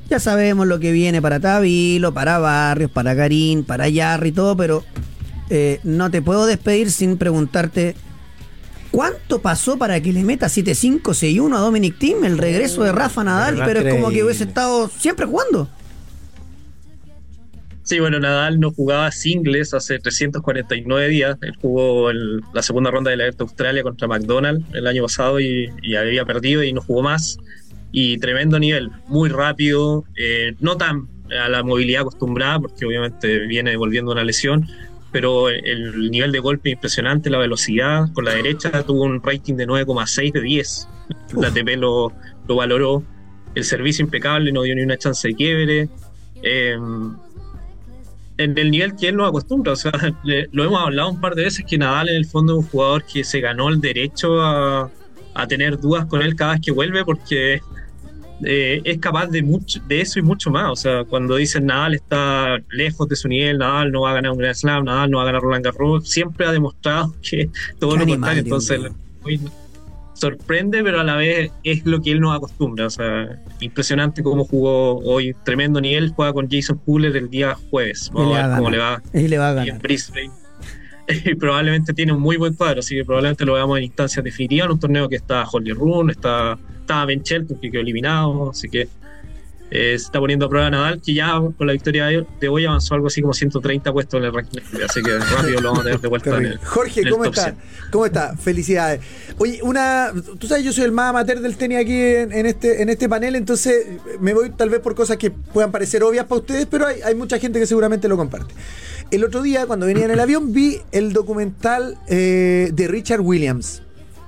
Speaker 1: ya sabemos lo que viene para Tabilo, para Barrios, para Karim, para Yarri y todo, pero eh, no te puedo despedir sin preguntarte cuánto pasó para que le meta 7-5, 6-1 a Dominic Thiem, el regreso de Rafa Nadal,
Speaker 3: verdad,
Speaker 1: pero es como que
Speaker 3: increíble.
Speaker 1: hubiese estado siempre jugando.
Speaker 8: Sí, bueno, Nadal no jugaba singles hace 349 días. Él jugó en la segunda ronda de la Abierto de Australia contra McDonald el año pasado y, y había perdido y no jugó más. Y tremendo nivel, muy rápido, eh, no tan a la movilidad acostumbrada, porque obviamente viene volviendo una lesión, pero el, el nivel de golpe impresionante, la velocidad con la derecha, tuvo un rating de 9,6 de 10. La ATP lo, lo valoró. El servicio impecable, no dio ni una chance de quiebre. Em, en el nivel que él nos acostumbra. O sea, le- lo hemos hablado un par de veces que Nadal en el fondo es un jugador que se ganó el derecho a, a tener dudas con él cada vez que vuelve porque eh, es capaz de mucho, de eso y mucho más. O sea, cuando dicen Nadal está lejos de su nivel, Nadal no va a ganar un Grand Slam, Nadal no va a ganar Roland Garros, siempre ha demostrado que todo
Speaker 1: Qué
Speaker 8: lo
Speaker 1: animal,
Speaker 8: contrario.
Speaker 1: Dios
Speaker 8: Entonces,
Speaker 1: mío.
Speaker 8: hoy- sorprende, pero a la vez es lo que él nos acostumbra. O sea, impresionante cómo jugó hoy, tremendo nivel, juega con Jason Puller el día jueves.
Speaker 1: Y le
Speaker 8: Vamos
Speaker 1: va
Speaker 8: a
Speaker 1: a
Speaker 8: ver cómo le
Speaker 1: ganar.
Speaker 8: va
Speaker 1: Y le va a
Speaker 8: y en
Speaker 1: ganar.
Speaker 8: Brisbane. Y probablemente tiene un muy buen cuadro, así que probablemente lo veamos en instancias definitivas en un torneo que está Holly Run, está, está Ben Shelton, que quedó eliminado, así que eh, se está poniendo a prueba Nadal, que ya con la victoria de- de hoy avanzó algo así como 130 puestos en el ranking, así que rápido lo vamos a tener de vuelta en
Speaker 4: Terrible.
Speaker 8: el, en
Speaker 4: Jorge,
Speaker 8: el
Speaker 4: ¿cómo
Speaker 8: top
Speaker 4: está?
Speaker 8: 100.
Speaker 4: ¿Cómo está? Felicidades. Oye, una. Tú sabes, yo soy el más amateur del tenis aquí en, en este, en este panel, entonces me voy tal vez por cosas que puedan parecer obvias para ustedes, pero hay, hay mucha gente que seguramente lo comparte. El otro día, cuando venía en el avión, vi el documental eh, de Richard Williams.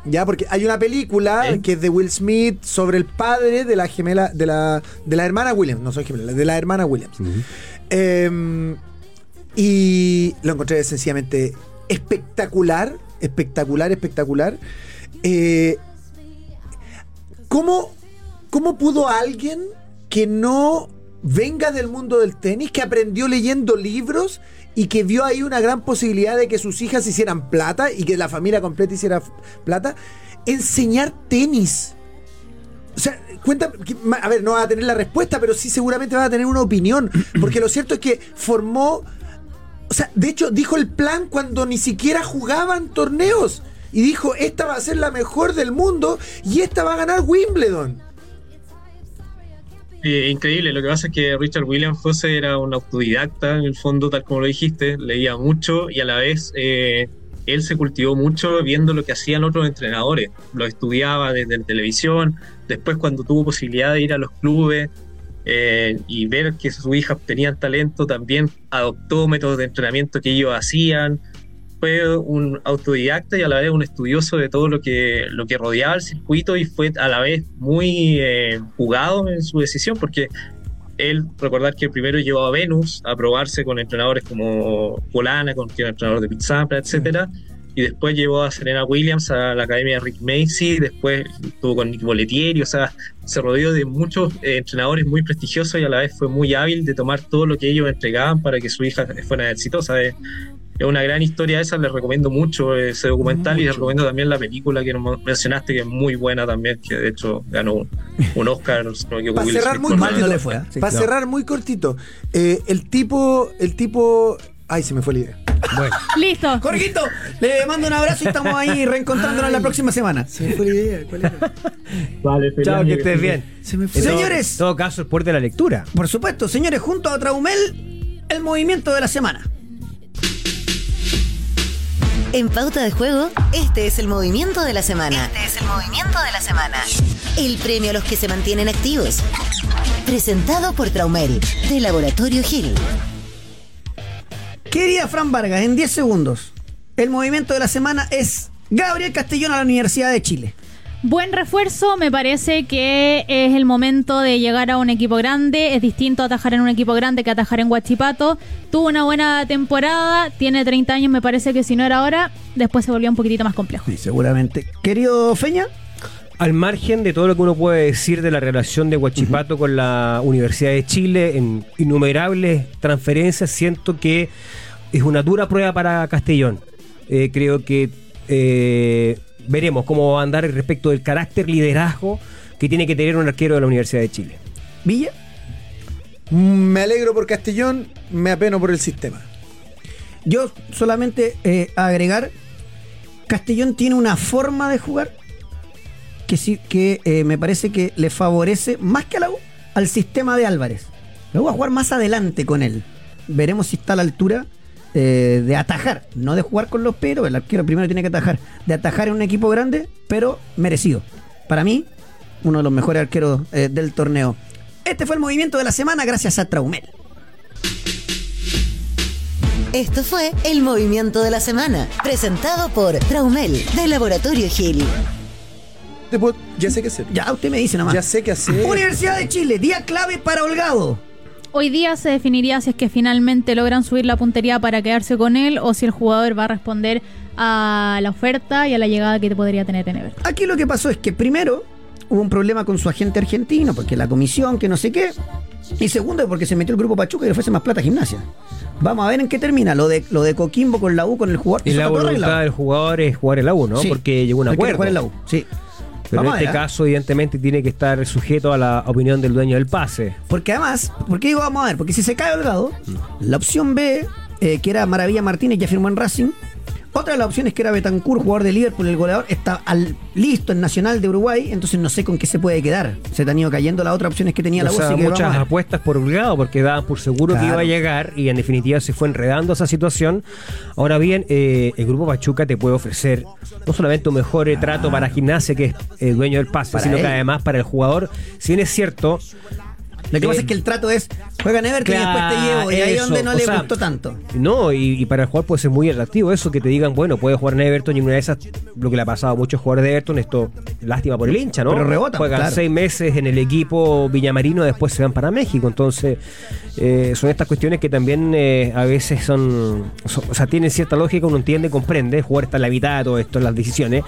Speaker 4: Ya, porque hay una película
Speaker 8: Ok.
Speaker 4: que es de Will Smith sobre el padre de la gemela, de la, de la hermana Williams, no soy gemela, de la hermana Williams. Em, y lo encontré sencillamente espectacular, espectacular, espectacular. Eh, ¿cómo, ¿Cómo pudo alguien que no venga del mundo del tenis, que aprendió leyendo libros y que vio ahí una gran posibilidad de que sus hijas hicieran plata y que la familia completa hiciera f- plata, enseñar tenis? O sea, cuenta, que- ma- a ver, no vas a tener la respuesta, pero sí seguramente vas a tener una opinión. Porque lo cierto es que formó, o sea, de hecho dijo el plan cuando ni siquiera jugaban torneos. Y dijo, esta va a ser la mejor del mundo y esta va a ganar Wimbledon.
Speaker 8: Eh, increíble, lo que pasa es que Richard Williams Jose era un autodidacta, en el fondo, tal como lo dijiste, leía mucho y a la vez eh, él se cultivó mucho viendo lo que hacían otros entrenadores, lo estudiaba desde la televisión, después cuando tuvo posibilidad de ir a los clubes eh, y ver que sus hijas tenían talento, también adoptó métodos de entrenamiento que ellos hacían, fue un autodidacta y a la vez un estudioso de todo lo que, lo que rodeaba el circuito y fue a la vez muy eh, jugado en su decisión porque él, recordar que primero llevó a Venus a probarse con entrenadores como Polana, con quien era entrenador de Pizzapra,
Speaker 4: Mm.
Speaker 8: etcétera Y después llevó a Serena Williams a la academia de Rick Macy, después estuvo con Nick Boletieri, o sea, se rodeó de muchos eh, entrenadores muy prestigiosos y a la vez fue muy hábil de tomar todo lo que ellos entregaban para que su hija fuera exitosa. Es- es una gran historia esa, les recomiendo mucho eh, ese documental y les recomiendo también la película que nos mencionaste, que es muy buena también, que de hecho ganó un, un Oscar. si no me equivoco,
Speaker 4: Para
Speaker 8: Will
Speaker 4: cerrar
Speaker 8: Smith
Speaker 4: muy
Speaker 8: por-
Speaker 1: mal no
Speaker 4: cortito.
Speaker 1: le fue, ¿eh? Sí,
Speaker 4: Para
Speaker 1: no.
Speaker 4: cerrar muy cortito. eh, el tipo, el tipo. Ay, se me fue la idea.
Speaker 3: Bueno,
Speaker 2: Listo.
Speaker 1: Jorgito, le mando un abrazo y estamos ahí reencontrándonos la próxima semana.
Speaker 4: Se me fue la idea. ¿Cuál era?
Speaker 8: Vale,
Speaker 3: chao,
Speaker 8: Feliani,
Speaker 3: que estés bien.
Speaker 4: Se me fue.
Speaker 3: En todo-
Speaker 1: Señores.
Speaker 3: En todo caso, el poder de la lectura.
Speaker 1: Por supuesto, señores, junto a Traumel, el movimiento de la semana.
Speaker 6: En Pauta de Juego, este es el movimiento de la semana. Este es el movimiento de la semana. El premio a los que se mantienen activos. Presentado por Traumel, de Laboratorio Gil.
Speaker 1: ¿Qué haría Fran Vargas en 10 segundos? El movimiento de la semana es Gabriel Castellón a la Universidad de Chile.
Speaker 2: Buen refuerzo, me parece que es el momento de llegar a un equipo grande. Es distinto atajar en un equipo grande que atajar en Huachipato. Tuvo una buena temporada, tiene 30 años, me parece que si no era ahora, después se volvió un poquitito más complejo.
Speaker 1: Sí, seguramente. Querido Feña,
Speaker 3: Al margen de todo lo que uno puede decir de la relación de Huachipato con la Universidad de Chile, en innumerables transferencias, siento que es una dura prueba para Castellón. Eh, creo que eh, veremos cómo va a andar respecto del carácter liderazgo que tiene que tener un arquero de la Universidad de Chile.
Speaker 1: Villa,
Speaker 4: Me alegro por Castellón, me apeno por el sistema.
Speaker 1: yo solamente eh, agregar, Castellón tiene una forma de jugar que sí, que eh, me parece que le favorece más que a la U al sistema de Álvarez. Luego a jugar más adelante con él. Veremos si está a la altura eh, de atajar, no de jugar con los pero, el arquero primero tiene que atajar, de atajar en un equipo grande, pero merecido. Para mí, uno de los mejores arqueros eh, del torneo. Este fue el movimiento de la semana gracias a Traumel.
Speaker 6: Esto fue el movimiento de la semana. Presentado por Traumel, de Laboratorio Gil.
Speaker 4: Después, ya sé qué hacer.
Speaker 1: Ya usted me dice nomás.
Speaker 4: Ya sé qué hacer.
Speaker 1: Universidad de Chile, día clave para Holgado.
Speaker 2: Hoy día se definiría si es que finalmente logran subir la puntería para quedarse con él o si el jugador va a responder a la oferta y a la llegada que te podría tener en Everton.
Speaker 1: Aquí lo que pasó es que primero hubo un problema con su agente argentino, porque la comisión, que no sé qué. Y segundo, porque se metió el grupo Pachuca y le fuese más plata a gimnasia. Vamos a ver en qué termina lo de, lo de Coquimbo con la U, con el jugador.
Speaker 3: Y
Speaker 1: Eso
Speaker 3: la
Speaker 1: está todo
Speaker 3: voluntad
Speaker 1: arreglado.
Speaker 3: del jugador es jugar el AU, ¿no?
Speaker 1: Sí.
Speaker 3: Porque llegó un
Speaker 1: Hay que
Speaker 3: acuerdo.
Speaker 1: jugar en la U, sí.
Speaker 3: Pero
Speaker 1: Vamos ¿ah?
Speaker 3: en este
Speaker 1: allá.
Speaker 3: caso, evidentemente, tiene que estar sujeto a la opinión del dueño del pase.
Speaker 1: Porque además, ¿por qué digo vamos a ver? Porque si se cae Holgado, la opción B, eh, que era Maravilla Martínez, ya firmó en Racing. Otra de las opciones que era Betancourt, jugador de Liverpool, el goleador, está al, listo en Nacional de Uruguay, entonces no sé con qué se puede quedar. Se te han ido cayendo las otras opciones que tenía la
Speaker 3: O
Speaker 1: voz.
Speaker 3: sea,
Speaker 1: así que vamos
Speaker 3: muchas
Speaker 1: a ver.
Speaker 3: apuestas por obligado porque daban por seguro que
Speaker 1: Claro.
Speaker 3: iba a llegar y en definitiva se fue enredando esa situación. Ahora bien, eh, el grupo Pachuca te puede ofrecer no solamente un mejor eh, trato para Gimnasia, que es el dueño del pase,
Speaker 1: Para
Speaker 3: sino
Speaker 1: él.
Speaker 3: que además para el jugador, si bien es cierto,
Speaker 1: Lo que
Speaker 3: Eh,
Speaker 1: pasa es que el trato es, juegan Everton y después te llevo. Y ahí es
Speaker 3: eso,
Speaker 1: donde no
Speaker 3: o
Speaker 1: le
Speaker 3: sea,
Speaker 1: gustó tanto.
Speaker 3: No, y, y para el jugador puede ser muy atractivo eso, que te digan, bueno, puedes jugar en Everton y una de esas, lo que le ha pasado a muchos jugadores de Everton, esto, lástima por el hincha, ¿no?
Speaker 1: Pero rebotan,
Speaker 3: Juegan
Speaker 1: claro.
Speaker 3: seis meses en el equipo villamarino, después se van para México. Entonces, eh, son estas cuestiones que también eh, a veces son, son- o sea, tienen cierta lógica, uno entiende, comprende, el jugador está en la mitad de todo esto, en las decisiones.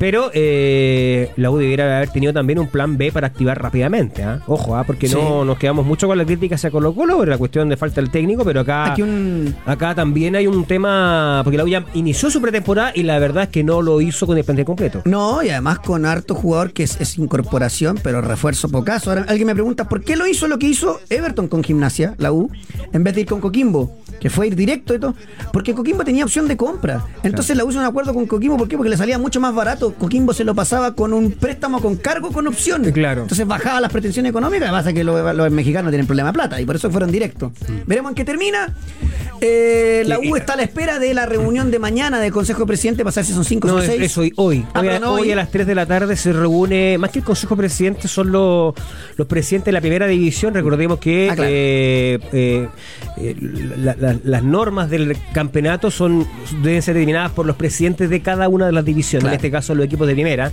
Speaker 3: Pero eh, la U debiera haber tenido también un plan B para activar rápidamente, ¿ah? Ojo, ¿ah? porque
Speaker 1: Sí.
Speaker 3: no nos quedamos mucho con la crítica hacia Colo Colo, pero la cuestión de falta del técnico, pero acá...
Speaker 1: Aquí un.
Speaker 3: Acá también hay un tema, porque la U ya inició su pretemporada y la verdad es que no lo hizo con el plantel completo.
Speaker 1: No, y además con harto jugador que es, es incorporación, pero refuerzo pocaso. Ahora alguien me pregunta, ¿por qué lo hizo lo que hizo Everton con Gimnasia, la U, en vez de ir con Coquimbo? Que fue ir directo y todo. Porque Coquimbo tenía opción de compra. Entonces la U hizo un acuerdo con Coquimbo, ¿por qué? Porque le salía mucho más barato. Coquimbo se lo pasaba con un préstamo con cargo con opciones.
Speaker 3: Claro.
Speaker 1: Entonces bajaba las pretensiones económicas. Lo que pasa es que los, los mexicanos tienen problema de plata y por eso fueron directos.
Speaker 3: Mm.
Speaker 1: Veremos en qué termina. Eh, la U está a la espera de la reunión de mañana del Consejo de Presidente para saber si son 5
Speaker 3: No,
Speaker 1: o
Speaker 3: es,
Speaker 1: 6.
Speaker 3: es hoy. Hoy,
Speaker 1: Ah,
Speaker 3: hoy,
Speaker 1: pero
Speaker 3: a,
Speaker 1: no
Speaker 3: hoy
Speaker 1: hoy.
Speaker 3: a las 3 de la tarde se reúne, más que el Consejo Presidente, son los, los presidentes de la primera división. Recordemos que
Speaker 1: Ah, claro.
Speaker 3: eh, eh, eh, la- la- las normas del campeonato son deben ser determinadas por los presidentes de cada una de las divisiones,
Speaker 1: Claro.
Speaker 3: en este caso los equipos de primera.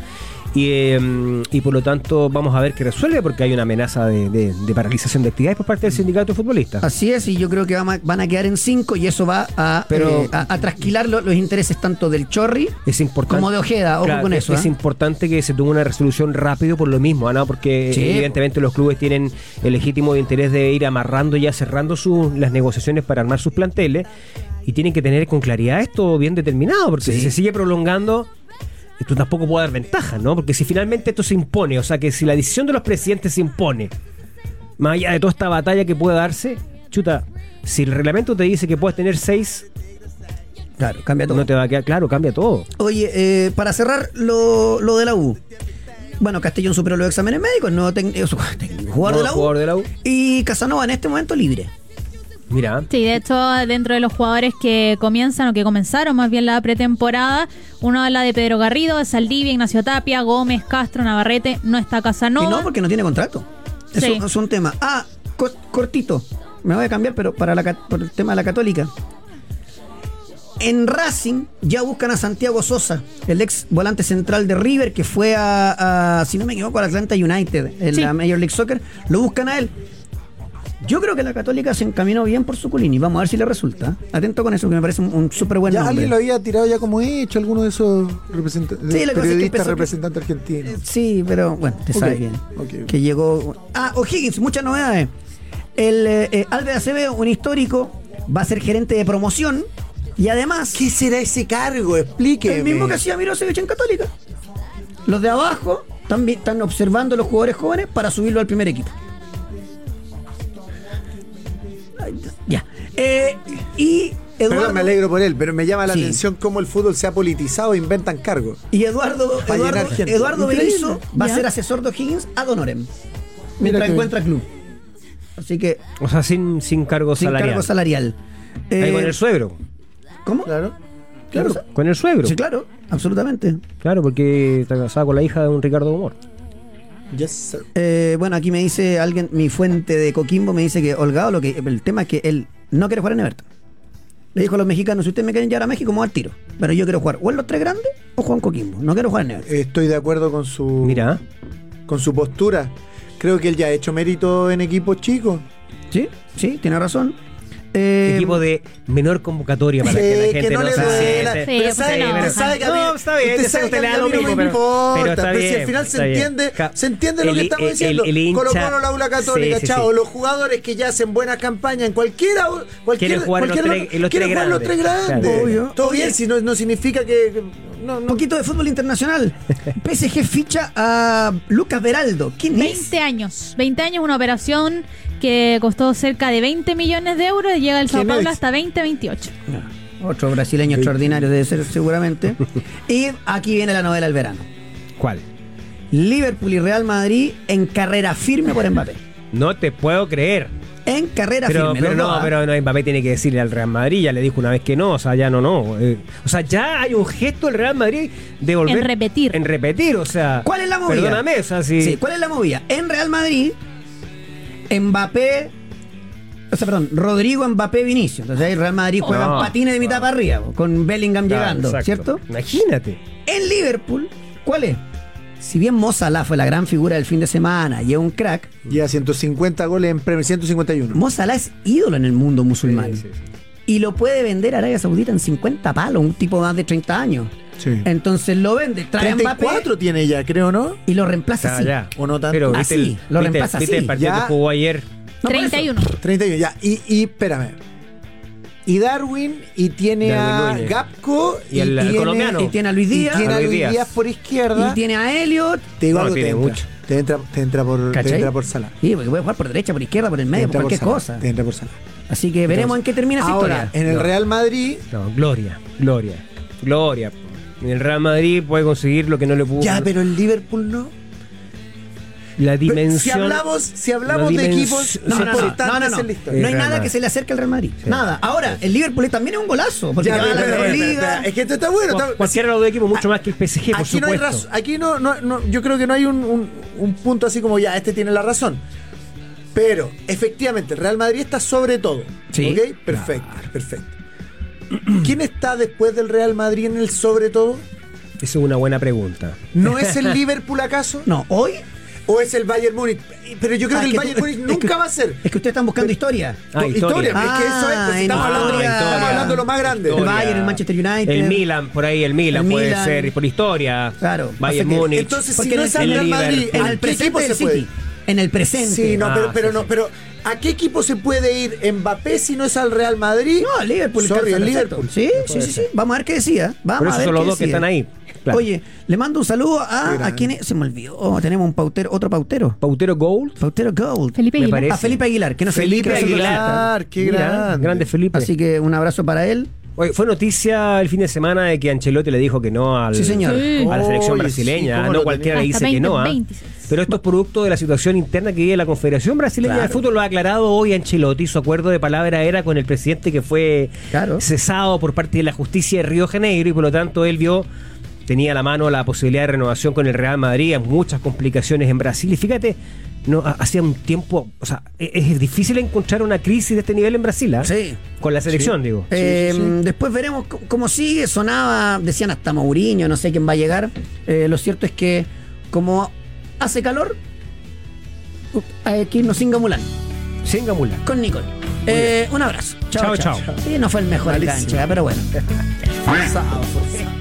Speaker 3: Y, eh, y por lo tanto vamos a ver qué resuelve porque hay una amenaza de, de- de paralización de actividades por parte del sindicato futbolista.
Speaker 1: Así es, y yo creo que vamos a- van a quedar en cinco y eso va a,
Speaker 3: Pero-
Speaker 1: eh, a, a trasquilar lo- los intereses tanto del Chorri
Speaker 3: Es importante.
Speaker 1: como de Ojeda. Ojo
Speaker 3: Claro,
Speaker 1: con
Speaker 3: es-
Speaker 1: eso.
Speaker 3: Es
Speaker 1: ¿eh?
Speaker 3: importante que se tome una resolución rápido por lo mismo, ¿ah, ¿no? Porque
Speaker 1: Sí.
Speaker 3: evidentemente los clubes tienen el legítimo interés de ir amarrando ya, cerrando sus las negociaciones para armar sus planteles y tienen que tener con claridad esto bien determinado, porque si se sigue prolongando. Esto tampoco puede dar ventaja, ¿no? Porque si finalmente esto se impone, o sea que si la decisión de los presidentes se impone, más allá de toda esta batalla que puede darse, chuta, si el reglamento te dice que puedes tener seis,
Speaker 1: Claro, cambia todo.
Speaker 3: no te va a quedar claro, cambia todo.
Speaker 1: Oye, eh, para cerrar lo, lo de la U. Bueno, Castellón superó los exámenes médicos, no eh, técnico, jugador,
Speaker 3: Nuevo
Speaker 1: de la U,
Speaker 3: jugador de la U.
Speaker 1: Y Casanova en este momento libre.
Speaker 3: Mira.
Speaker 2: Sí, de hecho, dentro de los jugadores que comienzan o que comenzaron más bien la pretemporada, uno habla de Pedro Garrido, de Saldivia, Ignacio Tapia, Gómez, Castro, Navarrete, no está Casanova.
Speaker 1: Y no, porque no tiene contrato. Eso
Speaker 2: Sí.
Speaker 1: es un tema. Ah, co- cortito. Me voy a cambiar, pero para la, ca- por el tema de la católica. En Racing ya buscan a Santiago Sosa, el ex volante central de River, que fue a, a, si no me equivoco, al Atlanta United, en
Speaker 2: Sí.
Speaker 1: la Major League Soccer. Lo buscan a él. Yo creo que la Católica se encaminó bien por su culini. Vamos a ver si le resulta. Atento con eso, que me parece un, un súper buen
Speaker 4: Ya
Speaker 1: nombre.
Speaker 4: alguien lo había tirado ya como hecho, alguno de esos representantes,
Speaker 1: Sí, lo que pasa es que
Speaker 4: periodistas
Speaker 1: empezó-
Speaker 4: representantes argentinos.
Speaker 1: Sí, pero bueno, te
Speaker 4: Ok,
Speaker 1: sabes bien.
Speaker 4: ok.
Speaker 1: Que llegó. Ah, O'Higgins, muchas novedades. El eh, eh, Alves Acevedo, un histórico, va a ser gerente de promoción y además
Speaker 4: ¿Qué será ese cargo? Explíqueme.
Speaker 1: el mismo que hacía Mirosevich en Católica. Los de abajo también están observando a los jugadores jóvenes para subirlo al primer equipo. Ay, Ya. Eh, y
Speaker 4: Perdón,
Speaker 1: Eduardo,
Speaker 4: me alegro por él, pero me llama la
Speaker 1: Sí.
Speaker 4: atención cómo el fútbol se ha politizado e inventan cargos.
Speaker 1: y Eduardo,
Speaker 4: Para
Speaker 1: Eduardo,
Speaker 4: llenar gente.
Speaker 1: Eduardo
Speaker 4: Increíble.
Speaker 1: Berizzo va
Speaker 4: Ya.
Speaker 1: a ser asesor de O'Higgins ad honorem.
Speaker 4: Mira
Speaker 1: Mientras
Speaker 4: que
Speaker 1: encuentra club. Así que
Speaker 3: O sea, sin, sin cargo
Speaker 1: sin
Speaker 3: salarial.
Speaker 1: cargo salarial.
Speaker 3: Ahí
Speaker 1: Eh,
Speaker 3: con el suegro.
Speaker 1: ¿Cómo?
Speaker 4: Claro.
Speaker 1: Claro.
Speaker 3: Con el suegro.
Speaker 1: Sí, claro, absolutamente.
Speaker 3: Claro, porque está casado con la hija de un Ricardo Humor.
Speaker 4: Yes, sir.
Speaker 1: Eh, bueno, aquí me dice alguien, mi fuente de Coquimbo me dice que Holgado, lo que, el tema es que él no quiere jugar en Everton. Le dijo a los mexicanos, si ustedes me quieren llevar a México, me voy al tiro. Pero yo quiero jugar o en los tres grandes o jugar en Coquimbo. No quiero jugar en Everton.
Speaker 4: Estoy de acuerdo con su
Speaker 3: Mira.
Speaker 4: con su postura. Creo que él ya ha hecho mérito en equipos chicos.
Speaker 1: Sí, sí, tiene razón. Eh,
Speaker 3: equipo de menor convocatoria para
Speaker 4: Sí,
Speaker 3: que la
Speaker 4: que
Speaker 3: gente
Speaker 4: no
Speaker 3: no,
Speaker 4: le
Speaker 3: se
Speaker 4: duela.
Speaker 3: siente.
Speaker 2: Sí,
Speaker 4: Pero
Speaker 2: pues,
Speaker 4: sabe-
Speaker 2: no.
Speaker 4: pero sabe que a mí-
Speaker 3: No, está bien,
Speaker 4: usted
Speaker 3: te-
Speaker 4: sabe
Speaker 3: usted
Speaker 4: que
Speaker 3: le
Speaker 4: a
Speaker 3: da
Speaker 4: mí
Speaker 3: lo
Speaker 4: no me
Speaker 3: mismo, pero-
Speaker 4: importa,
Speaker 3: pero está
Speaker 4: pero si al
Speaker 3: bien,
Speaker 4: final
Speaker 3: está
Speaker 4: se
Speaker 3: bien.
Speaker 4: entiende,
Speaker 3: Ja-
Speaker 4: se entiende lo
Speaker 3: el-
Speaker 4: que estamos
Speaker 3: el-
Speaker 4: diciendo.
Speaker 3: el hincha-
Speaker 4: Colo Colo, la Ula Católica,
Speaker 3: Sí, sí,
Speaker 4: chao.
Speaker 3: sí.
Speaker 4: Los jugadores que ya hacen buenas campañas en cualquiera, cualquier,
Speaker 3: Quieren jugar en los
Speaker 4: cualquier-
Speaker 3: tres- en los
Speaker 4: quieren
Speaker 3: tres
Speaker 4: jugar en los tres
Speaker 3: grandes.
Speaker 4: grandes.
Speaker 3: Claro.
Speaker 4: Todo bien, si no, no significa que
Speaker 3: no,
Speaker 1: Un
Speaker 3: no.
Speaker 1: poquito de fútbol internacional. PSG ficha a Lucas Beraldo. ¿Quién es?
Speaker 2: 20 años. 20 años, una operación que costó cerca de 20 millones de euros y llega el Sao
Speaker 4: ¿Quién
Speaker 2: Paulo
Speaker 4: es?
Speaker 2: hasta 2028.
Speaker 1: Otro brasileño extraordinario debe ser seguramente. Y aquí viene la novela del verano.
Speaker 3: ¿Cuál?
Speaker 1: Liverpool y Real Madrid en carrera firme por Mbappé.
Speaker 3: No te puedo creer.
Speaker 1: En carrera
Speaker 3: Pero,
Speaker 1: firme.
Speaker 3: pero
Speaker 1: los dos,
Speaker 3: no,
Speaker 1: ¿ah?
Speaker 3: pero no, Mbappé tiene que decirle al Real Madrid, ya le dijo una vez que no, o sea, ya no, no. eh, o sea, ya hay un gesto del Real Madrid de volver.
Speaker 2: En repetir.
Speaker 3: En repetir, o sea.
Speaker 1: ¿Cuál es la movida?
Speaker 3: Perdóname, o sea, si.
Speaker 1: Sí, ¿cuál es la movida? En Real Madrid, Mbappé. O sea, perdón, Rodrigo Mbappé Vinicio. Entonces ahí Real Madrid juega
Speaker 3: No,
Speaker 1: en patines de mitad para arriba, po, con Bellingham
Speaker 3: Claro,
Speaker 1: llegando,
Speaker 3: Ah, exacto.
Speaker 1: ¿cierto?
Speaker 3: Imagínate.
Speaker 1: En Liverpool, ¿cuál es? Si bien Mo Salah fue la gran figura del fin de semana y es un crack,
Speaker 4: Lleva 150 goles en Premier, 151.
Speaker 1: Mo Salah es ídolo en el mundo musulmán.
Speaker 3: Sí, sí, sí.
Speaker 1: Y lo puede vender a Arabia Saudita en 50 palos, un tipo más de 30 años.
Speaker 4: Sí.
Speaker 1: Entonces lo vende, trae a Mbappé
Speaker 4: 34 tiene ya, creo, ¿no?
Speaker 1: y lo reemplaza
Speaker 3: Ya,
Speaker 1: así.
Speaker 3: ya.
Speaker 4: O no tanto.
Speaker 3: Pero viste,
Speaker 1: Así,
Speaker 3: el,
Speaker 1: lo
Speaker 3: viste-
Speaker 1: reemplaza
Speaker 3: viste
Speaker 1: así.
Speaker 3: el partido
Speaker 4: Ya.
Speaker 3: que jugó ayer.
Speaker 1: No, por eso.
Speaker 2: 31.
Speaker 4: 31, ya. Y, y espérame. Y Darwin, y tiene
Speaker 3: Darwin
Speaker 4: a
Speaker 3: Núñez.
Speaker 4: Gapco,
Speaker 3: Y el- el
Speaker 4: tiene-
Speaker 3: colombiano.
Speaker 1: Y tiene a Luis Díaz.
Speaker 4: Y tiene a
Speaker 3: A Luis
Speaker 4: Luis
Speaker 3: Díaz.
Speaker 4: Díaz por izquierda.
Speaker 1: Y tiene a Elliot.
Speaker 4: te digo
Speaker 3: No,
Speaker 4: algo,
Speaker 3: tiene
Speaker 4: te entra.
Speaker 3: mucho.
Speaker 4: Te entra, te entra por, te
Speaker 1: ¿Cachai?
Speaker 4: entra por sala.
Speaker 1: Sí, porque puede jugar por derecha, por izquierda, por el
Speaker 4: Te
Speaker 1: medio, por
Speaker 4: entra
Speaker 1: cualquier
Speaker 4: por sala,
Speaker 1: cosa.
Speaker 4: Te entra por sala.
Speaker 1: Así que veremos en qué termina esa
Speaker 4: Ahora,
Speaker 1: historia.
Speaker 4: en el Real Madrid,
Speaker 3: No, Gloria, Gloria, Gloria. El Real Madrid puede conseguir lo que no le pudo.
Speaker 4: ya, pero el Liverpool no.
Speaker 3: la
Speaker 4: Pero
Speaker 3: dimensión.
Speaker 4: si hablamos, si hablamos
Speaker 3: la
Speaker 4: de
Speaker 3: dimensión-
Speaker 4: equipos
Speaker 1: No, no, no, no,
Speaker 4: importantes
Speaker 1: no, no,
Speaker 4: en la
Speaker 1: no.
Speaker 4: historia.
Speaker 1: No hay
Speaker 3: Real
Speaker 1: nada
Speaker 3: Madrid.
Speaker 1: que se le acerque al Real Madrid. Nada. Ahora, el Liverpool también es un golazo. Porque
Speaker 4: Ya,
Speaker 1: va a
Speaker 4: pero,
Speaker 1: la
Speaker 4: pero, pero,
Speaker 1: Euroliga.
Speaker 4: pero, es que esto está bueno.
Speaker 3: Cual-
Speaker 4: está-
Speaker 3: Cualquiera de los dos equipos, mucho
Speaker 1: Ah,
Speaker 3: más que el PSG, por
Speaker 4: aquí
Speaker 3: supuesto.
Speaker 4: no hay razón. Aquí no, no, no- yo creo que no hay un, un- un punto así como ya, este tiene la razón. Pero, efectivamente, el Real Madrid está sobre todo.
Speaker 1: Sí.
Speaker 4: ¿Ok? Perfecto, perfecto. ¿Quién está después del Real Madrid en el sobre todo?
Speaker 3: Eso es una buena pregunta.
Speaker 4: ¿No es el Liverpool acaso?
Speaker 1: No, hoy.
Speaker 4: ¿O es el Bayern Múnich? Pero yo creo
Speaker 1: Ah,
Speaker 4: que el
Speaker 1: que tú-
Speaker 4: Bayern Múnich
Speaker 1: es
Speaker 4: nunca
Speaker 1: que-
Speaker 4: va a ser.
Speaker 1: Es que ustedes están buscando historia.
Speaker 3: Ah,
Speaker 4: historia,
Speaker 3: historia.
Speaker 4: es que eso es, pues,
Speaker 1: Ah, en
Speaker 4: estamos, hablando,
Speaker 1: historia.
Speaker 4: estamos hablando de lo más grande.
Speaker 1: El
Speaker 3: Historia.
Speaker 1: Bayern, el Manchester United.
Speaker 3: El Milan, por ahí, el Milan
Speaker 1: El
Speaker 3: puede
Speaker 1: Milan.
Speaker 3: ser, y por historia.
Speaker 1: Claro.
Speaker 3: Bayern
Speaker 1: Así que-
Speaker 3: Múnich.
Speaker 4: Entonces,
Speaker 1: Porque
Speaker 4: si no
Speaker 1: en
Speaker 4: es el
Speaker 3: el
Speaker 4: Real Madrid,
Speaker 3: Liverpool-
Speaker 4: ¿a
Speaker 1: Al
Speaker 4: qué equipo
Speaker 1: presente
Speaker 4: se
Speaker 1: del
Speaker 4: puede?
Speaker 1: City. En el presente.
Speaker 4: Sí, no,
Speaker 3: Ah,
Speaker 4: pero, pero
Speaker 3: sí,
Speaker 4: no,
Speaker 3: sí.
Speaker 4: pero ¿a qué equipo se puede ir Mbappé si no es al Real Madrid?
Speaker 1: No, el Liverpool.
Speaker 4: Sorry,
Speaker 1: alcanza
Speaker 4: el
Speaker 1: perfecto.
Speaker 4: Liverpool.
Speaker 1: Sí, sí, sí, sí. Vamos a ver qué decía. Vamos
Speaker 3: Por
Speaker 1: a
Speaker 3: eso
Speaker 1: ver
Speaker 3: son
Speaker 1: qué
Speaker 3: los dos que
Speaker 1: decía.
Speaker 3: están ahí. Claro.
Speaker 1: Oye, le mando un saludo
Speaker 4: Qué
Speaker 1: a,
Speaker 4: grande.
Speaker 1: a quién es? se me olvidó. Oh, tenemos un pautero, otro pautero.
Speaker 3: Pautero Gold.
Speaker 1: Pautero Gold.
Speaker 2: Felipe
Speaker 3: Me
Speaker 2: Aguilar.
Speaker 3: parece.
Speaker 1: A Ah, Felipe Aguilar, que no sé-
Speaker 4: Felipe
Speaker 1: que no sé-
Speaker 4: Aguilar. qué
Speaker 3: Mira,
Speaker 4: grande.
Speaker 3: Grande Felipe.
Speaker 1: Así que un abrazo para él.
Speaker 3: Oye, fue noticia el fin de semana de que Ancelotti le dijo que no al,
Speaker 1: Sí, señor.
Speaker 2: Sí.
Speaker 3: a la selección
Speaker 4: Oye, sí,
Speaker 3: brasileña.
Speaker 4: cómo lo
Speaker 3: no cualquiera le
Speaker 2: tenía.
Speaker 3: dice
Speaker 2: Hasta
Speaker 3: que no. ¿ah?
Speaker 2: 2026.
Speaker 3: Pero esto es producto de la situación interna que vive la Confederación Brasileña de
Speaker 1: Claro.
Speaker 3: Fútbol. Lo ha aclarado hoy Ancelotti. Su acuerdo de palabra era con el presidente que fue
Speaker 1: Claro.
Speaker 3: cesado por parte de la justicia de Río Janeiro y por lo tanto él vio. Tenía a la mano la posibilidad de renovación con el Real Madrid, muchas complicaciones en Brasil. Y fíjate, no, ha- hacía un tiempo. O sea, e- es, difícil encontrar una crisis de este nivel en Brasil. ¿ah?
Speaker 1: Sí.
Speaker 3: Con la selección, digo.
Speaker 1: Eh, Después veremos c- cómo sigue. Sonaba, decían hasta Mourinho, no sé quién va a llegar. Eh, lo cierto es que, como hace calor, uh, hay que irnos sin gamulán.
Speaker 3: Sin gamula.
Speaker 1: con Nicole. Eh, un abrazo. Chao,
Speaker 3: Chao,
Speaker 1: chao.
Speaker 3: chao.
Speaker 1: Sí, no fue el mejor en
Speaker 4: Malísimo.
Speaker 1: cancha, pero bueno.
Speaker 4: Forzado, forzado.